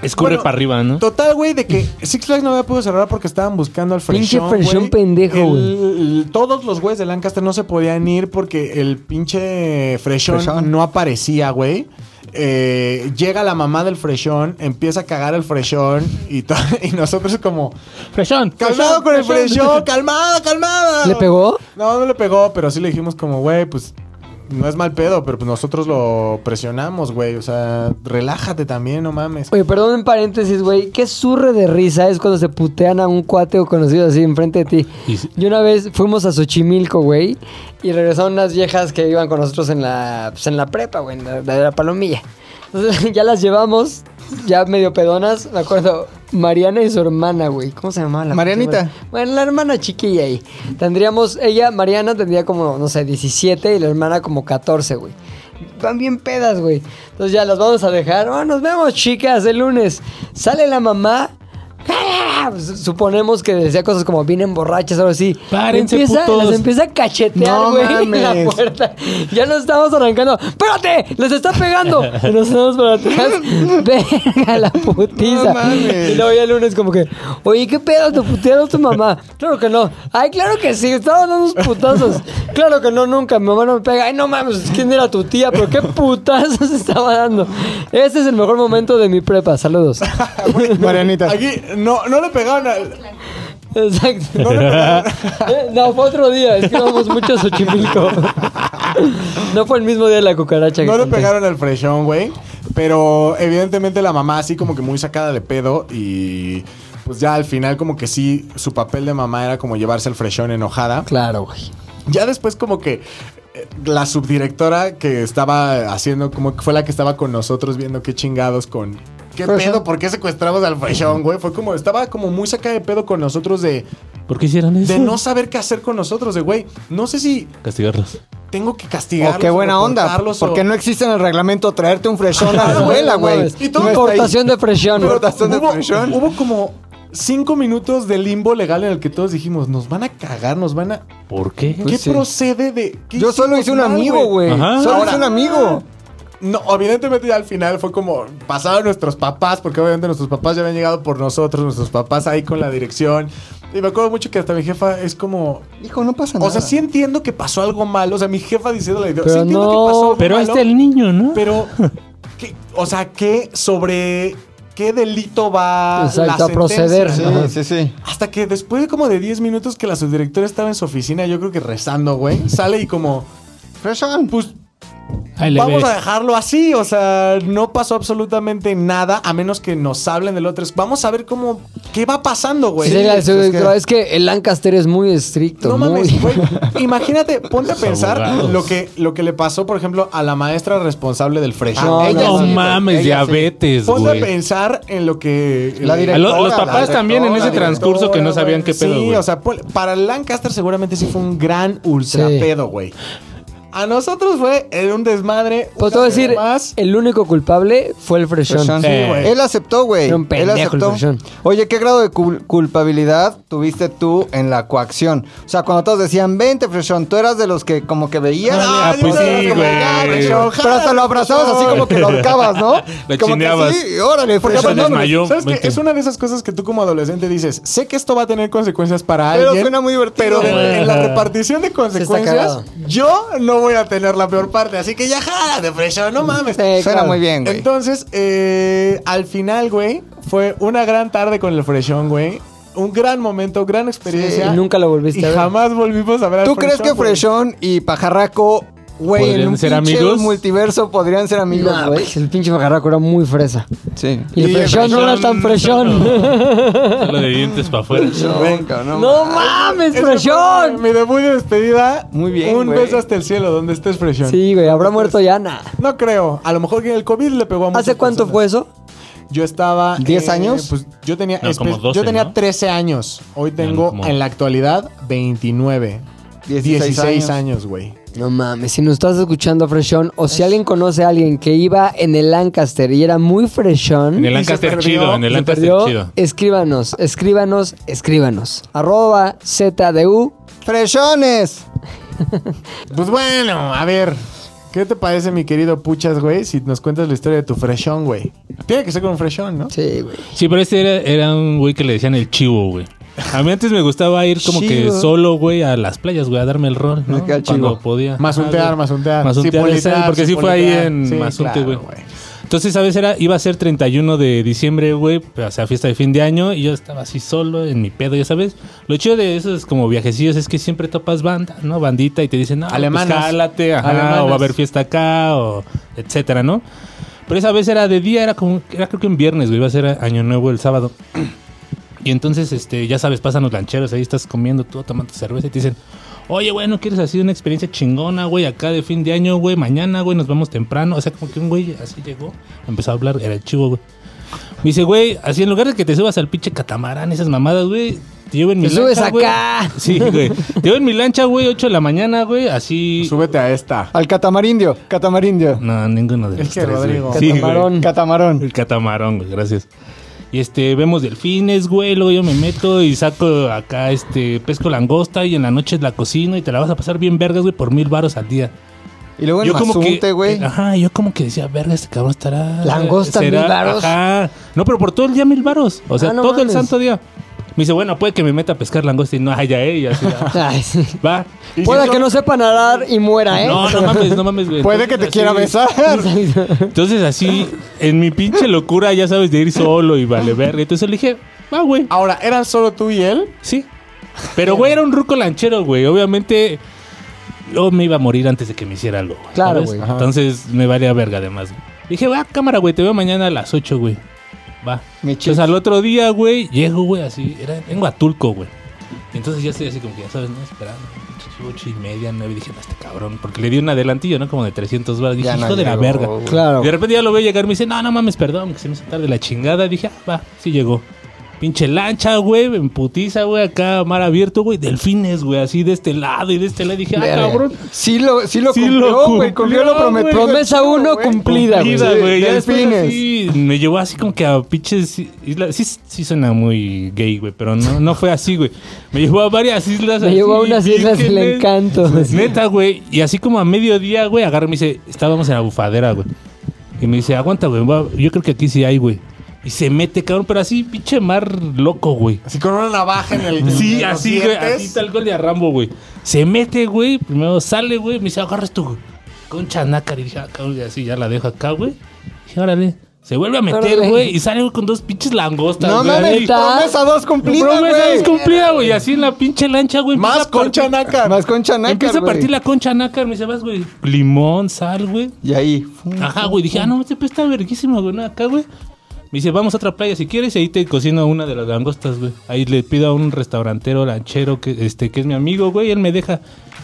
Escurre Bueno, para arriba, ¿no? total, güey, de que Six Flags no había podido cerrar porque estaban buscando al Pinche freshón. freshón güey. pendejo, El- güey. el- Todos los güeyes de Lancaster no se podían ir porque el pinche freshón, Freshón. no aparecía, güey. Eh, llega la mamá del freshón, empieza a cagar al freshón y, to- y nosotros como... Freshón. ¡Calmado con el freshón! ¡Calmado, calmado! ¿Le pegó? No, no le pegó, pero sí le dijimos como, güey, pues no es mal pedo, pero pues nosotros lo presionamos, güey. O sea, relájate también, no mames. Oye, perdón en paréntesis, güey. Qué surre de risa es cuando se putean a un cuate o conocido así enfrente de ti. Y si- Y una vez fuimos a Xochimilco, güey, y regresaron unas viejas que iban con nosotros en la, pues, en la prepa, güey, en la, de la palomilla. Entonces ya las llevamos, ya medio pedonas, me acuerdo, Mariana y su hermana, güey. ¿Cómo se llamaba la Marianita. Bueno, la hermana chiquilla ahí. Tendríamos, ella, Mariana tendría como, no sé, 17 y la hermana como 14, güey. Van bien pedas, güey. Entonces ya las vamos a dejar. "Oh, nos vemos, chicas, el lunes. Sale la mamá. Suponemos que decía cosas como vienen borrachas o algo así. Párense, empieza, putos. Las empieza a cachetear, No güey, en la mames. puerta. Ya nos estamos arrancando. ¡Espérate! ¡Les está pegando! Y nos estamos para atrás. ¡Venga la putiza! No mames. y luego ya el lunes como que, oye, ¿qué pedo? ¿Te putearon tu mamá? Claro que no. Ay, claro que sí. Estaban dando unos putazos. Claro que no, nunca. Mi mamá no me pega. Ay, no mames. ¿Quién era tu tía? ¿Pero qué putazos estaba dando? Ese es el mejor momento de mi prepa. Saludos. Marianita. Aquí no, no le pegaron al... Exacto. Eh, No, fue otro día. Es que íbamos mucho a Xochimilco. No fue el mismo día de la cucaracha. que No le conté. pegaron al freshón, güey. Pero evidentemente la mamá así como que muy sacada de pedo y pues ya al final como que sí, su papel de mamá era como llevarse al freshón enojada. Claro, güey. Ya después como que eh, la subdirectora que estaba haciendo, como que fue la que estaba con nosotros viendo qué chingados con... ¿Qué pedo? ¿Por qué secuestramos al freshón, güey? Fue como, estaba como muy sacada de pedo con nosotros de, ¿Por qué hicieron eso? de no saber qué hacer con nosotros, de güey. No sé si Castigarlos. tengo que castigarlos. o qué buena onda. reportarlos, Porque o- no existe en el reglamento traerte un Ah, freshón a la escuela, güey. Y Y todo todo importación de presión. Pero Cortazón de presión. hubo como cinco minutos de limbo legal en el que todos dijimos, nos van a cagar, nos van a... ¿Por qué? ¿Qué sí. procede de...? qué Pues Yo solo hicimos hice un mal, amigo, güey. Ajá. Solo Ahora- hice un amigo. Ah. No, evidentemente ya al final fue como pasaron nuestros papás, porque obviamente nuestros papás ya habían llegado por nosotros, nuestros papás ahí con la dirección. Y me acuerdo mucho que hasta mi jefa es como. Hijo, no pasa nada. O sea, sí entiendo que pasó algo malo. O sea, mi jefa diciendo la idea. Sí Pero este entiendo no, que pasó algo Pero ahí malo, está el niño, ¿no? Pero. ¿qué- o sea, ¿qué sobre qué delito va la Exacto, a sentencia, proceder. no? Ajá. sí, sí. Hasta que después de como de 10 minutos que la subdirectora estaba en su oficina, yo creo que rezando, güey, sale y como. Freshón. Pues Ahí le Vamos ves. a dejarlo así, o sea, no pasó absolutamente nada a menos que nos hablen del otro. Vamos a ver cómo, qué va pasando, güey. Sí, la es subdirectora, es, que... el Lancaster es muy estricto. No muy... mames, güey. Imagínate, ponte a pensar abogados. lo que, lo que le pasó, por ejemplo, a la maestra responsable del fresh. Ah, No, Ella No sí, mames, ella sí. diabetes, Ponte a güey. pensar en lo que. La eh, directora, A lo- a los la papás directora, también en ese la transcurso que no sabían qué pedo, Sí, pues, güey. o sea, pon- para Lancaster seguramente sí fue un gran ultra Sí. pedo, güey. A nosotros fue en un desmadre. Pues te voy a una vez decir, más. el único culpable fue el Freshón. Presión. Eh, Sí, güey. Él aceptó, güey. Era un Él pendejo el aceptó. Presión. Oye, ¿qué grado de cul- culpabilidad tuviste tú en la coacción? O sea, cuando todos decían, vente, Freshón, tú eras de los que como que veías. Ah, pues tú eras sí, como, güey. "Ya, Freshón, Pero hasta lo abrazabas así como que lo ahorcabas, ¿no? Lo como chineabas. Que así, órale, Porque Freshón, se no, desmayó. pues, ¿Sabes qué? Vete. Es una de esas cosas que tú como adolescente dices, sé que esto va a tener consecuencias para Pero alguien. suena muy divertido, Pero güey. en la repartición de consecuencias, cagado. yo no voy a tener la peor parte. Así que ya jala de fresa, no mames. Suena muy bien, güey. Entonces, eh, al final, güey, fue una gran tarde con el freshón, güey. Un gran momento, gran experiencia. Y nunca lo volviste Y a ver. jamás volvimos a ver al ¿eh? ¿Tú crees que güey. Freshón y Pajarraco, güey, en ¿Podrían un ser pinche amigos? multiverso podrían ser amigos, No, güey? güey, el pinche pajarraco era muy fresa. Sí. Y el Y el Freshón no era Freshón, tan Freshón. Lo de dientes para afuera. Venga, no. ¡No mames, Ese fue Freshón! Mi debut y despedida. Muy bien, Un güey. beso hasta el cielo, donde estés, freshón. Sí, güey, habrá muerto Yana. No creo. A lo mejor que el COVID le pegó a muchas ¿Hace cuánto personas. fue eso? Yo estaba. ¿Diez años? Pues yo tenía. No, espe- como 12, yo tenía ¿no? 13 años. Hoy tengo como- en la actualidad 29. 16 años. años, güey. No mames, si nos estás escuchando, Freshón, o si alguien conoce a alguien que iba en el Lancaster y era muy En Freshón, el Lancaster perdió, chido, en el se Lancaster perdió, chido. escríbanos, escríbanos, escríbanos. Arroba ZDU. ¡Freshones! Pues bueno, a ver. ¿Qué te parece, mi querido Puchas, güey? Si nos cuentas la historia de tu freshón, güey. Tiene que ser con un freshón, ¿no? Sí, güey. Sí, pero este era, era un güey que le decían el chivo, güey. A mí antes me gustaba ir como que Chivo. solo, güey, a las playas, güey, a darme el rol, ¿no? Acá el Cuando chivo. podía. Más un tear, güey. más un tear. Más un tear, politear, sí, porque sí fue ahí politear. en Mazunte, claro, güey. Entonces, ¿sabes? Era, iba a ser 31 de diciembre, güey, o sea, fiesta de fin de año, y yo estaba así solo en mi pedo, ya sabes. Lo chido de esos como viajecillos es que siempre topas banda, ¿no? Bandita y te dicen, no, Alemanas. pues jálate, ajá, Alemanas. o va a haber fiesta acá, o etcétera, ¿no? Pero esa vez era de día, era como, era creo que un viernes, güey, iba a ser año nuevo el sábado. Y entonces, este, ya sabes, pasan los lancheros, ahí estás comiendo tú, tomando cerveza y te dicen, oye, güey, ¿no quieres así una experiencia chingona, güey? Acá de fin de año, güey, mañana, güey, nos vamos temprano. O sea, como que un güey así llegó, empezó a hablar, era el chivo, güey. Me dice, güey, así en lugar de que te subas al pinche catamarán, esas mamadas, güey, te llevo en mi Te subes lancha, güey". acá. Sí, güey. Te llevo en mi lancha, güey, 8 de la mañana, güey, así... Pues Súbete a esta. Al catamarindio, catamarindio. No, ninguno de Es los que tres, güey. Rodrigo. Sí, güey. Catamarón. Catamarón. El catamarón, güey, gracias. Y este, vemos delfines, güey, luego yo me meto y saco acá, este, pesco langosta y en la noche la cocino y te la vas a pasar bien vergas, güey, por mil varos al día. Y luego en Mazunte, güey. eh, Ajá, yo como que decía, verga, este cabrón estará... Langosta, será- mil varos. Ajá. No, pero por todo el día mil varos. O sea, Ah, no todo el mames. santo día. Me dice, bueno, puede que me meta a pescar langosta y no haya ella. Así, ah, Ay, sí. va. Pueda que no sepa nadar y muera, ¿eh? No, no mames, no mames, güey. Puede que te Entonces, quiera así- besar. entonces así, en mi pinche locura, ya sabes, de ir solo y vale verga. Entonces le dije, va, güey, Ahora, ¿eran solo tú y él? sí. Pero, güey, era un ruco lanchero, güey. Obviamente, yo me iba a morir antes de que me hiciera algo, güey. Claro, ¿sabes? güey. Ajá. Entonces me valía verga, además. güey. Dije, va, cámara, güey, te veo mañana a las 8, güey. Va. Mi Entonces al otro día, güey, llego, güey, así. Era en Huatulco, güey. Y entonces ya estoy así como que, ya sabes, no, esperando. Ocho y media, nueve, dije, no, este cabrón. Porque le di un adelantillo, ¿no? Como de 300 baros. Dije, Ya no hijo de la llegó, verga. güey. Claro. De repente ya lo veo llegar, me dice, no, no mames, perdón, que se me hizo tarde la chingada. Dije, ah, va, sí llegó. Pinche lancha, güey, en putiza, güey, acá, mar abierto, güey, delfines, güey, así de este lado y de este lado. Dije, ah, Verga. cabrón. Sí lo, sí lo Sí cumplió, lo güey. Cumplió lo cumplió, prometido. güey. Promesa uno cumplida, güey. Vida, güey, ya después Delfines. así me llevó así como que a pinches islas. Sí, sí suena muy gay, güey, pero no, no fue así, güey. Me llevó a varias islas. Me así, llevó a unas islas del vírgenes. encanto. Neta, güey. Y así como a mediodía, güey, agarra y me dice, estábamos en la bufadera, güey. Y me dice, aguanta, güey. voy a- Yo creo que aquí sí hay, güey. Y se mete, cabrón, pero así, pinche mar loco, güey. Así con una navaja en el. en Sí, los así, güey. dientes. Así tal cual de a Rambo, güey. Se mete, güey. Primero sale, güey. Me dice, agarra esto, con nácar. Y dije, ah, cabrón, y así ya la dejo acá, güey. Dije, órale. Se vuelve a meter, Órale. güey. Y sale güey, con dos pinches langostas, No güey. mames, ahí. promesa dos cumplida, Promesa güey. descumplida, güey. Y así en la pinche lancha, güey. Más empieza a partir- concha nácar. Más con Chanaca, Empieza a partir la concha nácar, me dice, vas, güey. Limón, sal, güey. Y ahí. Ajá, güey. Dije, ah, no, este pez está verguísimo, güey. no, acá, güey. Me dice, vamos a otra playa si quieres. Y ahí te cocino una de las langostas, güey. Ahí le pido a un restaurantero lanchero que, este, que es mi amigo, güey. y Él me deja.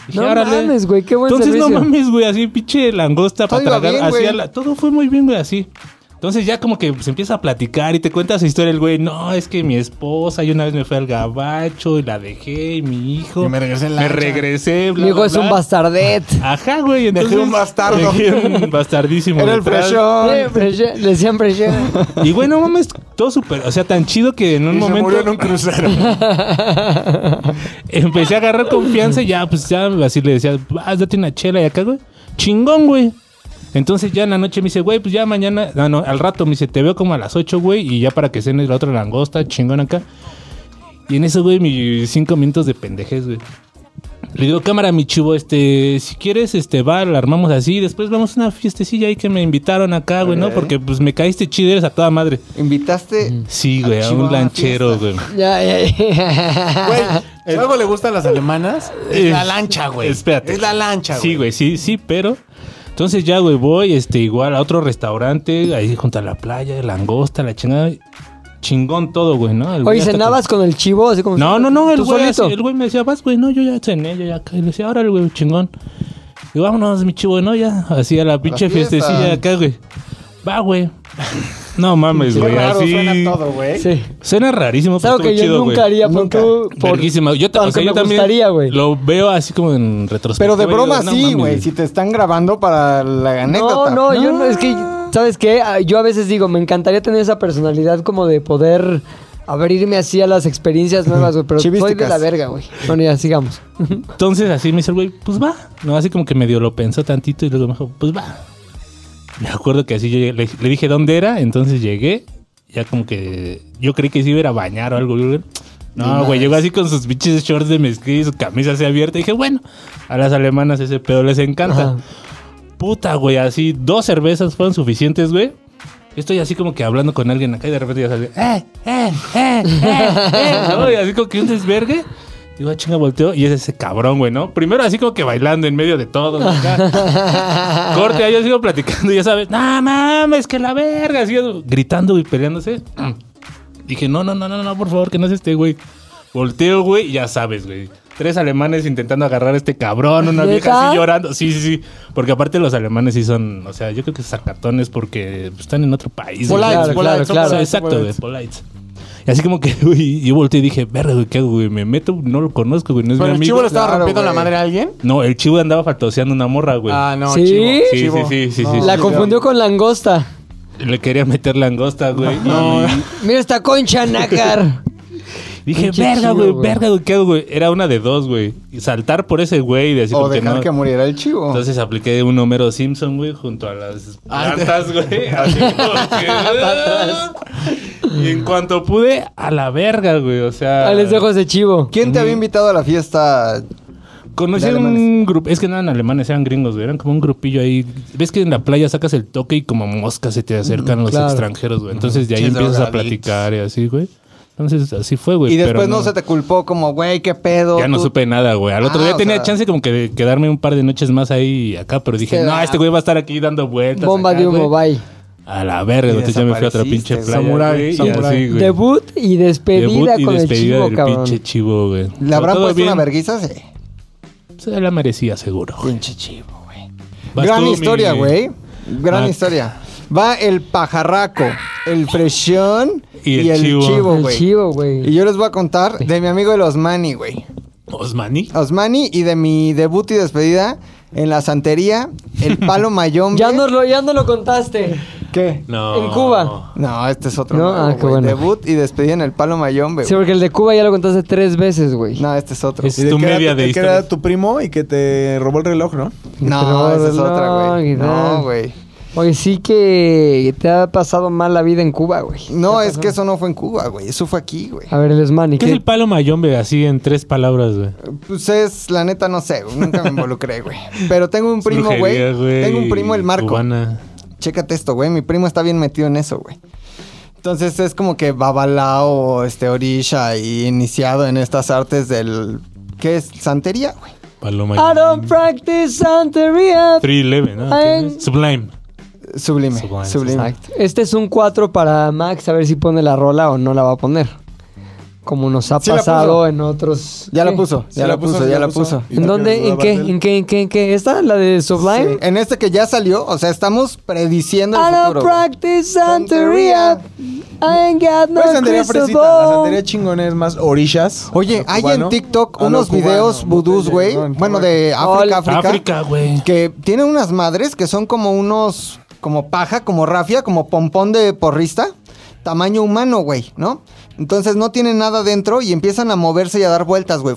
Dije, No "Árale". mames, güey, qué buen Entonces, servicio. no mames, güey. Así, pinche langosta Todo para iba tragar. bien, así a güey. la- Todo fue muy bien, güey, así. Entonces ya como que se empieza a platicar y te cuenta su historia el güey. No, es que mi esposa, y una vez me fue al gabacho y la dejé, y mi hijo. Y me regresé en lancha. Me regresé, bla, Mi hijo bla, es un bla". bastardet. Ajá, güey. Entonces, Dejé un bastardo. Dejé un bastardísimo. Era el detrás. freshón. Eh, Breche- Le decían Breche. Y güey, no mames, todo súper. O sea, tan chido que en un Y se momento. murió en un crucero. Empecé a agarrar confianza y ya, pues ya así le decía, ah, date una chela y acá, güey. Chingón, güey. Entonces ya en la noche me dice, güey, pues ya mañana, no, no, al rato me dice, te veo como a las 8, güey, y ya para que cenes la otra langosta, chingón acá. Y en eso, güey, mis cinco minutos de pendejez, güey. Le digo, cámara, mi chivo, este, si quieres, este, va, la armamos así, y después vamos a una fiestecilla ahí que me invitaron acá, güey, ¿no? Ok. Porque pues me caíste chido, eres a toda madre. Invitaste. Sí, güey, a chivo a un una lanchero, fiesta. güey. Ya, ya, ya. Güey, si algo le gusta a las alemanas, es la Es- lancha, güey. espérate. Es la lancha, Sí, güey, sí, sí, pero. Entonces ya, güey, voy, este, igual a otro restaurante, ahí junto a la playa, langosta, la chingada. Chingón todo, güey, ¿no? El güey Oye, hasta ¿cenabas con el chivo? Así como no, no, no, el ¿Tú güey, solito? así, el güey me decía, vas, güey, no, yo ya cené, yo ya acá. Y le decía, ahora el güey, chingón. Y vámonos, mi chivo, no, ya, así a la pinche fiesta. fiestecilla acá, güey. Va, güey. No mames, güey, así. Suena, güey. Sí. rarísimo, Es algo estuvo que yo chido, nunca güey. haría por Nunca. tú. Por... Verguísima. Yo, ta- o aunque sea, yo me también gustaría, güey. lo veo así como en retrospectiva. Pero de y digo, broma no sí, mames, güey. Si te están grabando para la No, anécdota. no, yo no, es que, ¿sabes qué? Ah, Yo a veces digo, me encantaría tener esa personalidad como de poder abrirme así a las experiencias nuevas, güey, pero soy de Chivísticas. la verga, güey. Bueno, ya, sigamos. Entonces así me dice el güey, pues va. No, así como que medio lo pensó tantito y luego me dijo, pues va. Me acuerdo que así yo llegué, le, le dije dónde era, entonces llegué. Ya como que yo creí que se iba a ir a bañar o algo. güey. No, güey, llegó así con sus pinches shorts de mezclilla y su camisa así abierta. Y dije, bueno, a las alemanas ese pedo les encanta. Ajá. Puta, güey, así dos cervezas fueron suficientes, güey. Estoy así como que hablando con alguien acá y de repente ya sale, ¡eh, eh, eh, eh, eh", ¿no? Y así como que un desvergue. Digo, ah, chinga, volteo y es ese cabrón, güey, ¿no? Primero así como que bailando en medio de todo. ¿no? Acá. Corte, ahí yo sigo platicando y ya sabes, no mames, que la verga. Así gritando y peleándose. Dije, no, no, no, no, no, por favor, que no es este, güey. Volteo, güey, y ya sabes, güey. Tres alemanes intentando agarrar a este cabrón, ¿Neta? una vieja así llorando. Sí, sí, sí. Porque aparte los alemanes sí son, o sea, yo creo que sacartones porque están en otro país. güey. Claro, claro, O sea, claro. exacto, güey, polites. Y así como que, güey, yo volteé y dije, verga, güey, ¿qué hago, güey? Me meto, no lo conozco, güey, no es Pero mi el amigo. chivo le estaba Claro, rompiendo la güey. madre a alguien. No, el chivo andaba faltoseando una morra, güey. Ah, no, ¿Sí? chivo. sí, sí, chivo. sí, sí, sí, La sí. confundió con langosta. Le quería meter langosta, güey. y- Mira esta concha, nácar. Dije, Pinche verga, chido, güey, güey. verga, güey, ¿qué hago, güey? Era una de dos, güey. Y Saltar por ese güey y decir O como que dejar no. que muriera el chivo. Entonces apliqué un Homero Simpson, güey, junto a las Ah, plantas, güey. Así como que- Y en cuanto pude, a la verga, güey. O sea. A les dejo ese chivo. ¿Quién te había invitado a la fiesta? Conocí De a un alemanes. grupo, es que no eran alemanes, eran gringos, güey. Eran como un grupillo ahí. Ves que en la playa sacas el toque y como moscas se te acercan Mm, los claro. extranjeros, güey. Entonces de ahí Pinches empiezas a drogadictos. platicar y así, güey. Entonces así fue, güey. y Pues, pero después no, se te culpó como, güey, qué pedo. Ya no tú- supe nada, güey. Al otro Ah, día o tenía sea- chance como que de quedarme un par de noches más ahí y acá, pero dije, Queda- no, este güey va a estar aquí dando vueltas. Bomba acá, de humo, güey". bye. A la verga, güey. Entonces ya me fui a otra pinche playa. Samurái, güey, y samurái. así, güey. Debut y despedida Debut y con despedida el chivo, del cabrón. pinche chivo, güey. ¿Le habrán Todo puesto bien, una verguiza? Sí. Se la merecía, seguro. güey. Pinche chivo, güey. Vas Gran tú, mi- historia, güey. Gran Ah. historia. Va el pajarraco, el freshón Y y el el, chivo. chivo, el güey. chivo, Y güey. yo les voy a contar de mi amigo el Osmani, güey. Osmani. Osmani y de mi debut y despedida en la santería, el palo mayombe. Ya no, lo, ya no lo contaste. ¿Qué? No. En Cuba. No, este es otro. No, nuevo, ah, qué güey. bueno. Debut y despedida en el palo mayombe. Sí, güey. porque el de Cuba ya lo contaste tres veces, güey. No, este es otro. Es güey. tu que era- media de que era historia. tu primo y que te robó el reloj, ¿no? No, esa es no, otra, güey. ¿qué tal? No, güey. Oye, sí que te ha pasado mal la vida en Cuba, güey. No, es que eso no fue en Cuba, güey. Eso fue aquí, güey. A ver, el Esmani. ¿Qué es el palo mayombe? Así en tres palabras, güey. Pues es, la neta, no sé, güey. Nunca me involucré, güey. Pero tengo un Es primo, brujería, güey. Tengo un primo, el Marco. Cubana. Chécate esto, güey. Mi primo está bien metido en eso, güey. Entonces es como que babalao, este, orisha y iniciado en estas artes del... ¿Qué es? Santería, güey. Palo I mayombe. don't practice Santería. 311, ¿no? Ay. ¿Qué es? Sublime. Sublime, Sublime, sublime. Exacto. Este es un 4 para Max, a ver si pone la rola o no la va a poner. como nos ha Sí la pasado puso. en otros. Ya la ¿Qué? puso, Sí ya la puso, ya la puso. ¿En dónde? ¿En qué? ¿En qué? ¿En qué? ¿En qué? ¿Esta? ¿La de Sublime? Sí, En este que ya salió, o sea, estamos prediciendo I el don't futuro. güey. practice Santería. I ain't got no Pues santería crystal fresita, ball. La santería chingona es más orishas. Oye, a lo hay cubano, en TikTok a lo unos cubano, videos vudús, botella, güey. ¿no? En Bueno, Cuba. de Ol- África, África. África, güey. Que tienen unas madres que son como unos. Como paja, como rafia, como pompón de porrista. Tamaño humano, güey, ¿no? Entonces no tienen nada dentro y empiezan a moverse y a dar vueltas, güey.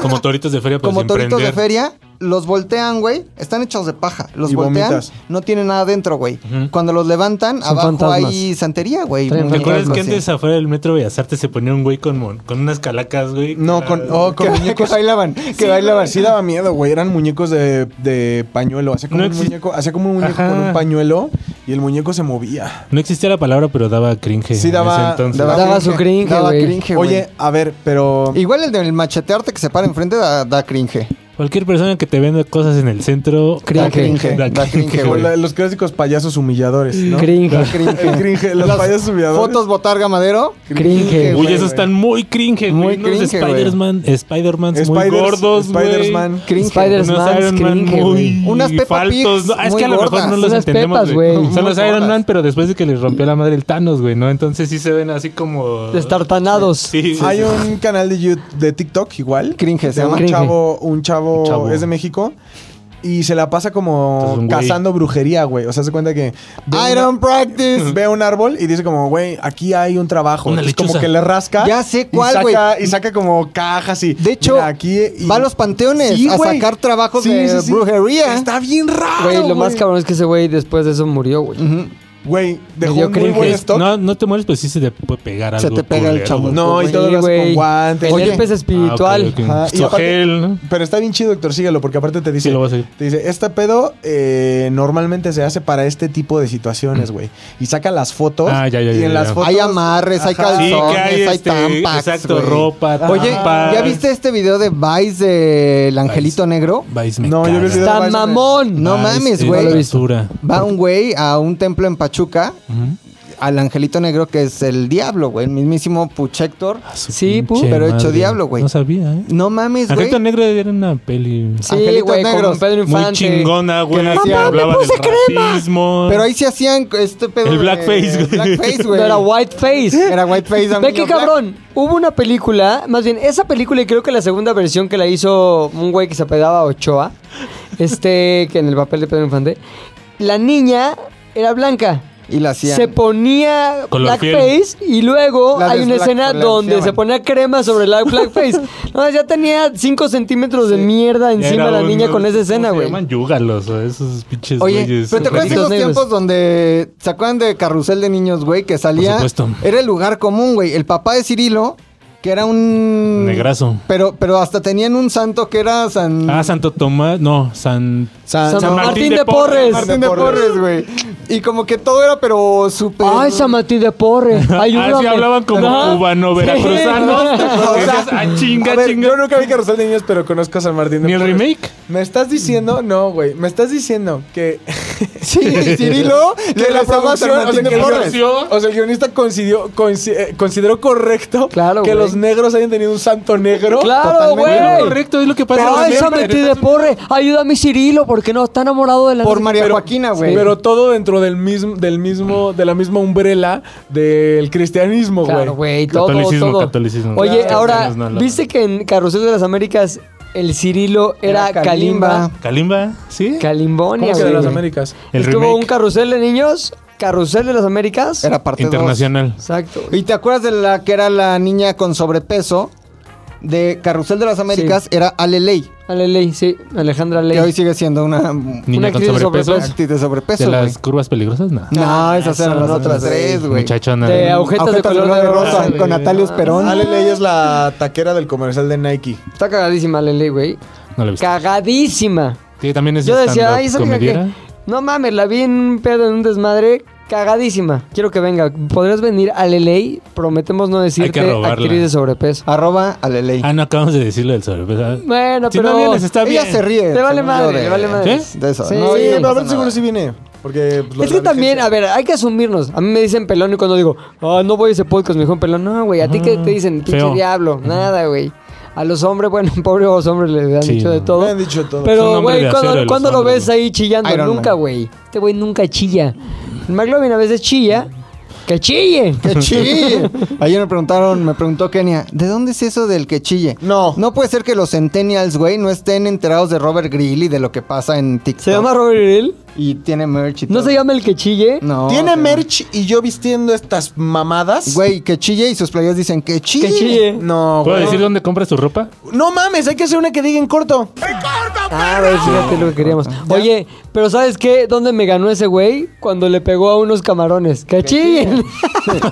Como toritos de feria, pero como sin toritos de prender. feria, los voltean, güey. Están hechos de paja. Los Y voltean, vomitas. no tienen nada dentro, güey. Ujú. Cuando los levantan, Son abajo fantasmas. hay santería, güey. Traen Muy ¿Te acuerdas loco, que sí. antes afuera del metro Bellas Artes se ponía un güey con, mon- con unas calacas, güey? No, Ah, con, oh, con Que muñecos. bailaban, que Sí, bailaban. Sí daba miedo, güey. Eran muñecos de, de pañuelo. Hacía como No un exist- muñeco, hacía como un muñeco Ajá. con un pañuelo y el muñeco se movía. No existía la palabra, pero daba cringe. Sí, daba- en ese entonces. daba- Daba su cringe, Daba güey. cringe, güey. Oye, a ver, pero Igual el del machetearte que se para enfrente da, da cringe. Cualquier persona que te venda cosas en el centro. Cringe. Da cringe. Da Da cringe, cringe, como güey. la- los clásicos payasos humilladores, ¿no? Cringe. El cringe, los Las payasos humilladores. Fotos Botarga Madero. Cringe. Uy, esos están muy cringe, Muy güey. Unos cringe, güey. Spider-Man, Spider-Man muy Spiders- gordos, güey. Spider-Man. Cringe. Spider- Unos Spider-Man Iron Man cringe, muy güey. Unas Peppa faltos. Pigs No, es muy que a lo mejor gordas. no los Unas entendemos, Peppas, güey. güey. Son los Muy Iron gordas. Man, pero después de que les rompió la madre el Thanos, güey, ¿no? Entonces sí se ven así como... Destartanados. Sí, sí, Hay sí. un canal de YouTube, de TikTok igual. Cringe, se de un llama. Cringe. chavo, un chavo, Un chavo. es de México y se la pasa como Entonces, un güey. cazando brujería, güey. O sea, se cuenta que ve, I una- don't practice. ve un árbol y dice como, güey, aquí hay un trabajo. Una Es como lechuza. que le rasca. Ya sé y cuál, saca- güey. Y saca como cajas y. De hecho, "Mira, aquí y- Va a los panteones Sí, a güey. sacar trabajos Sí, de sí, sí. brujería. Está bien raro. Güey, lo más cabrón es que ese güey después de eso murió, güey. Ujú. Güey, dejó dio un muy cringe. buen Es- stock. No, no te mueres, pero sí se te puede pegar Se algo. te pega el culero, chamo. güey. No, y Sí, todo lo hace güey. con guantes. ¿eh? El herpes espiritual. Ah, ok, ok. Ajá, y Su aparte- gel, ¿no? Pero está bien chido, Héctor, síguelo, porque aparte te dice, Sí, lo voy a seguir. te dice, este pedo eh, normalmente se hace para este tipo de situaciones, güey. Y saca las fotos Mm. Ah, ya, ya, y ya, en ya. las fotos Hay amarres, hay Sí, Ajá. calzones, que hay, hay este, tampax. Exacto, güey. ropa, Oye, tampax. ¿ya viste este video de Vice del Angelito Negro? Vice me No, yo vi el caga. video. ¡Tan mamón! No Vice mames, es güey. basura. Va un güey a un templo en Pachuca, al Angelito Negro que es el diablo, güey, el mismísimo Puchector. Sí, pu, Pinche pero hecho madre. diablo, güey. No sabía, ¿eh? No mames, güey. Angelito Negro era una peli Sí, Angelitos güey, negros, con Pedro Infante. muy chingona, güey. nacía- que Mamá, me hablaba del racismo. Pero ahí se hacían este pedo. El de- blackface, güey. Blackface, No güey. era whiteface. Era whiteface. Ve amigo, qué black. cabrón. Hubo una película, más bien, esa película y creo que la segunda versión que la hizo un güey que se apellidaba Ochoa, este, que en el papel de Pedro Infante, la niña era blanca. Y la hacían. Se ponía Color piel. blackface y luego La hay una desblac- escena la donde se blanqueaban. ponía crema sobre la blackface. no, ya tenía 5 centímetros de mierda Era encima de la un- niña con esa ¿cómo escena, se güey. llaman yúgalos, o esos pinches Oye, güeyes. pero te acuerdas de Angelitos esos negros. tiempos donde se acuerdan de Carrusel de Niños, güey, que salía. Por supuesto. Era el lugar común, güey. El papá de Cirilo, que era un. Negrazo. Pero, pero hasta tenían un santo que era San. Ah, Santo Tomás, no, San... San, San Martín, de Porres. Martín de Porres, güey. Y como que todo era, pero súper. Ay, San Martín de Porres. Ayúdame. Así Ah, hablaban como Ajá. cubano-veracruzanos. Decías, ah, chinga, A ver, chinga. yo nunca vi Carrusel de Niños, pero conozco a San Martín. de Ni el Porres. remake. Me estás diciendo, no, güey. Me estás diciendo que. Sí, Cirilo, que le la aprobación producción, o sea, Martín que de el Porres. guion- O sea, el guionista coincidió- coinci- eh, consideró correcto Claro, que güey. los negros hayan tenido un santo negro. Claro, Totalmente. güey. Correcto, es lo que pasa. Ay, siempre. San Martín de Porres. Ayúdame, Cirilo, porque no está enamorado de la Por María Joaquina, güey. Pero todo dentro del mismo, del mismo, de la misma umbrela del cristianismo, güey. Claro, güey, todo, Catolicismo, todo. catolicismo. Oye, Claro. ahora, No, no, no. ¿viste que en Carrusel de las Américas el Cirilo era, Era Kalimba? Kalimba. Kalimba, ¿sí? Calimbonia, ¿Cómo que de güey. las Américas? El Estuvo remake. un carrusel de niños, carrusel de las Américas. Era parte dos. Internacional. Exacto. ¿Y te acuerdas de la que era la niña con sobrepeso? De Carrusel de las Américas era Ale Ley, Ale Ley, sí, Alejandra Ley. que hoy sigue siendo una Niña con actriz de sobrepeso. sobrepeso. actriz de sobrepeso, ¿De güey. las curvas peligrosas? No. Ah, No, esas eran las otras tres, güey. Muchachona. de agujetas, Agujetas de color de rosa. Ah. con Natalia Esperón. Ale Ley es la taquera del comercial de Nike. Está cagadísima Ale Ley, güey. No la he visto. Cagadísima. Sí, también es Yo decía, stand-up ay, esa vieja comediera. que... No mames, la vi en un pedo, en un desmadre. Cagadísima. Quiero que venga. ¿Podrías venir a Ley? Prometemos no decirte robarla. actriz de sobrepeso. Arroba Ale Ley. Ah, no, acabamos de decirlo del Ah, sorpresa. Bueno, Si pero... no vienes, está Ella bien. se ríe. Te vale según yo, madre, de- le vale madre. ¿Sí? De eso. Sí, sí, No, ella Oye, no pero a pasa ver, seguro nada. si viene. Porque pues, lo de es la que también, emergencia- a ver, hay que asumirnos. A mí me dicen pelón y cuando digo, ah, no voy a ese podcast, me dijo pelón, no, güey, a ti que te dicen, pinche feo. diablo, nada, güey. A los hombres, bueno, pobres hombres les han Sí, dicho de no. todo. Me han dicho todo. Son Pero, hombre güey, de acero ¿cuándo, los cuándo lo hombres, ves ahí chillando? Iron Man. nunca, güey. Este güey nunca chilla. El McLovin a veces chilla. ¡Que chille! ¡Que chille! Ayer me preguntaron, me preguntó Kenia, ¿de dónde es eso del que chille? No. No puede ser que los Centennials, güey, no estén enterados de Robert Grill y de lo que pasa en TikTok. ¿Se llama Robert Grill? Y tiene merch y ¿No todo. se llama el que chille? No. Tiene se llama- merch y yo vistiendo estas mamadas. Güey, que chille y sus playas dicen que chille. Que chille. No, ¿Puedo güey. decir dónde compras tu ropa? No mames, hay que hacer una que diga en corto. Ah, güey, fíjate lo que queríamos. Oye, pero ¿sabes qué? ¿Dónde me ganó ese güey? Cuando le pegó a unos camarones. ¡Que chillen!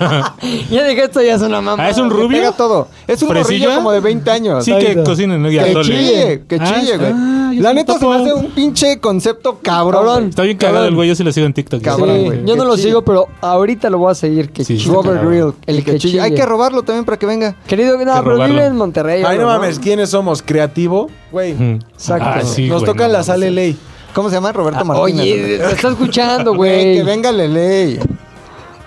ya dije esto, ya es una mamá. Ah, es un Que rubio. pega todo. Es un ¿Fresilla? morrillo como de 20 años. Sí, que cocinen, ¿no? Y Que atole. chille, que Ah, chille, güey. ah, ya La se me neta se me tocó. hace un pinche concepto cabrón. Cabrón. güey. Está bien cagado el güey, yo sí lo sigo en TikTok. Cabrón, Sí, Sí. güey. yo no Que lo chille. sigo, pero ahorita lo voy a seguir. Que Sí, sí, chille. Robert Grill, el que chille. Hay que robar. robarlo también para que venga. Querido, no, Que pero robarlo. vive en Monterrey. Ay, no bro, mames, ¿quiénes somos? ¿Creativo? Güey. Mm. Exacto. Ah, sí, Nos güey, toca no la mames. sale ley. Ah, ¿Cómo se llama? Roberto Martínez. Oye, güey. te está escuchando, Güey, güey. que venga Lele.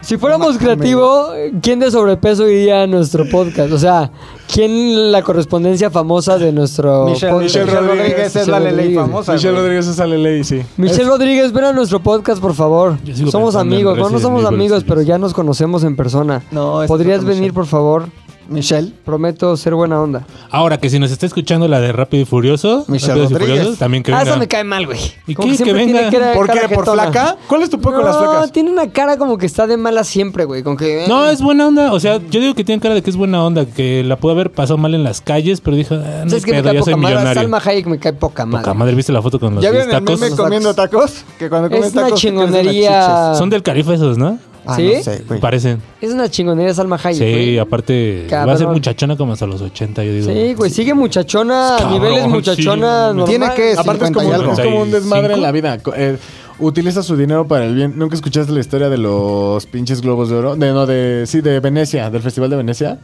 Si fuéramos creativo, ¿quién de sobrepeso iría a nuestro podcast? O sea, ¿quién la correspondencia famosa de nuestro Michelle, podcast? Michelle Rodríguez, es la Michelle Lele Rodríguez. famosa. Michelle güey. Rodríguez es sale ley, sí. Michelle Rodríguez, ven a nuestro podcast, por favor. Yo sigo Somos pensando en amigos, no, no Resident somos Evil, amigos, sí, pero sí. ya nos conocemos en persona. No, es ¿Podrías otra venir, Michelle. por favor? Michelle. Prometo ser buena onda. Ahora, que si nos está escuchando la de Rápido y Furioso, Michelle Rápidos y Rodríguez. Furiosos, también que Ah, venga. esa me cae mal, güey. ¿Y Como qué? Que siempre venga. tiene ¿Por cara qué? ¿Por jetona. flaca? ¿Cuál es tu peor con las No, flacas? tiene una cara como que está de mala siempre, güey. Con que, No, es buena onda. O sea, yo digo que tiene cara de que es buena onda, que la pudo haber pasado mal en las calles, pero dijo, ah, no eh, ¿Sabes es que me cae ya soy poca madre? millonario. Salma Hayek me cae poca madre. Poca madre, ¿viste la foto con los ¿Ya vieron el tacos? meme comiendo tacos? Que cuando comes Es una tacos te crecen las chiches. chingonería. Son del Carifa esos, ¿no? Ah, ¿Sí? no sé, güey. Parecen. Es una chingonería Salma Hayek. Sí, güey. aparte va a ser Cabrón. muchachona como hasta los 80, yo digo. Sí, güey, sigue muchachona, Cabrón, niveles muchachona. sí, no mames. Tiene normal. que ser Aparte es 50 como, y un- algo. es como un desmadre 35. en la vida. Co- eh, utiliza su dinero para el bien. ¿Nunca escuchaste la historia de los pinches globos de oro? De, no, de, sí, de Venecia, del Festival de Venecia.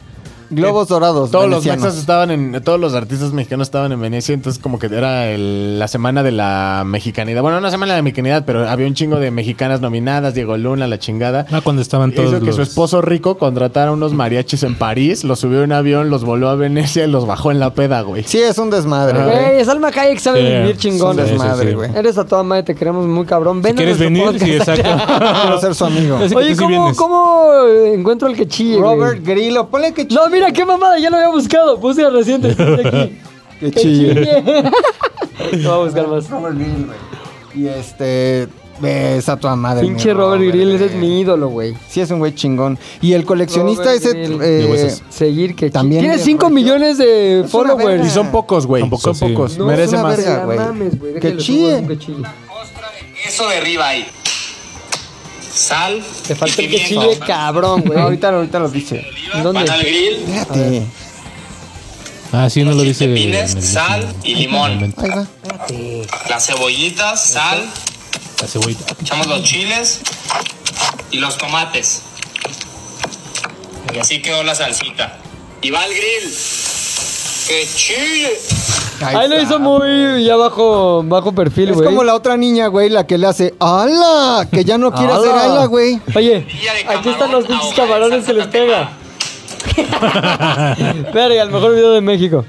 Globos dorados. Todos los venecianos. mexas estaban en, todos los artistas mexicanos estaban en Venecia, entonces como que era el- la semana de la mexicanidad. Bueno, no la semana de la mexicanidad, pero había un chingo de mexicanas nominadas, Diego Luna, la chingada. Ah, cuando estaban todos Hizo que los... su esposo rico contratara unos mariachis en París, los subió a un avión, los voló a Venecia y los bajó en la peda, güey. Sí, es un desmadre. güey. Güey, Salma Hayek sabe Ah, Sí, vivir chingón. sí, sí, desmadre, sí. güey. Eres a toda madre, te queremos muy cabrón. Ven Si a quieres nuestro venir, sí, podcast. Quiero exacto. ser su amigo. Yo sé que Oye, tú sí ¿cómo, vienes. ¿cómo eh, encuentro el que chille? güey? Robert Grillo, ponle que No, mira, qué mamada, ya lo había buscado. Puse reciente. está aquí. Que Que chille. Lo voy a buscar más. Robert Grill, güey. Y este. Ves a tu madre. Pinche mi Robert Grill, ese es güey. mi ídolo, güey. Sí, es un güey chingón. Y el coleccionista Robert ese. Grill. eh, De huesos. Seguir que también También tiene de 5 regio. millones de Es una followers. verga. Y son pocos, güey. Son Son pocos, pocos. sí. No, Merece una más. verga. No güey. mames, güey, Que déjalo, chille. subo, que chille. Eso de ribeye. Sal. Te falta y el que pimienta. chille, cabrón, güey. ahorita, ahorita lo dice. ¿Dónde? Van al grill, Espérate. Ah, sí, no lo dice... pepines, en el- sal y limón. Ahí va. Las cebollitas, sal, La cebollita. echamos los chiles y los tomates. Y así quedó la salsita. Y va al grill. ¡Qué chile! Ahí lo hizo muy ya bajo, bajo perfil, Es güey. como la otra niña, güey, la que le hace ¡Ala! Que ya no quiere hacer ¡Ala! ala, güey. Oye, Tortilla de aquí están camarón los pinches ahogada en camarones que salsa les pega. Verga, el mejor video de México.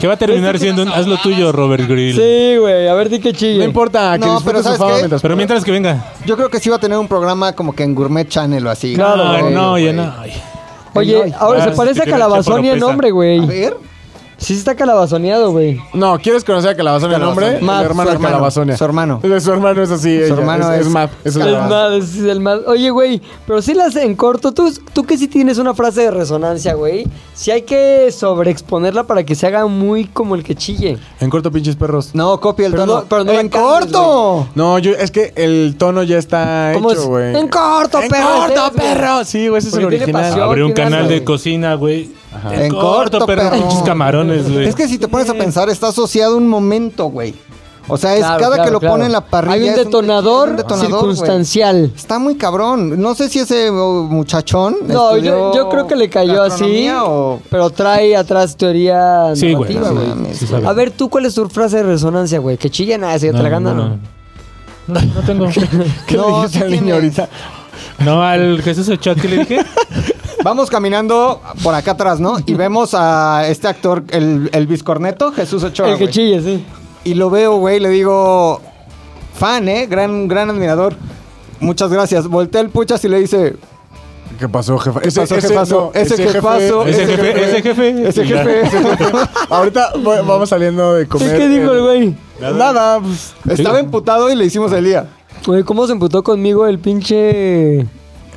Que va a terminar siendo un... Haz lo tuyo, Robert Grill. Sí, güey, a ver, di que chille. No importa, que No, disfrute pero su ¿sabes fama qué? mientras... Pero mientras que venga. Yo creo que sí va a tener un programa como que en Gourmet Channel o así. Claro, Ah, güey, no, ya güey. no. Ay. Oye, ahora Ah, se sí, parece que a tiene Calabazón chapa y el presa. nombre, A güey. ver. Sí está calabazoneado, güey. No, ¿quieres conocer a Calabazonia el Calabazonia. nombre? El Matt, hermano su de hermano, Calabazonia. su hermano. Es- Su hermano es así. ella, hermano es, es- es Matt. Es el El hermano. más, es el más. Oye, güey, pero sí las en corto. Tú, tú que sí tienes una frase de resonancia, güey. Sí hay que sobreexponerla para que se haga muy como el que chille. En corto, pinches perros. No, copia el Pero tono. no- pero no la ¡En cambies, corto! No, yo, es que el tono ya está ¿Cómo es? hecho, güey. En corto, ¡En perro. corto, es, güey. perro! Sí, güey, ese es Porque el tiene pasión. original. Abrió un ¿quién canal hace? de cocina, güey. En corto, perro. Pinches camarones, güey. Es que si te pones a pensar, está asociado a un momento, güey. O sea, es Claro, cada claro, que lo claro. pone en la parrilla. Hay un es es detonador, un güey. circunstancial. Está muy cabrón. No sé si ese oh, muchachón. No, yo, estudió yo creo que le cayó así. gastronomía o- Pero trae atrás teoría Sí, güey. narrativa, sí, güey. sí, sí sabe. Ah, A ver, tú, ¿cuál es tu frase de resonancia, güey? Que chillen a ese, te la ganan. no. No, No, no tengo. ¿Qué No, le dijiste sí al niño tienes. ahorita? No, al Jesús Ochoa, ¿qué le dije? Vamos caminando por acá atrás, ¿no? Y vemos a este actor, el, el biscorneto, Jesús Ochoa. El que güey. chille, sí. Y lo veo, güey, le digo, fan, ¿eh? Gran, gran admirador. Muchas gracias. Voltea el puchas y le dice, ¿Qué pasó, jefa? ¿qué pasó, jefazo? ese, jefazo, ese jefe, ese jefe. ese jefe, ese jefe. Ahorita voy- vamos saliendo de comer. ¿Y qué dijo el güey? Nada, pues. Estaba emputado y le hicimos el día. Güey, ¿cómo se emputó conmigo el pinche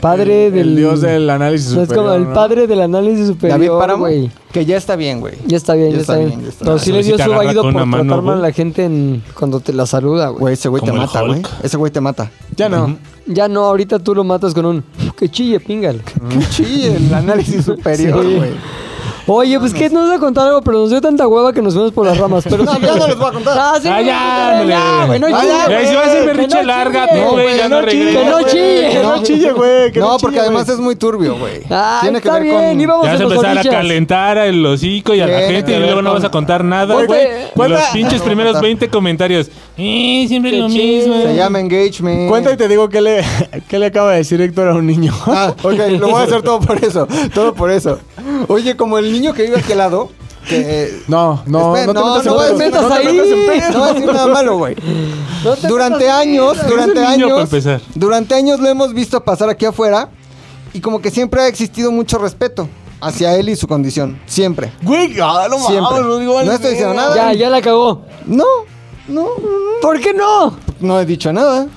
padre El del... dios del análisis Es como superior, el ¿no? padre del análisis David superior, Páramo, güey. que ya está bien, güey. Ya está bien, ya, está, bien. ya está Pero bien. sí Ah, le eso dio sí te su agarra vaído con por una mano, tratar mal a güey. la gente en- cuando te la saluda, Güey, güey. ese güey te Como el mata, güey. Hulk. Ese güey te mata. Ya no. Ya no, ahorita tú lo matas con un... Que chille, píngale. Sí, el análisis superior, Sí. güey. Oye, pues que nos va a contar algo, pero nos dio tanta hueva que nos vemos por las ramas. Pero No, sí- ya no les voy a contar. Ah, sí, Ah, ya, ya, ya, güey, no Ah, chille, ya, Ya, y si vas a güey, hacer Ah, que berrinche, no lárgate, chille. güey, ya no regreses. Que no chille, que no chille. güey. que No, chille, porque güey. además es muy turbio, güey. Ah, está ver bien, íbamos en Ya vas a los empezar a orillas. calentar el hocico y a la Tiene gente que y ver luego no con- vas a contar nada, Oye, güey. güey, Los cuenta- pinches primeros 20 comentarios. Eh, siempre Que lo chille. mismo. Se llama engagement. Cuenta y te digo qué le, qué le acaba de decir Héctor a un niño. Ah, ok, lo voy a hacer todo por eso. Todo por eso. Oye, como el niño que vive aquí al lado, que. eh, No, no, Espera, no, te metas en no, pedos. te metas No te ahí. metas en pedos. No voy a decir nada malo, güey. No te Durante metas, años, güey. durante niño para años. empezar. Durante años lo hemos visto pasar aquí afuera. Y como que siempre ha existido mucho respeto hacia él y su condición. Siempre. Güey, ah, no Siempre. mames, Rodrigo, vale No estoy diciendo verga. nada. Ya, ya la cagó. No, no, no, ¿Por qué no? no he dicho nada.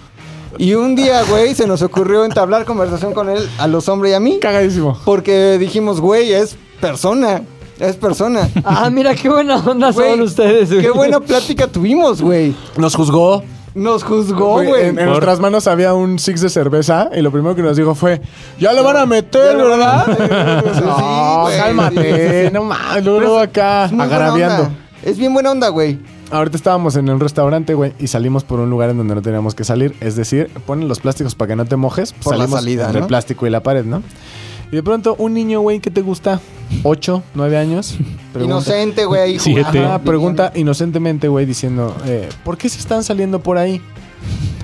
Y un día, güey, se nos ocurrió entablar conversación con él, a los hombres y a mí. Cagadísimo. Porque dijimos, güey, es persona. Es persona. Ah, mira, qué buena onda Güey, son ustedes, güey. Qué buena plática tuvimos, güey. Nos juzgó. Nos juzgó, Güey, güey. En, en Por- nuestras manos había un six de cerveza y lo primero que nos dijo fue, ya le van a meter, ¿verdad? Sí, No, güey. cálmate, no mames, luego, luego acá, Es muy buena agraviando. onda. Es bien buena onda, güey. Ahorita estábamos en el restaurante, güey, y salimos por un lugar en donde no teníamos que salir. Es decir, ponen los plásticos para que no te mojes. pues, Por la salimos salida, entre ¿no? el plástico y la pared, ¿no? Y de pronto, un niño, güey, ¿qué te gusta? ¿Ocho? ¿Nueve años? Pregunta. Inocente, güey. ahí Sí, jugando. Ajá, pregunta inocentemente, güey, diciendo, eh, ¿por qué se están saliendo por ahí?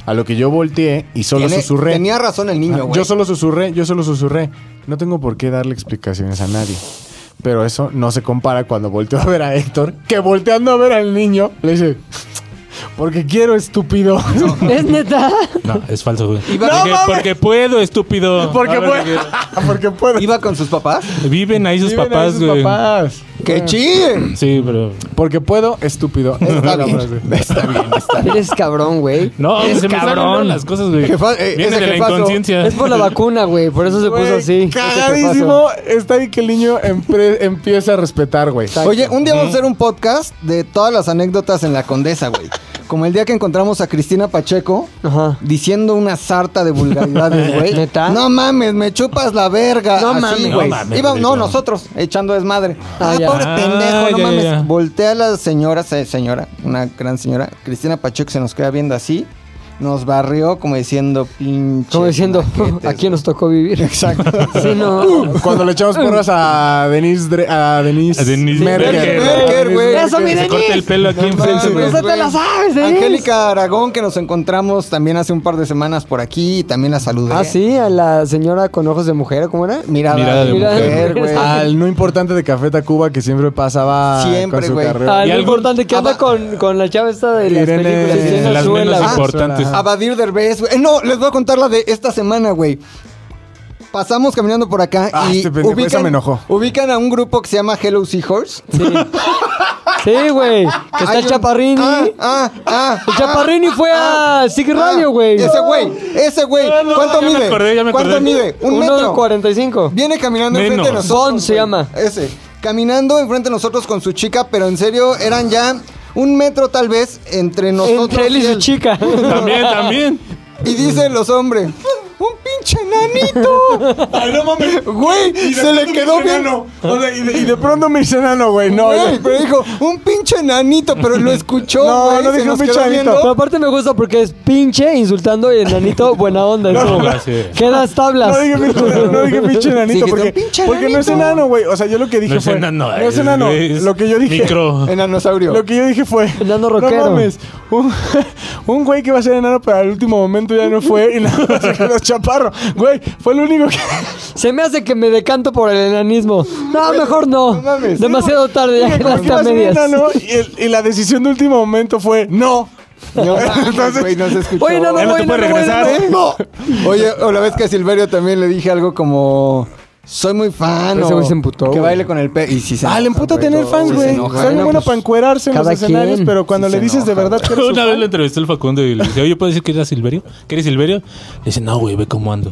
A lo que yo volteé y solo Tiene- susurré. Tenía razón el niño, Ah, güey. Yo solo susurré, yo solo susurré. No tengo por qué darle explicaciones a nadie. Pero eso no se compara cuando volteo a ver a Héctor, que volteando a ver al niño, le dice, porque quiero, estúpido. Es neta. No, es falso, güey. Iba- Porque- ¡No mames! porque puedo, estúpido. porque, A ver, puedo, porque puedo. Iba con sus papás. Viven ahí sus Viven ahí papás, sus güey. papás. ¡Qué chille! Sí, pero. Porque puedo, estúpido. Está La bien. frase. Está bien. Eres cabrón, güey. No, se me salen cabrón. luego las cosas, güey. Jefa- eh, Viene ese de la jefazo. inconsciencia. Es por la vacuna, güey. Por eso se puso Güey, así. Cagadísimo. Está ahí que el niño empre- empieza a respetar, güey. Oye, un día vamos a hacer un podcast de todas las anécdotas en la condesa, güey. Como el día que encontramos a Cristina Pacheco Ajá. diciendo una sarta de vulgaridades, güey. ¿Neta? No mames, me chupas la verga. No Así, mames. güey. No mames, Iba- no, Rodrigo. nosotros, echando desmadre. Ah, Ah, ya. pobre Ah, pendejo, no ya, mames. ya. Voltea a la señora, se- señora, una gran señora, Cristina Pacheco se nos queda viendo así. Nos barrió como diciendo, pinche. Como diciendo, ¿a quién nos tocó vivir? Exacto. Sí, no. Cuando le echamos porras a Denise, Dre- a Denise, A Denise Merkel. Merkel. Merkel, güey. Eso, Que mi se Denis. corta el pelo aquí No enfrente, mames, güey. Esa te Pues güey. la sabes, Denis. Angélica Aragón, que nos encontramos también hace un par de semanas por aquí, y también la saludé. Ah, sí, a la señora con ojos de mujer, ¿cómo era? Mirada, Mirada de mujer, mujer, güey. güey. Al no importante de Café Tacuba que siempre pasaba Siempre, con su güey. carrera. Ah, ¿Y lo algún- importante que anda con, con la chava esta de las Irene- películas. Sí, Irene las Azuela, menos güey. Ah, importantes. A Badir Derbez, güey. Eh, No, les voy a contar la de esta semana, güey. Pasamos caminando por acá Ah, y este pendejo, esa me enojó. ubican a un grupo que se llama Hello Seahorse. Sí, güey. Que está Hay un- Chaparrini. Ah, ah, ah. El Chaparrini fue a Sig ah, Radio, güey. Ese güey, ese güey. Ah, no, ¿Cuánto ya me mide? acordé, ya me ¿Cuánto acordé. mide? Un metro. 1.45. Viene caminando enfrente de Menos. nosotros. Bon se güey. llama. Ese. Caminando enfrente de nosotros con su chica, pero en serio, eran ya un metro tal vez entre nosotros. Entre él y su él. chica. También, también. Y dicen los hombres, un pinche nanito! Ay, no mames. Güey, se le quedó bien. O sea, y, de, y de pronto me dice enano, güey. No, Güey, güey. pero dijo, un pinche nanito, pero lo escuchó, No, güey. no se dije nos un quedó pinche viendo. nanito. Pero aparte me gusta porque es pinche insultando y enanito buena onda. es como, gracias. Quedas tablas. No dije pinche, no dije pinche enanito, Dijiste, porque, "Pinche porque no es enanito". enano, güey. O sea, yo lo que dije No es fue. enano. no es enano. Lo que yo dije. Micro. Enanosaurio. Lo que yo dije fue. Enano rockero". No mames. Un, un güey que va a ser enano, pero al último momento ya no fue y nada más se quedó chaparro. Güey, fue el único que. Se me hace que me decanto por el enanismo. No, mejor no. mames. Demasiado tarde, ya Dije, como que quedaste iba a a ser medias. enano y, el- y la decisión de último momento fue no. No, mames, güey, no se escuchó. Oye, no, no, Ya no voy, te no, puedes no, voy, regresar, no, ¿eh? no. Oye, o la vez que a Silverio también le dije algo como. Soy muy fan. Ese o güey se emputó, Que güey. baile con el pe. Y si se. Ah, le emputa tener fans, güey. Son Soy muy bueno para encuerarse en los eh, pues. cada escenarios, quien. pero cuando pues, Sí le se dices de enoja, verdad que eres su Una vez fan, le entrevisté el Facundo y le dije, oye, ¿puedes decir que eres Silverio? ¿Que eres Silverio? Le dice, no, güey, ve cómo ando.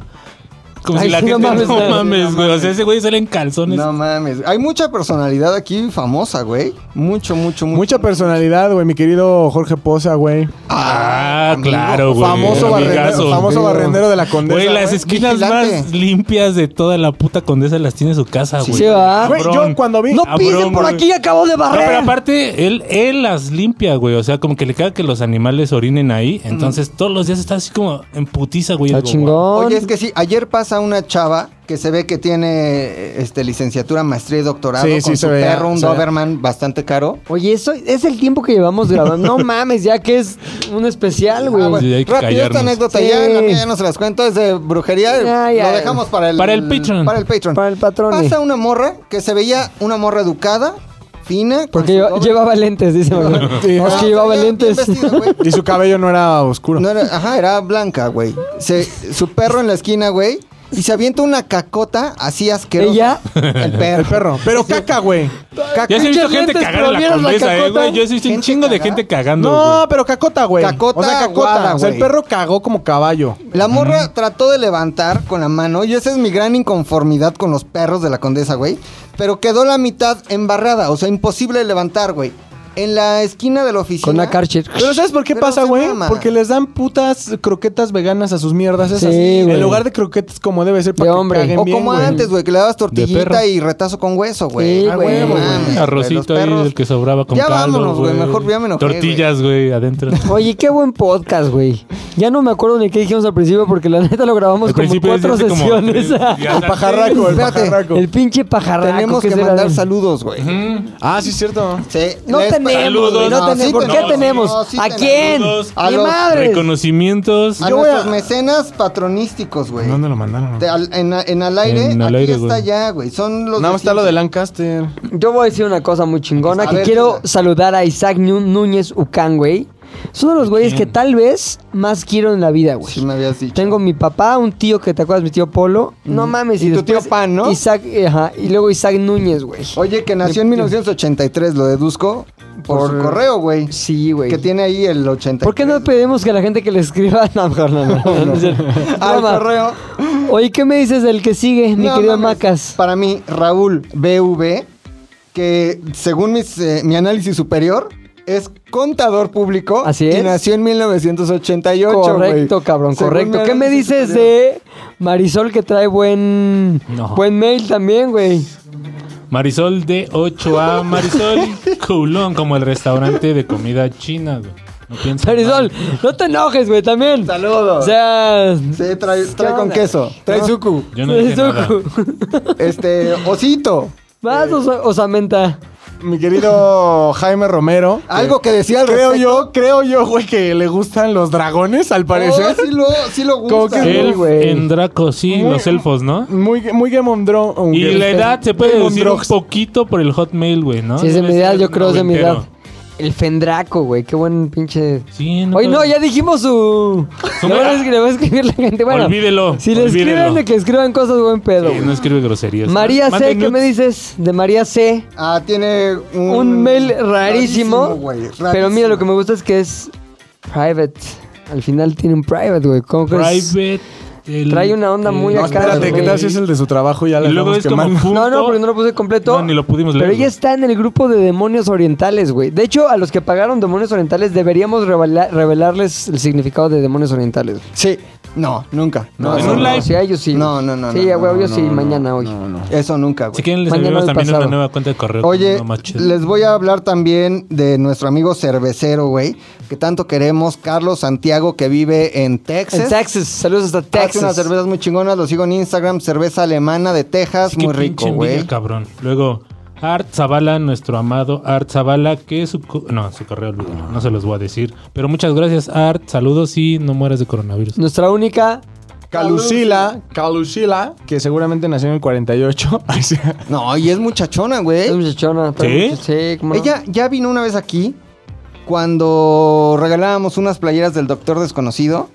Como Ay, si la sí, no gente no mames, mames, no, sí, no güey. O sea, ese güey sale en calzones. No mames. Hay mucha personalidad aquí famosa, güey. Mucho, mucho, mucho. Mucha personalidad, güey, mi querido Jorge Poza, güey. ah, claro, güey. Famoso barrendero, Amigazo. famoso barrendero de la condesa. Güey, las güey. esquinas Vigilante. más limpias de toda la puta condesa las tiene en su casa, güey. Sí, va. Güey, yo Cabrón. cuando vi No Cabrón, pisen por güey. aquí, acabo de No, Ah, pero barrer. aparte, él, él las limpia, güey. O sea, como que le caga que los animales orinen Mm. ahí. Entonces, todos los días está así como en putiza, güey. Está Digo, guau. Ah, chingón. Oye, es que sí, ayer pasa una chava que se ve que tiene este licenciatura, maestría y doctorado Sí, con sí, su se veía, perro, un se veía. Doberman bastante caro. Oye, eso es el tiempo que llevamos grabando. No mames, ya que es un especial, güey. Ah, bueno. Sí, hay que Rápido esta callarnos. anécdota Sí. ya, la mía ya no se las cuento, es de brujería. Ya, ya. Lo dejamos para el, Para el Patreon. Para el Patreon. Para el patrón. eh. Pasa una morra que se veía una morra educada, fina. con Porque su lleva- doble- lleva lentes, dice. mamá. Sí. Es Ah, que llevaba bien- bien lentes. vestida, güey. y su cabello no era oscuro. No era- ajá, era blanca, güey. Se- Su perro en la esquina, güey. Y se avienta una cacota así asquerosa. ¿Ella? El perro. El perro. Pero caca, güey. Caca. Ya se ha visto Pinches gente lentes, cagar pero en la vieras la condesa, eh, cacota. güey. Yo he visto un Gente chingo de cagada. gente cagando, No, güey. pero cacota, güey. Cacota o sea, cacota. aguada, o sea, el güey. perro cagó como caballo. La morra Mm-hmm. trató de levantar con la mano y esa es mi gran inconformidad con los perros de la condesa, güey. Pero quedó la mitad embarrada, o sea, imposible levantar, güey. En la esquina de la oficina. Con una Karcher. Pero ¿sabes por qué Pero pasa, se güey? mama. Porque les dan putas croquetas veganas a sus mierdas esas. Sí, güey. en lugar de croquetas como debe ser para De que hombre. caguen O bien, como güey. antes, güey, que le dabas perro. tortillita y retazo con hueso, güey. Sí, Ah, güey. güey, Mames, güey, los Arrocito ahí perros- del que sobraba con Ya caldo, vámonos, güey, mejor ya me enojé, Tortillas, güey, adentro. Oye, qué buen podcast, güey. Ya no me acuerdo ni qué dijimos al principio porque la neta lo grabamos Al como principio cuatro es de como sesiones. tres días El antes. pajarraco, el Espérate. pajarraco. el pinche pajarraco. Tenemos ¿qué que será mandar de- saludos, güey. Ah, sí, es cierto. Sí, No les- tenemos, Saludos. no No, tenemos. sí ¿Por qué tenemos. tenemos? No, sí ¿A tenemos. quién? Saludos. A ¡Mi los madre! Reconocimientos. A Yo voy nuestros a- mecenas patronísticos, güey. ¿Dónde lo mandaron? De al- en, en al aire, En Al aquí Aire, está güey. ya, güey. Son los. Nada más está vecinos. lo de Lancaster. Yo voy a decir una cosa muy chingona, A que ver, quiero dila. saludar a Isaac Ñu- Núñez Ucán, güey. Es uno de los güeyes que tal vez más quiero en la vida, güey. Sí, me habías dicho. Mm. Tengo mi papá, un tío que te acuerdas, mi tío Polo. No mames. Y tu después tío Pan, ¿no? Isaac, ajá. Y luego Isaac Núñez, güey. Oye, que nació en 1983, lo deduzco por, su correo, güey. Sí, güey. Que tiene ahí el 83. ¿Por qué no pedimos que la gente que le escriba... No, mejor no, no, no, no es cierto. Al Broma. correo. Oye, ¿qué me dices del que sigue, mi No querido mames. Macas? Para mí, Raúl BV, que según mis, eh, mi análisis superior, es contador público. Así es. Y nació en 1988, güey. Correcto, cabrón, Según mi correcto. ¿Qué me análisis dices superior. de Marisol que trae buen No. buen mail también, güey? Marisol de 8A. Marisol Coulon, como el restaurante de comida china, güey. No piensa Marisol, mal. no te enojes, güey, también. O Saludos. sea, Sí, trae, ¿qué trae con onda? queso. Trae No. suku. Yo no dije nada. Este, osito. Vas, osa- osamenta. Mi querido Jaime Romero. Algo que decía al Creo respecto. yo, creo yo, güey, que le gustan los dragones, al ¿Eh? parecer. Oh, sí lo, sí lo Como gusta. que- Elf güey. en Draco, sí, los elfos, ¿no? Muy, muy Game of Thrones. Y la edad se puede Game of decir un Thrones. poquito por el hotmail, güey, ¿no? Si es de mi Debe edad, ser yo creo es de mi edad. noventero. El Fendraco, güey, qué buen pinche. Sí, Oye, no, ya dijimos su. Su- Le voy a escri- le voy a escribir la gente. Bueno, Olvídelo, Si le olvídelo. escriben, de que escriban cosas buen Sí, pedo. güey. no escribe groserías. María C, Manden ¿qué me nudes. dices? De María C. Ah, tiene un, un mail rarísimo, güey, pero mira lo rarísimo. que me gusta es que es private. Al final tiene un private, güey. ¿Cómo crees? Private. el- Trae una onda muy el- No, acá, espérate, ¿qué güey. tal si es el de su trabajo? Ya Y la luego estamos es como quemando. punto. No, no, porque no lo puse completo. No, ni lo pudimos leer. Pero ella güey. está en el grupo de demonios orientales, güey. De hecho, a los que pagaron demonios orientales deberíamos revela- revelarles el significado de demonios orientales. Sí, No, nunca. No, eso no, no, live? Sí, a ellos sí. No, no, no, Sí, no, a huevo, no, yo sí, no, mañana, hoy. Eso nunca, güey. Si quieren, les Mañana enviamos del también una pasado. nueva cuenta de correo. con Oye, uno más chido. les voy a hablar también de nuestro amigo cervecero, güey, que tanto queremos, Carlos Santiago, que vive en Texas. En Texas, saludos hasta Hace unas Texas. cervezas muy chingonas, lo sigo en Instagram, cerveza alemana de Texas, Sí, qué muy pinche rico, envidia, güey. cabrón. Luego, Art Zavala, nuestro amado Art Zavala, que su... co- No, su correo, olvídalo, no se los voy a decir. Pero muchas gracias, Art. Saludos y no mueras de coronavirus. Nuestra única. Calucila, Calucila, que seguramente nació en el 48. Ay, sí. No, y es muchachona, güey. Es muchachona. pero- ¿Sí? Sí, cómo no. ¿Eh? Ella ya vino una vez aquí cuando regalábamos unas playeras del Doctor Desconocido.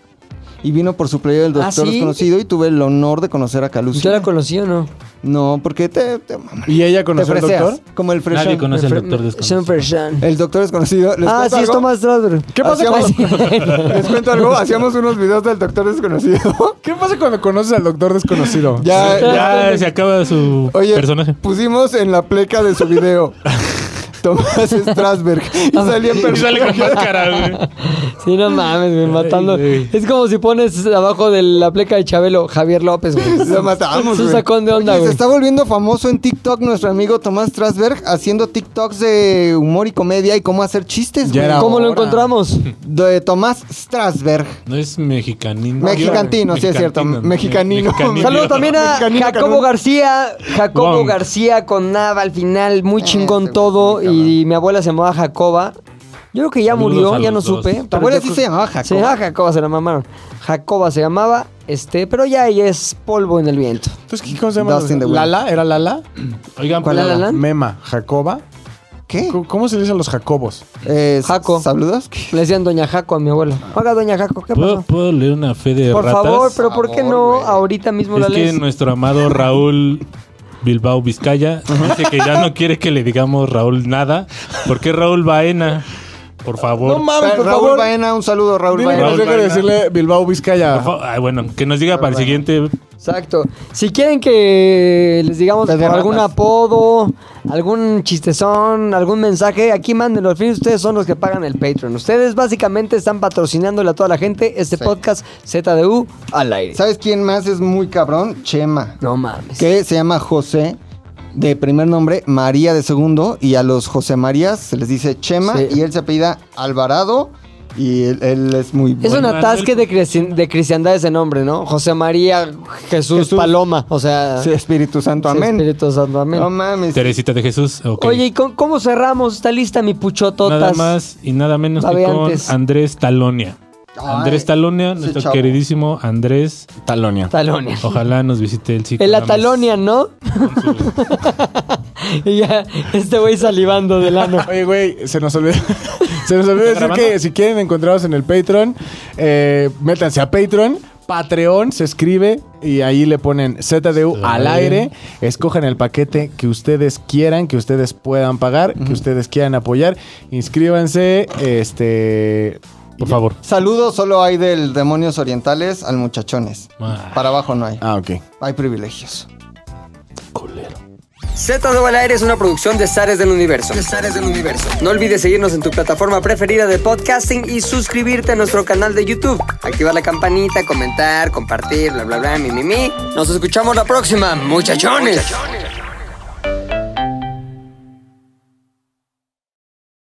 Y vino por su playera del ¿Ah, Doctor sí? Desconocido y tuve el honor de conocer a Calucila. ¿Usted la conocí o no? No, porque te, te mamas. ¿Y ella conoció Te al freseas, doctor? Como el freshón. Nadie conoce al Fre- doctor desconocido. Sean Freshan. El Doctor Desconocido. ¿Les Ah, cuento sí, es algo? Thomas Drudder. ¿Qué pasa Hacíamos- Hacíamos- Les cuento algo. Hacíamos unos videos del Doctor Desconocido. ¿Qué pasa cuando conoces al doctor desconocido? ya, Ya se acaba su Oye, personaje. pusimos en la pleca de su video Tomás Strasberg y salía en Y sale con máscara, güey. Sí, no mames, güey, matando. güey. Es como si pones abajo de la pleca de Chabelo Javier López, güey. Lo matamos, Es un güey. sacón de onda, Oye, Se güey. está volviendo famoso en TikTok nuestro amigo Tomás Strasberg haciendo TikToks de humor y comedia y cómo hacer chistes, Ya güey. era ¿Cómo lo Ahora. encontramos? De Tomás Strasberg. No es mexicanino. Mexicantino, sí es cierto, mexicanino. Saludos también a Mexicanino, Jacobo cabrón. García. Jacobo Wow. García con Nava al final, muy chingón Ah, güey, todo. Y mi abuela se llamaba Jacoba. Yo creo que ya Saludos a murió, ya no los dos. supe. Tu pero abuela yo sí creo- se llamaba Se Jacob. llamaba Jacoba, se la mamaron. Jacoba se llamaba, este, pero ya ella es polvo en el viento. Entonces, ¿qué- ¿cómo se llama? Dust in the wind. ¿Lala? ¿Era Lala? Oigan, ¿Cuál era la? Mema, Jacoba. ¿Qué? ¿Cómo- ¿Cómo se le dice a los Jacobos? Eh, Jaco. ¿Saludos? Le decían Doña Jaco a mi abuela. Oiga, Doña Jaco, ¿qué ¿puedo, pasó? ¿puedo leer una fe de Por ratas? favor, pero ¿por qué Por no favor, güey. ahorita mismo la Es que lees? nuestro amado Raúl Bilbao Vizcaya dice que ya no quiere que le digamos Raúl nada, porque es Raúl Baena. Por favor. Raúl Baena, un saludo, Raúl Dile que Baena. nos deje Baena. decirle Bilbao Vizcaya. Por fa- ay, bueno, que nos diga para el siguiente. Exacto. Si quieren que les digamos Las por derratas. algún apodo, algún chistezón, algún mensaje, aquí mándenlo. Al fin ustedes son los que pagan el Patreon. Ustedes básicamente están patrocinándole a toda la gente este Sí. podcast ZDU al aire. ¿Sabes quién más es muy cabrón? Chema. No mames. que se llama José de primer nombre, María de segundo, y a los José Marías se les dice Chema Sí. y él se apellida Alvarado y él, él es muy Es bueno. un Manuel- atasque de, creci- de cristiandad ese nombre, ¿no? José María Jesús, Jesús. Paloma. O sea, Sí, Espíritu Santo, sí, amén. Espíritu Santo, amén. No mames. Teresita de Jesús. ok. Oye, ¿y con- cómo cerramos? ¿Está lista mi puchototas? nada más y nada menos que con Babeantes. Andrés Talonia. Andrés Talonia, nuestro chavo. queridísimo Andrés. Talonia. Talonia. Ojalá nos visite el sitio. El Atalonia, ¿no? y ya, este güey salivando del ano. Oye, güey, se nos olvidó. se nos olvidó decir grabando? que si quieren encontrarnos en el Patreon, eh, métanse a Patreon. Patreon se escribe y ahí le ponen ZDU al aire. Escojan el paquete que ustedes quieran, que ustedes puedan pagar, que ustedes quieran apoyar. Inscríbanse, este. Por favor. Saludos solo hay del Demonios Orientales al Muchachones. Ah. Para abajo no hay. Ah, ok. Hay privilegios. Z2 al aire es una producción de Zares del Universo. del universo. No olvides seguirnos en tu plataforma preferida de podcasting y suscribirte a nuestro canal de YouTube. Activar la campanita, comentar, compartir, bla, bla, bla, mi, mi, mi. Nos escuchamos la próxima, muchachones.